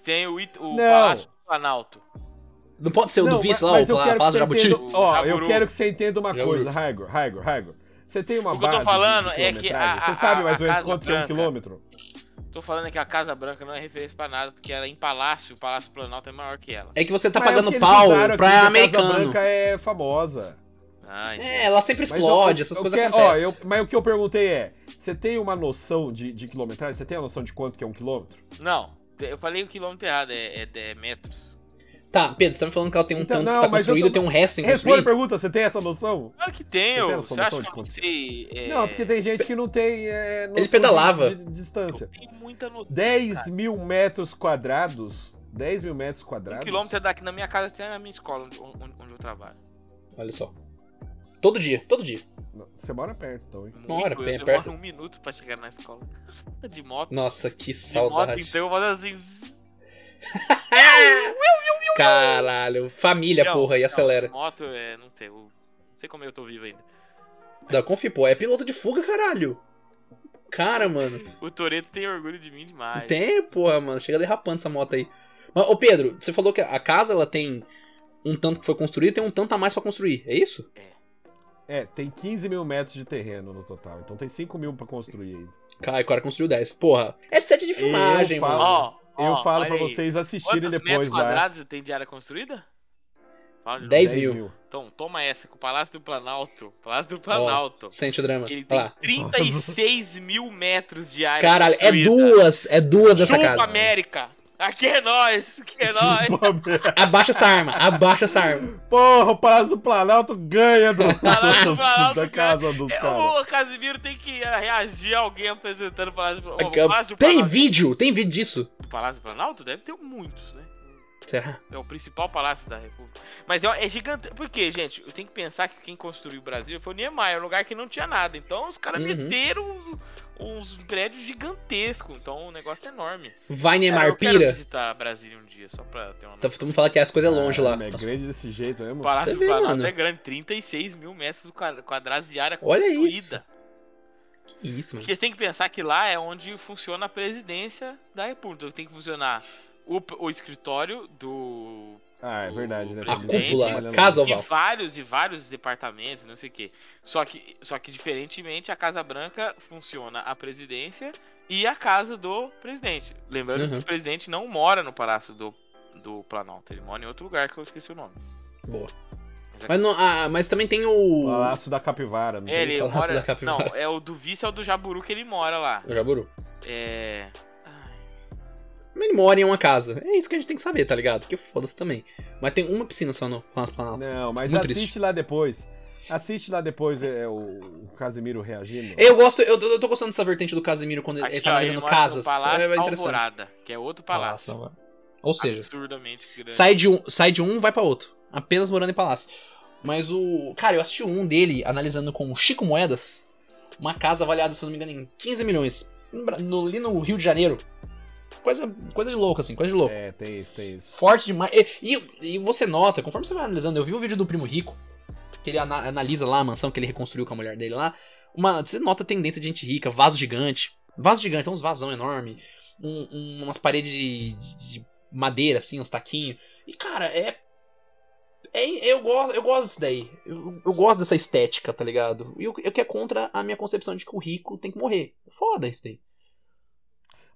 [SPEAKER 3] tem o, it- o
[SPEAKER 1] Não.
[SPEAKER 3] Palácio do Planalto?
[SPEAKER 2] Não pode ser o do
[SPEAKER 1] Não, mas-
[SPEAKER 2] vice lá, o
[SPEAKER 1] mas eu quero
[SPEAKER 2] Pla-
[SPEAKER 1] que
[SPEAKER 2] Palácio
[SPEAKER 1] você
[SPEAKER 2] Jabuti?
[SPEAKER 1] entenda- Ó, eu
[SPEAKER 3] Jaburu.
[SPEAKER 1] quero que você entenda uma
[SPEAKER 2] Jaburu.
[SPEAKER 1] coisa, Raigor, Raigor, Raigor. Você tem uma
[SPEAKER 3] O que eu tô
[SPEAKER 1] base de-
[SPEAKER 3] falando
[SPEAKER 1] de
[SPEAKER 3] é que
[SPEAKER 1] quilometragem?
[SPEAKER 3] a- a-
[SPEAKER 1] Você sabe mais ou
[SPEAKER 3] a
[SPEAKER 1] menos
[SPEAKER 3] Casa
[SPEAKER 1] quanto que é um
[SPEAKER 3] Branca-
[SPEAKER 1] quilômetro?
[SPEAKER 3] Tô falando que a Casa Branca não é referência pra nada, porque ela é em Palácio, o Palácio do Planalto é maior que ela.
[SPEAKER 2] É que você tá
[SPEAKER 1] Mas é o
[SPEAKER 2] pagando
[SPEAKER 1] que eles
[SPEAKER 2] pau
[SPEAKER 1] usaram aqui, que
[SPEAKER 2] pra
[SPEAKER 1] A Casa
[SPEAKER 2] americano.
[SPEAKER 1] Branca é famosa.
[SPEAKER 3] Ah,
[SPEAKER 2] É,
[SPEAKER 3] entendi.
[SPEAKER 2] ela sempre
[SPEAKER 1] Mas
[SPEAKER 2] explode,
[SPEAKER 1] eu-
[SPEAKER 2] essas
[SPEAKER 1] eu
[SPEAKER 2] coisas
[SPEAKER 1] quero- ó,
[SPEAKER 2] acontecem.
[SPEAKER 1] eu- mas o que eu perguntei é: você tem uma noção de, de quilometragem? Você tem a noção de quanto que é um quilômetro?
[SPEAKER 3] Não, eu falei o quilômetro errado, é, é, é metros.
[SPEAKER 2] Tá, Pedro, você tá me falando que ela tem um
[SPEAKER 1] Então,
[SPEAKER 2] tanto que
[SPEAKER 1] não,
[SPEAKER 2] tá
[SPEAKER 1] mas eu
[SPEAKER 2] construído e
[SPEAKER 1] tô-
[SPEAKER 2] tem um resto sem
[SPEAKER 1] Responde a
[SPEAKER 2] construir?
[SPEAKER 1] pergunta, você tem essa noção?
[SPEAKER 3] Claro que
[SPEAKER 1] Você
[SPEAKER 3] tem,
[SPEAKER 1] tem
[SPEAKER 3] eu.
[SPEAKER 1] a
[SPEAKER 3] Você
[SPEAKER 1] noção
[SPEAKER 3] acha
[SPEAKER 1] de
[SPEAKER 3] que eu não
[SPEAKER 1] quanto?
[SPEAKER 3] sei? é,
[SPEAKER 1] Não, porque tem gente que não tem. é, noção
[SPEAKER 2] Ele pedalava.
[SPEAKER 1] De, de
[SPEAKER 3] Eu
[SPEAKER 1] distância.
[SPEAKER 3] tenho muita noção.
[SPEAKER 1] 10 mil metros quadrados. 10 mil metros
[SPEAKER 3] Um
[SPEAKER 1] quadrados.
[SPEAKER 3] quilômetro é daqui na minha casa até na minha escola, onde, onde- onde eu trabalho.
[SPEAKER 2] Olha só. Todo dia, todo dia.
[SPEAKER 3] é-
[SPEAKER 1] Não, Você mora perto, então, hein?
[SPEAKER 3] Muito,
[SPEAKER 2] hora,
[SPEAKER 3] eu
[SPEAKER 2] bem
[SPEAKER 3] demoro
[SPEAKER 2] perto.
[SPEAKER 3] um minuto pra chegar na escola. De moto.
[SPEAKER 2] Nossa, que
[SPEAKER 3] de moto,
[SPEAKER 2] saudade. Ah!
[SPEAKER 3] então eu vou assim. zzz, então.
[SPEAKER 2] Caralho, família,
[SPEAKER 3] não,
[SPEAKER 2] porra, e
[SPEAKER 3] não,
[SPEAKER 2] acelera.
[SPEAKER 3] de moto é. Não sei, eu, não sei como eu tô vivo ainda.
[SPEAKER 2] Da Confi, pô, é piloto de fuga, caralho. Cara, mano.
[SPEAKER 3] O Toreto tem orgulho de mim demais.
[SPEAKER 2] Tem, porra, mano. Chega derrapando essa moto aí. Mas, ô Pedro, você falou que a casa ela tem um tanto que foi construído e tem um tanto a mais pra construir, é isso?
[SPEAKER 1] É, tem 15 mil metros de terreno no total. Então tem 5 mil pra construir ainda.
[SPEAKER 2] Cara, o cara construiu 10. Porra, é set de filmagem,
[SPEAKER 1] falo-
[SPEAKER 2] mano.
[SPEAKER 3] Ó,
[SPEAKER 1] Eu
[SPEAKER 3] ó,
[SPEAKER 1] falo
[SPEAKER 3] olha
[SPEAKER 1] pra
[SPEAKER 3] aí.
[SPEAKER 1] vocês assistirem
[SPEAKER 3] Quantos
[SPEAKER 1] depois
[SPEAKER 3] metros
[SPEAKER 1] lá.
[SPEAKER 3] quadrados tem de área construída? Fala de novo.
[SPEAKER 2] 10 mil.
[SPEAKER 3] Então, toma essa, com o Palácio do Planalto. Palácio do Planalto.
[SPEAKER 2] Sente o drama.
[SPEAKER 3] Ele tem
[SPEAKER 2] Olha lá.
[SPEAKER 3] 36 mil metros de área.
[SPEAKER 2] Caralho, é
[SPEAKER 3] construída.
[SPEAKER 2] duas, é duas essa
[SPEAKER 3] Chupa,
[SPEAKER 2] casa.
[SPEAKER 3] América! Aqui é nós! Aqui é nós!
[SPEAKER 2] Abaixa essa arma, abaixa essa arma.
[SPEAKER 1] Porra, o Palácio do Planalto ganha do,
[SPEAKER 3] Palácio do Planalto
[SPEAKER 1] da
[SPEAKER 3] ganha. É,
[SPEAKER 1] casa dos caras.
[SPEAKER 3] o Casimiro tem que eh, reagir a alguém apresentando o Palácio do Planalto. O Palácio do
[SPEAKER 2] É Tem
[SPEAKER 3] Planalto.
[SPEAKER 2] vídeo, tem vídeo disso.
[SPEAKER 3] O Palácio do Planalto deve ter muitos, né?
[SPEAKER 2] Será?
[SPEAKER 3] É o principal palácio da República. Mas é, é gigante. Por quê, gente? Eu tenho que pensar que quem construiu o Brasil foi o Niemeyer, um lugar que não tinha nada. Então os caras
[SPEAKER 2] Uhum.
[SPEAKER 3] meteram uns, uns prédios gigantescos. Então o negócio é enorme.
[SPEAKER 2] Vai,
[SPEAKER 3] Cara,
[SPEAKER 2] Neymar,
[SPEAKER 3] eu quero
[SPEAKER 2] pira.
[SPEAKER 3] visitar Brasília um dia, só pra ter uma
[SPEAKER 2] Tá, Todo mundo fala que as coisas é longe lá.
[SPEAKER 1] É
[SPEAKER 2] Nossa,
[SPEAKER 1] grande desse jeito
[SPEAKER 3] O
[SPEAKER 1] mesmo.
[SPEAKER 3] Palácio
[SPEAKER 2] Você
[SPEAKER 3] do
[SPEAKER 2] vê,
[SPEAKER 3] Planalto
[SPEAKER 2] mano.
[SPEAKER 3] é grande, 36 mil metros do quadra- quadrados de área
[SPEAKER 2] Olha
[SPEAKER 3] construída.
[SPEAKER 2] isso. que isso, mano.
[SPEAKER 3] Porque você tem que pensar que lá é onde funciona a presidência da República. Então, Tem que funcionar o, o escritório do.
[SPEAKER 1] Ah, é verdade, né?
[SPEAKER 3] A
[SPEAKER 1] Tem gente
[SPEAKER 2] cúpula,
[SPEAKER 1] trabalhando
[SPEAKER 2] casa
[SPEAKER 1] lá.
[SPEAKER 2] Oval.
[SPEAKER 3] E vários e vários departamentos, não sei o quê. Só que, só que, diferentemente, a Casa Branca funciona a presidência e a casa do presidente. Lembrando que
[SPEAKER 2] Uhum.
[SPEAKER 3] o presidente não mora no Palácio do, do Planalto, ele mora em outro lugar que eu esqueci o nome.
[SPEAKER 2] Boa. Mas, não- ah, mas também tem o.
[SPEAKER 1] Palácio da Capivara. não
[SPEAKER 3] É,
[SPEAKER 1] tem?
[SPEAKER 3] ele
[SPEAKER 2] Palácio
[SPEAKER 3] mora.
[SPEAKER 2] da Capivara.
[SPEAKER 3] Não, é o do vice, é o do Jaburu que ele mora lá.
[SPEAKER 2] O Jaburu.
[SPEAKER 3] É. Ai,
[SPEAKER 2] Mas ele mora em uma casa. É isso que a gente tem que saber, tá ligado? Que foda-se também. Mas tem uma piscina só no Palácio Planalto.
[SPEAKER 1] Não, mas
[SPEAKER 2] Muito
[SPEAKER 1] assiste
[SPEAKER 2] triste.
[SPEAKER 1] lá depois. Assiste lá depois é, o, o Casimiro reagindo.
[SPEAKER 2] Eu gosto, eu, eu tô gostando dessa vertente do Casimiro quando ele
[SPEAKER 3] Aqui,
[SPEAKER 2] tá
[SPEAKER 3] ó,
[SPEAKER 2] analisando
[SPEAKER 3] ele mora no
[SPEAKER 2] casas. É,
[SPEAKER 3] Palácio
[SPEAKER 2] é interessante.
[SPEAKER 3] Alvorada, que é outro palácio.
[SPEAKER 2] Ou seja,
[SPEAKER 3] absurdamente grande.
[SPEAKER 2] sai de, um, sai de um, vai pra outro. Apenas morando em palácio. Mas o. Cara, eu assisti um dele analisando com o Chico Moedas. Uma casa avaliada, se eu não me engano, em 15 milhões. em Bra- no- ali no Rio de Janeiro. Coisa, coisa de louco, assim, coisa de louco.
[SPEAKER 1] É, tem isso, tem isso.
[SPEAKER 2] Forte demais. E, e- e você nota, conforme você vai analisando, eu vi um vídeo do Primo Rico, que ele ana- analisa lá a mansão que ele reconstruiu com a mulher dele lá. Uma, você nota a tendência de gente rica, vaso gigante. Vaso gigante, é uns vasão enorme. um- um- umas paredes de, de- de madeira, assim, uns taquinhos. E, cara, é. é- eu, gosto, eu gosto disso daí. Eu, eu gosto dessa estética, tá ligado? E o o que é contra a minha concepção de que o rico tem que morrer. Foda isso daí.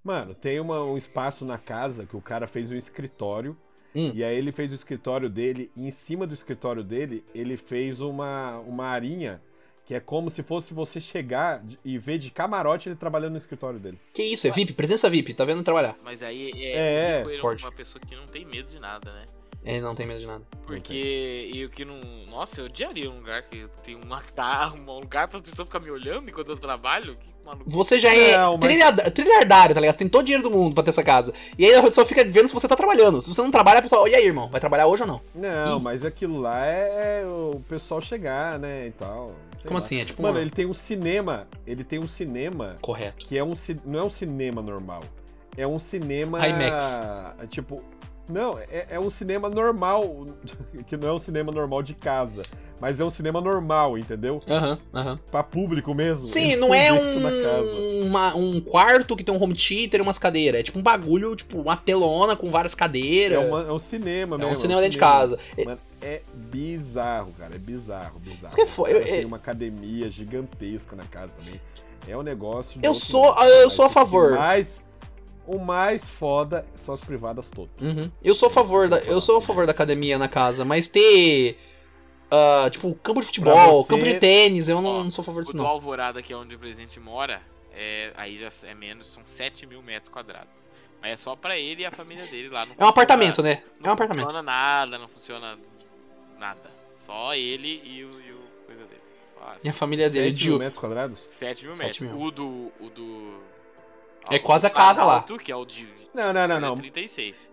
[SPEAKER 1] Mano, tem uma- um espaço na casa que o cara fez um escritório.
[SPEAKER 2] Hum.
[SPEAKER 1] E aí ele fez o escritório dele, e em cima do escritório dele, ele fez uma, uma arinha que é como se fosse você chegar de- e ver de camarote ele trabalhando no escritório dele.
[SPEAKER 2] Que isso, é VIP, presença VIP, tá vendo trabalhar.
[SPEAKER 3] Mas aí
[SPEAKER 1] É,
[SPEAKER 3] é, rico, ele é
[SPEAKER 2] forte.
[SPEAKER 3] uma pessoa que não tem medo de nada, né?
[SPEAKER 2] Ele não tem medo de nada.
[SPEAKER 3] Porque eu que não. Nossa, eu odiaria um lugar que tem uma guitarra, um lugar pra pessoa ficar me olhando enquanto eu trabalho. Que maluco.
[SPEAKER 2] Você já é
[SPEAKER 1] Não, mas-
[SPEAKER 2] trilhard- trilhardário, tá ligado? Tem todo o dinheiro do mundo pra ter essa casa. E aí a pessoa fica vendo se você tá trabalhando. Se você não trabalha, a pessoa, e aí, irmão, vai trabalhar hoje ou não?
[SPEAKER 1] Não,
[SPEAKER 2] Ih.
[SPEAKER 1] mas aquilo lá é o pessoal chegar, né, e tal. Sei lá.
[SPEAKER 2] Como assim? É tipo
[SPEAKER 1] Mano,
[SPEAKER 2] uma-
[SPEAKER 1] ele tem um cinema, ele tem um cinema
[SPEAKER 2] Correto.
[SPEAKER 1] que é um ci- não é um cinema normal. É um cinema
[SPEAKER 2] IMAX.
[SPEAKER 1] tipo não, é, é um cinema normal, que não é um cinema normal de casa, mas é um cinema normal, entendeu?
[SPEAKER 2] Aham, aham.
[SPEAKER 1] Pra público mesmo.
[SPEAKER 2] Sim,
[SPEAKER 1] Ele
[SPEAKER 2] não é
[SPEAKER 1] fez isso na casa.
[SPEAKER 2] um, uma- um quarto que tem um home theater e umas cadeiras. É tipo um bagulho, tipo uma telona com várias
[SPEAKER 1] É,
[SPEAKER 2] cadeiras.
[SPEAKER 1] uma- é um cinema
[SPEAKER 2] É
[SPEAKER 1] mesmo.
[SPEAKER 2] um cinema dentro de casa.
[SPEAKER 1] Mano, é bizarro, cara. É bizarro, bizarro.
[SPEAKER 2] Isso que é fo-
[SPEAKER 1] O cara
[SPEAKER 2] eu-
[SPEAKER 1] Tem
[SPEAKER 2] eu-
[SPEAKER 1] uma academia gigantesca na casa também. É um negócio. de
[SPEAKER 2] Eu
[SPEAKER 1] outro
[SPEAKER 2] sou-
[SPEAKER 1] mundo,
[SPEAKER 2] eu
[SPEAKER 1] mas
[SPEAKER 2] sou a
[SPEAKER 1] o
[SPEAKER 2] favor.
[SPEAKER 1] mais- o mais foda são as privadas todas.
[SPEAKER 2] Uhum. Eu sou a favor da, eu sou a favor da academia na casa, mas ter ah, tipo campo de futebol,
[SPEAKER 1] você-
[SPEAKER 2] campo de tênis, eu não,
[SPEAKER 3] Ó,
[SPEAKER 2] não sou a favor
[SPEAKER 3] O
[SPEAKER 2] disso
[SPEAKER 3] do
[SPEAKER 2] não.
[SPEAKER 3] Alvorada, que é onde o presidente mora, é, aí já é menos, são 7 mil metros quadrados. Mas é só pra ele e a família dele lá. Não
[SPEAKER 2] É um
[SPEAKER 3] funciona-
[SPEAKER 2] apartamento, né? É
[SPEAKER 3] Não
[SPEAKER 2] um apartamento.
[SPEAKER 3] funciona nada, não funciona nada. Só ele e o, e o coisa dele. Ó,
[SPEAKER 2] E a família dele,
[SPEAKER 1] Sete mil
[SPEAKER 2] Gil.
[SPEAKER 1] metros quadrados?
[SPEAKER 3] 7 mil
[SPEAKER 2] É Sete
[SPEAKER 3] metros.
[SPEAKER 2] mil.
[SPEAKER 3] O do. O do.
[SPEAKER 2] É
[SPEAKER 3] o
[SPEAKER 2] quase a casa lá.
[SPEAKER 3] Planalto, Que é o de.
[SPEAKER 1] Não, não, não,
[SPEAKER 3] é
[SPEAKER 1] não.
[SPEAKER 3] 36.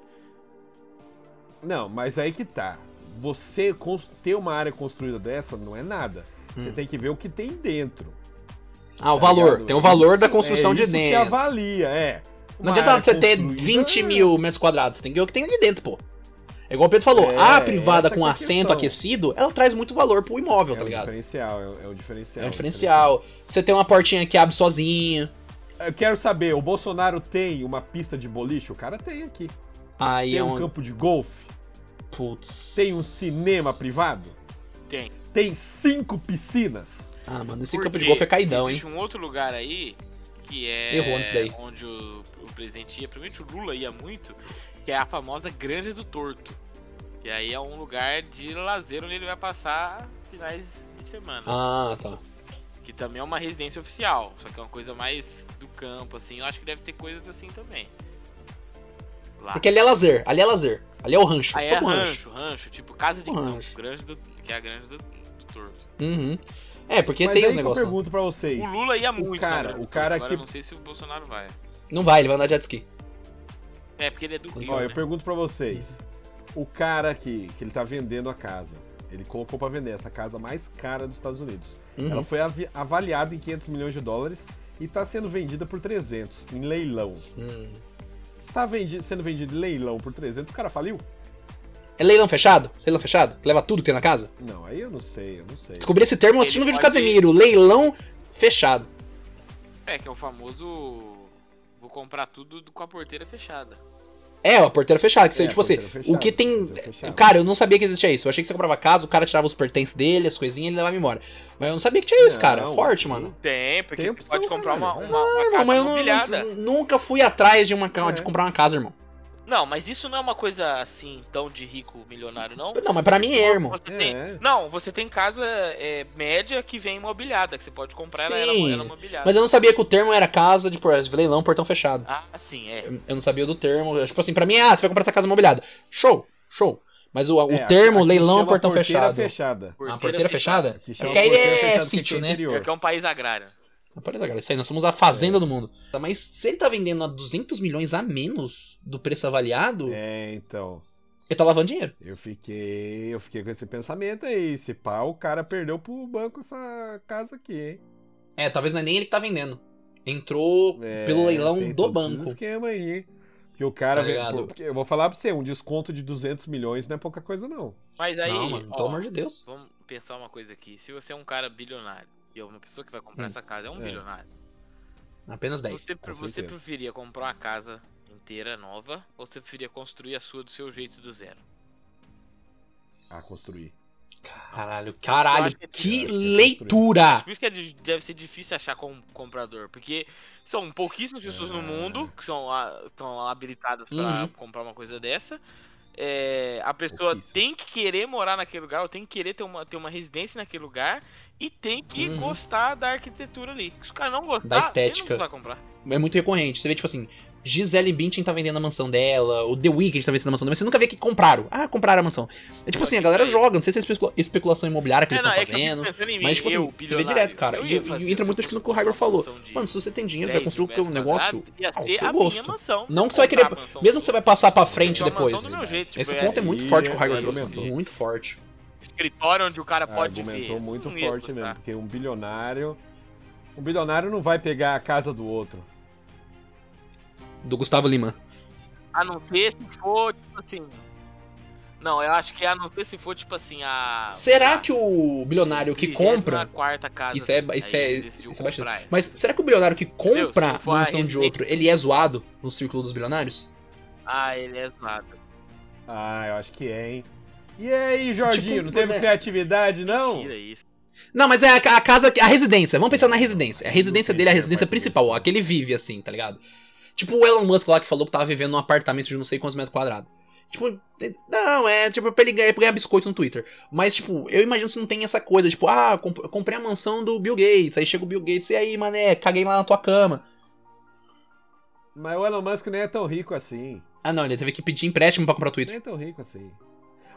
[SPEAKER 1] Não, mas aí que tá. Você cons- ter uma área construída dessa não é nada. Você
[SPEAKER 2] Hum.
[SPEAKER 1] tem que ver o que tem dentro.
[SPEAKER 2] Ah, o
[SPEAKER 1] tá
[SPEAKER 2] valor.
[SPEAKER 1] ligado?
[SPEAKER 2] Tem o valor da
[SPEAKER 1] Isso-
[SPEAKER 2] construção
[SPEAKER 1] é
[SPEAKER 2] de
[SPEAKER 1] isso que
[SPEAKER 2] dentro.
[SPEAKER 1] avalia, é.
[SPEAKER 2] Não
[SPEAKER 1] Uma
[SPEAKER 2] adianta
[SPEAKER 1] área
[SPEAKER 2] você ter
[SPEAKER 1] construída- é,
[SPEAKER 2] 20 mil metros quadrados, tem que ver o que tem ali dentro, pô. É igual o Pedro falou,
[SPEAKER 1] É,
[SPEAKER 2] a privada
[SPEAKER 1] essa
[SPEAKER 2] com
[SPEAKER 1] que é a
[SPEAKER 2] assento
[SPEAKER 1] questão.
[SPEAKER 2] aquecido, ela traz muito valor pro imóvel,
[SPEAKER 1] É
[SPEAKER 2] tá
[SPEAKER 1] um
[SPEAKER 2] ligado?
[SPEAKER 1] diferencial, é, um- é um diferencial.
[SPEAKER 2] É um diferencial. Você tem uma portinha que abre sozinha.
[SPEAKER 1] Eu quero saber, o Bolsonaro tem uma pista de boliche? O cara tem aqui.
[SPEAKER 2] Aí
[SPEAKER 1] tem
[SPEAKER 2] é
[SPEAKER 1] um
[SPEAKER 2] um.
[SPEAKER 1] campo de golfe?
[SPEAKER 2] Putz.
[SPEAKER 1] Tem um cinema privado?
[SPEAKER 3] Tem.
[SPEAKER 1] Tem cinco piscinas?
[SPEAKER 2] Ah, mano, esse
[SPEAKER 3] Por
[SPEAKER 2] campo de
[SPEAKER 3] quê?
[SPEAKER 2] golfe é caidão, hein?
[SPEAKER 3] Existe um outro lugar aí que é
[SPEAKER 2] Errou nisso daí.
[SPEAKER 3] onde o, o presidente ia, principalmente o Lula ia muito, que é a famosa Granja do Torto. E aí é um lugar de lazer onde ele vai passar finais de semana.
[SPEAKER 2] Ah, tá.
[SPEAKER 3] Que também é uma residência oficial, só que é uma coisa mais do campo, assim. Eu acho que deve ter coisas assim também. Lá.
[SPEAKER 2] Porque ali é lazer, ali é lazer. Ali é o rancho.
[SPEAKER 3] Aí é
[SPEAKER 2] Vamos rancho. Um
[SPEAKER 3] rancho, rancho, tipo casa de campo,
[SPEAKER 2] Rancho.
[SPEAKER 3] granja do, que é a granja do, do torto.
[SPEAKER 2] Uhum. É, porque
[SPEAKER 1] Mas
[SPEAKER 2] tem
[SPEAKER 1] aí
[SPEAKER 2] os
[SPEAKER 1] que eu
[SPEAKER 2] negócios. lá.
[SPEAKER 1] pergunto pra vocês.
[SPEAKER 3] O Lula ia muito, na
[SPEAKER 1] cara-
[SPEAKER 3] Granja do
[SPEAKER 1] É o cara
[SPEAKER 3] Torto, agora
[SPEAKER 1] que-
[SPEAKER 3] eu não sei se o Bolsonaro vai.
[SPEAKER 2] Não vai, ele vai andar de jet ski.
[SPEAKER 3] É, porque ele é do Rio,
[SPEAKER 1] Ó,
[SPEAKER 3] né?
[SPEAKER 1] eu pergunto pra vocês. O cara que, que ele tá vendendo a casa, ele colocou pra vender essa casa mais cara dos Estados Unidos.
[SPEAKER 2] Uhum.
[SPEAKER 1] Ela foi avi- avaliada em 500 milhões de dólares e tá sendo vendida por 300 em leilão.
[SPEAKER 2] Hum.
[SPEAKER 1] Está vendi- sendo vendido em leilão por 300, o cara faliu?
[SPEAKER 2] É leilão fechado? Leilão fechado? Leva tudo que tem na casa?
[SPEAKER 1] Não, aí eu não sei, eu não sei.
[SPEAKER 2] Descobri esse termo assistindo o
[SPEAKER 3] Ele
[SPEAKER 2] vídeo do
[SPEAKER 3] pode-
[SPEAKER 2] Casemiro. Leilão fechado.
[SPEAKER 3] É, que é o famoso. Vou comprar tudo do- com a porteira fechada.
[SPEAKER 2] É, ó, porteira fechada. Que você,
[SPEAKER 1] É,
[SPEAKER 2] tipo assim,
[SPEAKER 1] porteira fechada,
[SPEAKER 2] o que tem. é,
[SPEAKER 1] porteira fechada.
[SPEAKER 2] Cara, eu não sabia que existia isso. Eu achei que você comprava casa, o cara tirava os pertences dele, as coisinhas e ele levava embora. Mas eu não sabia que tinha isso, cara.
[SPEAKER 1] Não,
[SPEAKER 2] Forte,
[SPEAKER 1] tem-
[SPEAKER 2] mano.
[SPEAKER 3] Tem, porque
[SPEAKER 1] Tem
[SPEAKER 3] você
[SPEAKER 1] opção,
[SPEAKER 3] pode comprar uma,
[SPEAKER 1] caralho.
[SPEAKER 3] uma, uma
[SPEAKER 2] Irmão,
[SPEAKER 3] casa tá
[SPEAKER 2] mas eu né? não-
[SPEAKER 3] imobiliada.
[SPEAKER 2] nu- nunca fui atrás de uma ca- de
[SPEAKER 1] É.
[SPEAKER 2] comprar uma casa, irmão.
[SPEAKER 3] Não, mas isso não é uma coisa assim tão de rico milionário, não.
[SPEAKER 2] Não, mas pra mim é, irmão.
[SPEAKER 3] Você
[SPEAKER 1] É.
[SPEAKER 3] tem- Não, você tem casa é, média que vem imobiliada, que você pode comprar ela, ela,
[SPEAKER 2] Sim,
[SPEAKER 3] ela imobiliada.
[SPEAKER 2] Mas eu não sabia que o termo era casa de por- leilão, portão fechado.
[SPEAKER 3] Ah, sim, é.
[SPEAKER 2] Eu eu não sabia do termo. Tipo assim, pra mim, ah, você vai comprar essa casa imobiliada. Show, show. Mas o, o
[SPEAKER 1] É,
[SPEAKER 2] termo,
[SPEAKER 1] aqui
[SPEAKER 2] leilão,
[SPEAKER 1] chama
[SPEAKER 2] portão
[SPEAKER 1] porteira
[SPEAKER 2] fechado.
[SPEAKER 1] fechada.
[SPEAKER 2] Ah, porteira fechada?
[SPEAKER 1] Aqui
[SPEAKER 2] É
[SPEAKER 1] chama
[SPEAKER 2] porque aí
[SPEAKER 1] porteira
[SPEAKER 2] é
[SPEAKER 1] fechada porque
[SPEAKER 2] sítio,
[SPEAKER 1] tem
[SPEAKER 2] né?
[SPEAKER 1] interior.
[SPEAKER 3] Porque é um país agrário.
[SPEAKER 2] Olha, galera, isso aí, nós somos a fazenda do mundo. Mas se ele tá vendendo a 200 milhões a menos do preço avaliado,
[SPEAKER 1] É, então.
[SPEAKER 2] ele tá lavando dinheiro.
[SPEAKER 1] Eu fiquei, eu fiquei com esse pensamento aí. Se pá, o cara perdeu pro banco essa casa aqui, hein?
[SPEAKER 2] É, talvez não é nem ele que tá vendendo. Entrou
[SPEAKER 1] É,
[SPEAKER 2] pelo leilão
[SPEAKER 1] tem
[SPEAKER 2] do
[SPEAKER 1] todo esse
[SPEAKER 2] banco.
[SPEAKER 1] esquema aí. Que o cara
[SPEAKER 2] Tá
[SPEAKER 1] vem.
[SPEAKER 2] ligado?
[SPEAKER 1] Porque eu vou falar pra você, um desconto de 200 milhões não é pouca coisa, não.
[SPEAKER 3] Mas aí,
[SPEAKER 2] Não, mano,
[SPEAKER 3] ó,
[SPEAKER 2] pelo amor de Deus.
[SPEAKER 3] vamos pensar uma coisa aqui. Se você é um cara bilionário e é uma pessoa que vai comprar
[SPEAKER 2] Hum.
[SPEAKER 3] essa casa, é um
[SPEAKER 1] É.
[SPEAKER 3] bilionário.
[SPEAKER 2] Apenas 10.
[SPEAKER 3] Você, pre- você
[SPEAKER 1] certeza.
[SPEAKER 3] preferia comprar uma casa inteira nova ou você preferia construir a sua do seu jeito do zero?
[SPEAKER 1] A construir.
[SPEAKER 2] Caralho,
[SPEAKER 3] Eu
[SPEAKER 2] caralho,
[SPEAKER 3] acho que-
[SPEAKER 2] que
[SPEAKER 1] eu acho que é
[SPEAKER 2] leitura!
[SPEAKER 3] Por isso que é di- deve ser difícil achar com comprador, porque são pouquíssimas pessoas
[SPEAKER 1] É.
[SPEAKER 3] no mundo que são a- estão habilitadas pra
[SPEAKER 2] Ah. Uhum.
[SPEAKER 3] comprar uma coisa dessa. É, a pessoa
[SPEAKER 1] Pouquíssimas.
[SPEAKER 3] tem que querer morar naquele lugar, ou tem que querer ter uma, ter uma residência naquele lugar e tem que
[SPEAKER 2] Uhum.
[SPEAKER 3] gostar da arquitetura ali. Se o cara não gostar,
[SPEAKER 2] Da estética.
[SPEAKER 3] ele não vai comprar.
[SPEAKER 2] É muito recorrente. Você vê, tipo assim, Gisele Bündchen tá vendendo a mansão dela, o The Weeknd tá vendendo a mansão dela, mas você nunca vê que compraram. Ah, compraram a mansão. É tipo assim, a galera joga, não sei se é especula- especulação imobiliária que eles
[SPEAKER 3] É,
[SPEAKER 2] estão
[SPEAKER 3] não, é que eu fico
[SPEAKER 2] fazendo.
[SPEAKER 3] pensando em mim,
[SPEAKER 2] mas, tipo assim,
[SPEAKER 3] eu,
[SPEAKER 2] você vê
[SPEAKER 3] bilionário,
[SPEAKER 2] direto, cara,
[SPEAKER 3] eu
[SPEAKER 2] e-
[SPEAKER 3] ia
[SPEAKER 2] e
[SPEAKER 3] fazer
[SPEAKER 2] entra
[SPEAKER 3] se eu
[SPEAKER 2] muito aquilo
[SPEAKER 3] fosse
[SPEAKER 2] que o Haiber
[SPEAKER 3] comprar
[SPEAKER 2] falou.
[SPEAKER 3] uma mansão de
[SPEAKER 2] Mano, se você tem dinheiro, você vai
[SPEAKER 3] 10
[SPEAKER 2] construir o teu
[SPEAKER 3] metros
[SPEAKER 2] negócio
[SPEAKER 3] quadrados, ia
[SPEAKER 2] ao
[SPEAKER 3] ser
[SPEAKER 2] seu
[SPEAKER 3] a minha
[SPEAKER 2] gosto.
[SPEAKER 3] mansão.
[SPEAKER 2] Não que você vai querer-
[SPEAKER 3] Comprar a mansão
[SPEAKER 2] Mesmo que você vai passar pra frente
[SPEAKER 3] Só a mansão
[SPEAKER 2] depois.
[SPEAKER 3] do meu jeito, tipo,
[SPEAKER 2] Esse ponto é muito
[SPEAKER 1] Aí
[SPEAKER 2] forte que o
[SPEAKER 1] é
[SPEAKER 2] Haiber trouxe.
[SPEAKER 1] argumentou.
[SPEAKER 2] Muito forte.
[SPEAKER 3] escritório onde o cara pode
[SPEAKER 1] É,
[SPEAKER 3] tá?
[SPEAKER 1] argumentou
[SPEAKER 3] ver.
[SPEAKER 1] muito
[SPEAKER 3] Não ia
[SPEAKER 1] forte
[SPEAKER 3] gostar.
[SPEAKER 1] mesmo, porque um bilionário. Um bilionário não vai pegar a casa do outro.
[SPEAKER 2] Do Gustavo Lima.
[SPEAKER 3] A não ser se for, tipo assim. Não, eu acho que a não ser se for, tipo assim, a.
[SPEAKER 2] Será que o bilionário é que compra.
[SPEAKER 3] quarta casa.
[SPEAKER 2] Isso é-
[SPEAKER 3] assim,
[SPEAKER 2] isso
[SPEAKER 3] aí
[SPEAKER 2] é-
[SPEAKER 3] ele decidiu
[SPEAKER 2] isso é bastante.
[SPEAKER 3] comprar essa.
[SPEAKER 2] Mas será que o bilionário que compra
[SPEAKER 3] Entendeu? Se
[SPEAKER 2] a
[SPEAKER 3] for a
[SPEAKER 2] mansão de
[SPEAKER 3] residência-
[SPEAKER 2] outro, ele é zoado no círculo dos bilionários?
[SPEAKER 3] Ah, ele é zoado.
[SPEAKER 1] Ah, eu acho que é, hein? E aí, Jorginho,
[SPEAKER 2] Tipo,
[SPEAKER 1] não teve
[SPEAKER 2] né?
[SPEAKER 1] criatividade, não?
[SPEAKER 3] Tira isso.
[SPEAKER 2] Não, mas é a, a casa, a residência. Vamos pensar na residência. A residência
[SPEAKER 1] Não tem
[SPEAKER 2] dele é a
[SPEAKER 1] que ter
[SPEAKER 2] residência
[SPEAKER 1] mais
[SPEAKER 2] principal,
[SPEAKER 1] isso.
[SPEAKER 2] a que ele vive, assim, tá ligado? Tipo o Elon Musk lá que falou que tava vivendo num apartamento de não sei quantos metros quadrados. Tipo, não, é tipo pra ele ganhar, pra ganhar biscoito no Twitter. Mas, tipo, eu imagino que não tem essa coisa, tipo, ah, comp- eu comprei a mansão do Bill Gates, aí chega o Bill Gates, e aí, mané, caguei lá na tua cama.
[SPEAKER 1] Mas o Elon Musk nem é tão rico assim.
[SPEAKER 2] Ah, não, ele teve que pedir empréstimo pra comprar o Twitter.
[SPEAKER 1] Nem é tão rico assim.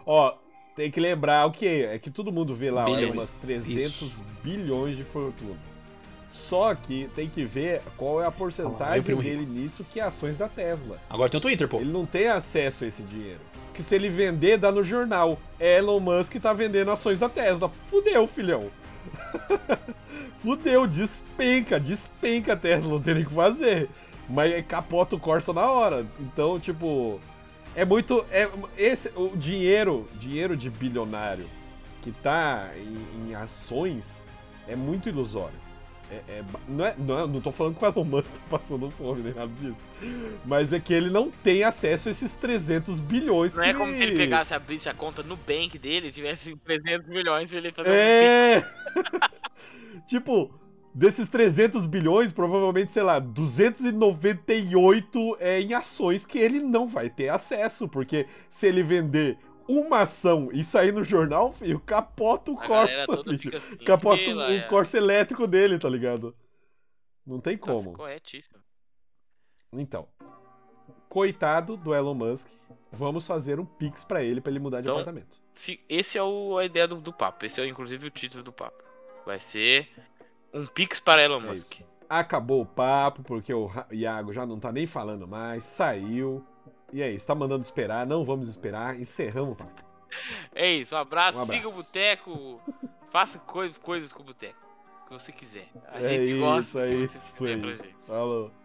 [SPEAKER 1] Ó, tem que lembrar o que é que todo mundo vê lá ó,
[SPEAKER 2] Bilhões.
[SPEAKER 1] umas 300
[SPEAKER 2] Isso.
[SPEAKER 1] bilhões de fortuna. Só que tem que ver qual é a
[SPEAKER 2] meu
[SPEAKER 1] porcentagem
[SPEAKER 2] primo rico.
[SPEAKER 1] dele nisso que é ações da Tesla.
[SPEAKER 2] Agora tem o Twitter, pô.
[SPEAKER 1] Ele não tem acesso a esse dinheiro. Porque se ele vender, dá no jornal. Elon Musk tá vendendo ações da Tesla. Fudeu, filhão. Fudeu, despenca, despenca a Tesla, não tem nem o que fazer. Mas aí capota o Corsa na hora. Então, tipo, é muito. É, esse, o dinheiro, dinheiro de bilionário que tá em, em ações é muito ilusório. É- é ba- não, é, não, é- não tô falando que o Elon Musk tá passando fome nem nada disso. Mas é que ele não tem acesso a esses 300 bilhões
[SPEAKER 3] Não
[SPEAKER 1] que...
[SPEAKER 3] é como se ele pegasse, abrisse a conta no bank dele, tivesse 300 milhões pra ele fazer um
[SPEAKER 1] É! tipo, desses 300 bilhões, provavelmente, sei lá, 298 é em ações que ele não vai ter acesso, porque se ele vender uma ação e sair no jornal, filho, capota o
[SPEAKER 3] A galera
[SPEAKER 1] Corsa,
[SPEAKER 3] toda
[SPEAKER 1] filho.
[SPEAKER 3] fica assim.
[SPEAKER 1] Capota o-
[SPEAKER 3] "Ela
[SPEAKER 1] o
[SPEAKER 3] é." Tá
[SPEAKER 1] Corsa elétrico dele, tá ligado? Não tem
[SPEAKER 3] Nossa,
[SPEAKER 1] como.
[SPEAKER 3] Corretíssimo.
[SPEAKER 1] Então, coitado do Elon Musk, vamos fazer um pix pra ele, pra ele mudar de
[SPEAKER 3] Então,
[SPEAKER 1] apartamento.
[SPEAKER 3] Fi- Esse é o, a ideia do, do papo. Esse é inclusive o título do papo. Vai ser um pix para Elon
[SPEAKER 1] É
[SPEAKER 3] Musk.
[SPEAKER 1] Acabou o papo, porque o Ra- Iago já não tá nem falando mais, saiu. E é isso, tá mandando esperar, não vamos esperar, encerramos o papo.
[SPEAKER 3] É isso. Um abraço.
[SPEAKER 1] Um abraço.
[SPEAKER 3] Siga o Boteco. faça coi- coisas com o Boteco. O que você quiser. A
[SPEAKER 1] É
[SPEAKER 3] gente
[SPEAKER 1] isso,
[SPEAKER 3] gosta do
[SPEAKER 1] é
[SPEAKER 3] que você
[SPEAKER 1] isso,
[SPEAKER 3] fizer
[SPEAKER 1] é
[SPEAKER 3] pra
[SPEAKER 1] isso.
[SPEAKER 3] gente.
[SPEAKER 1] Falou.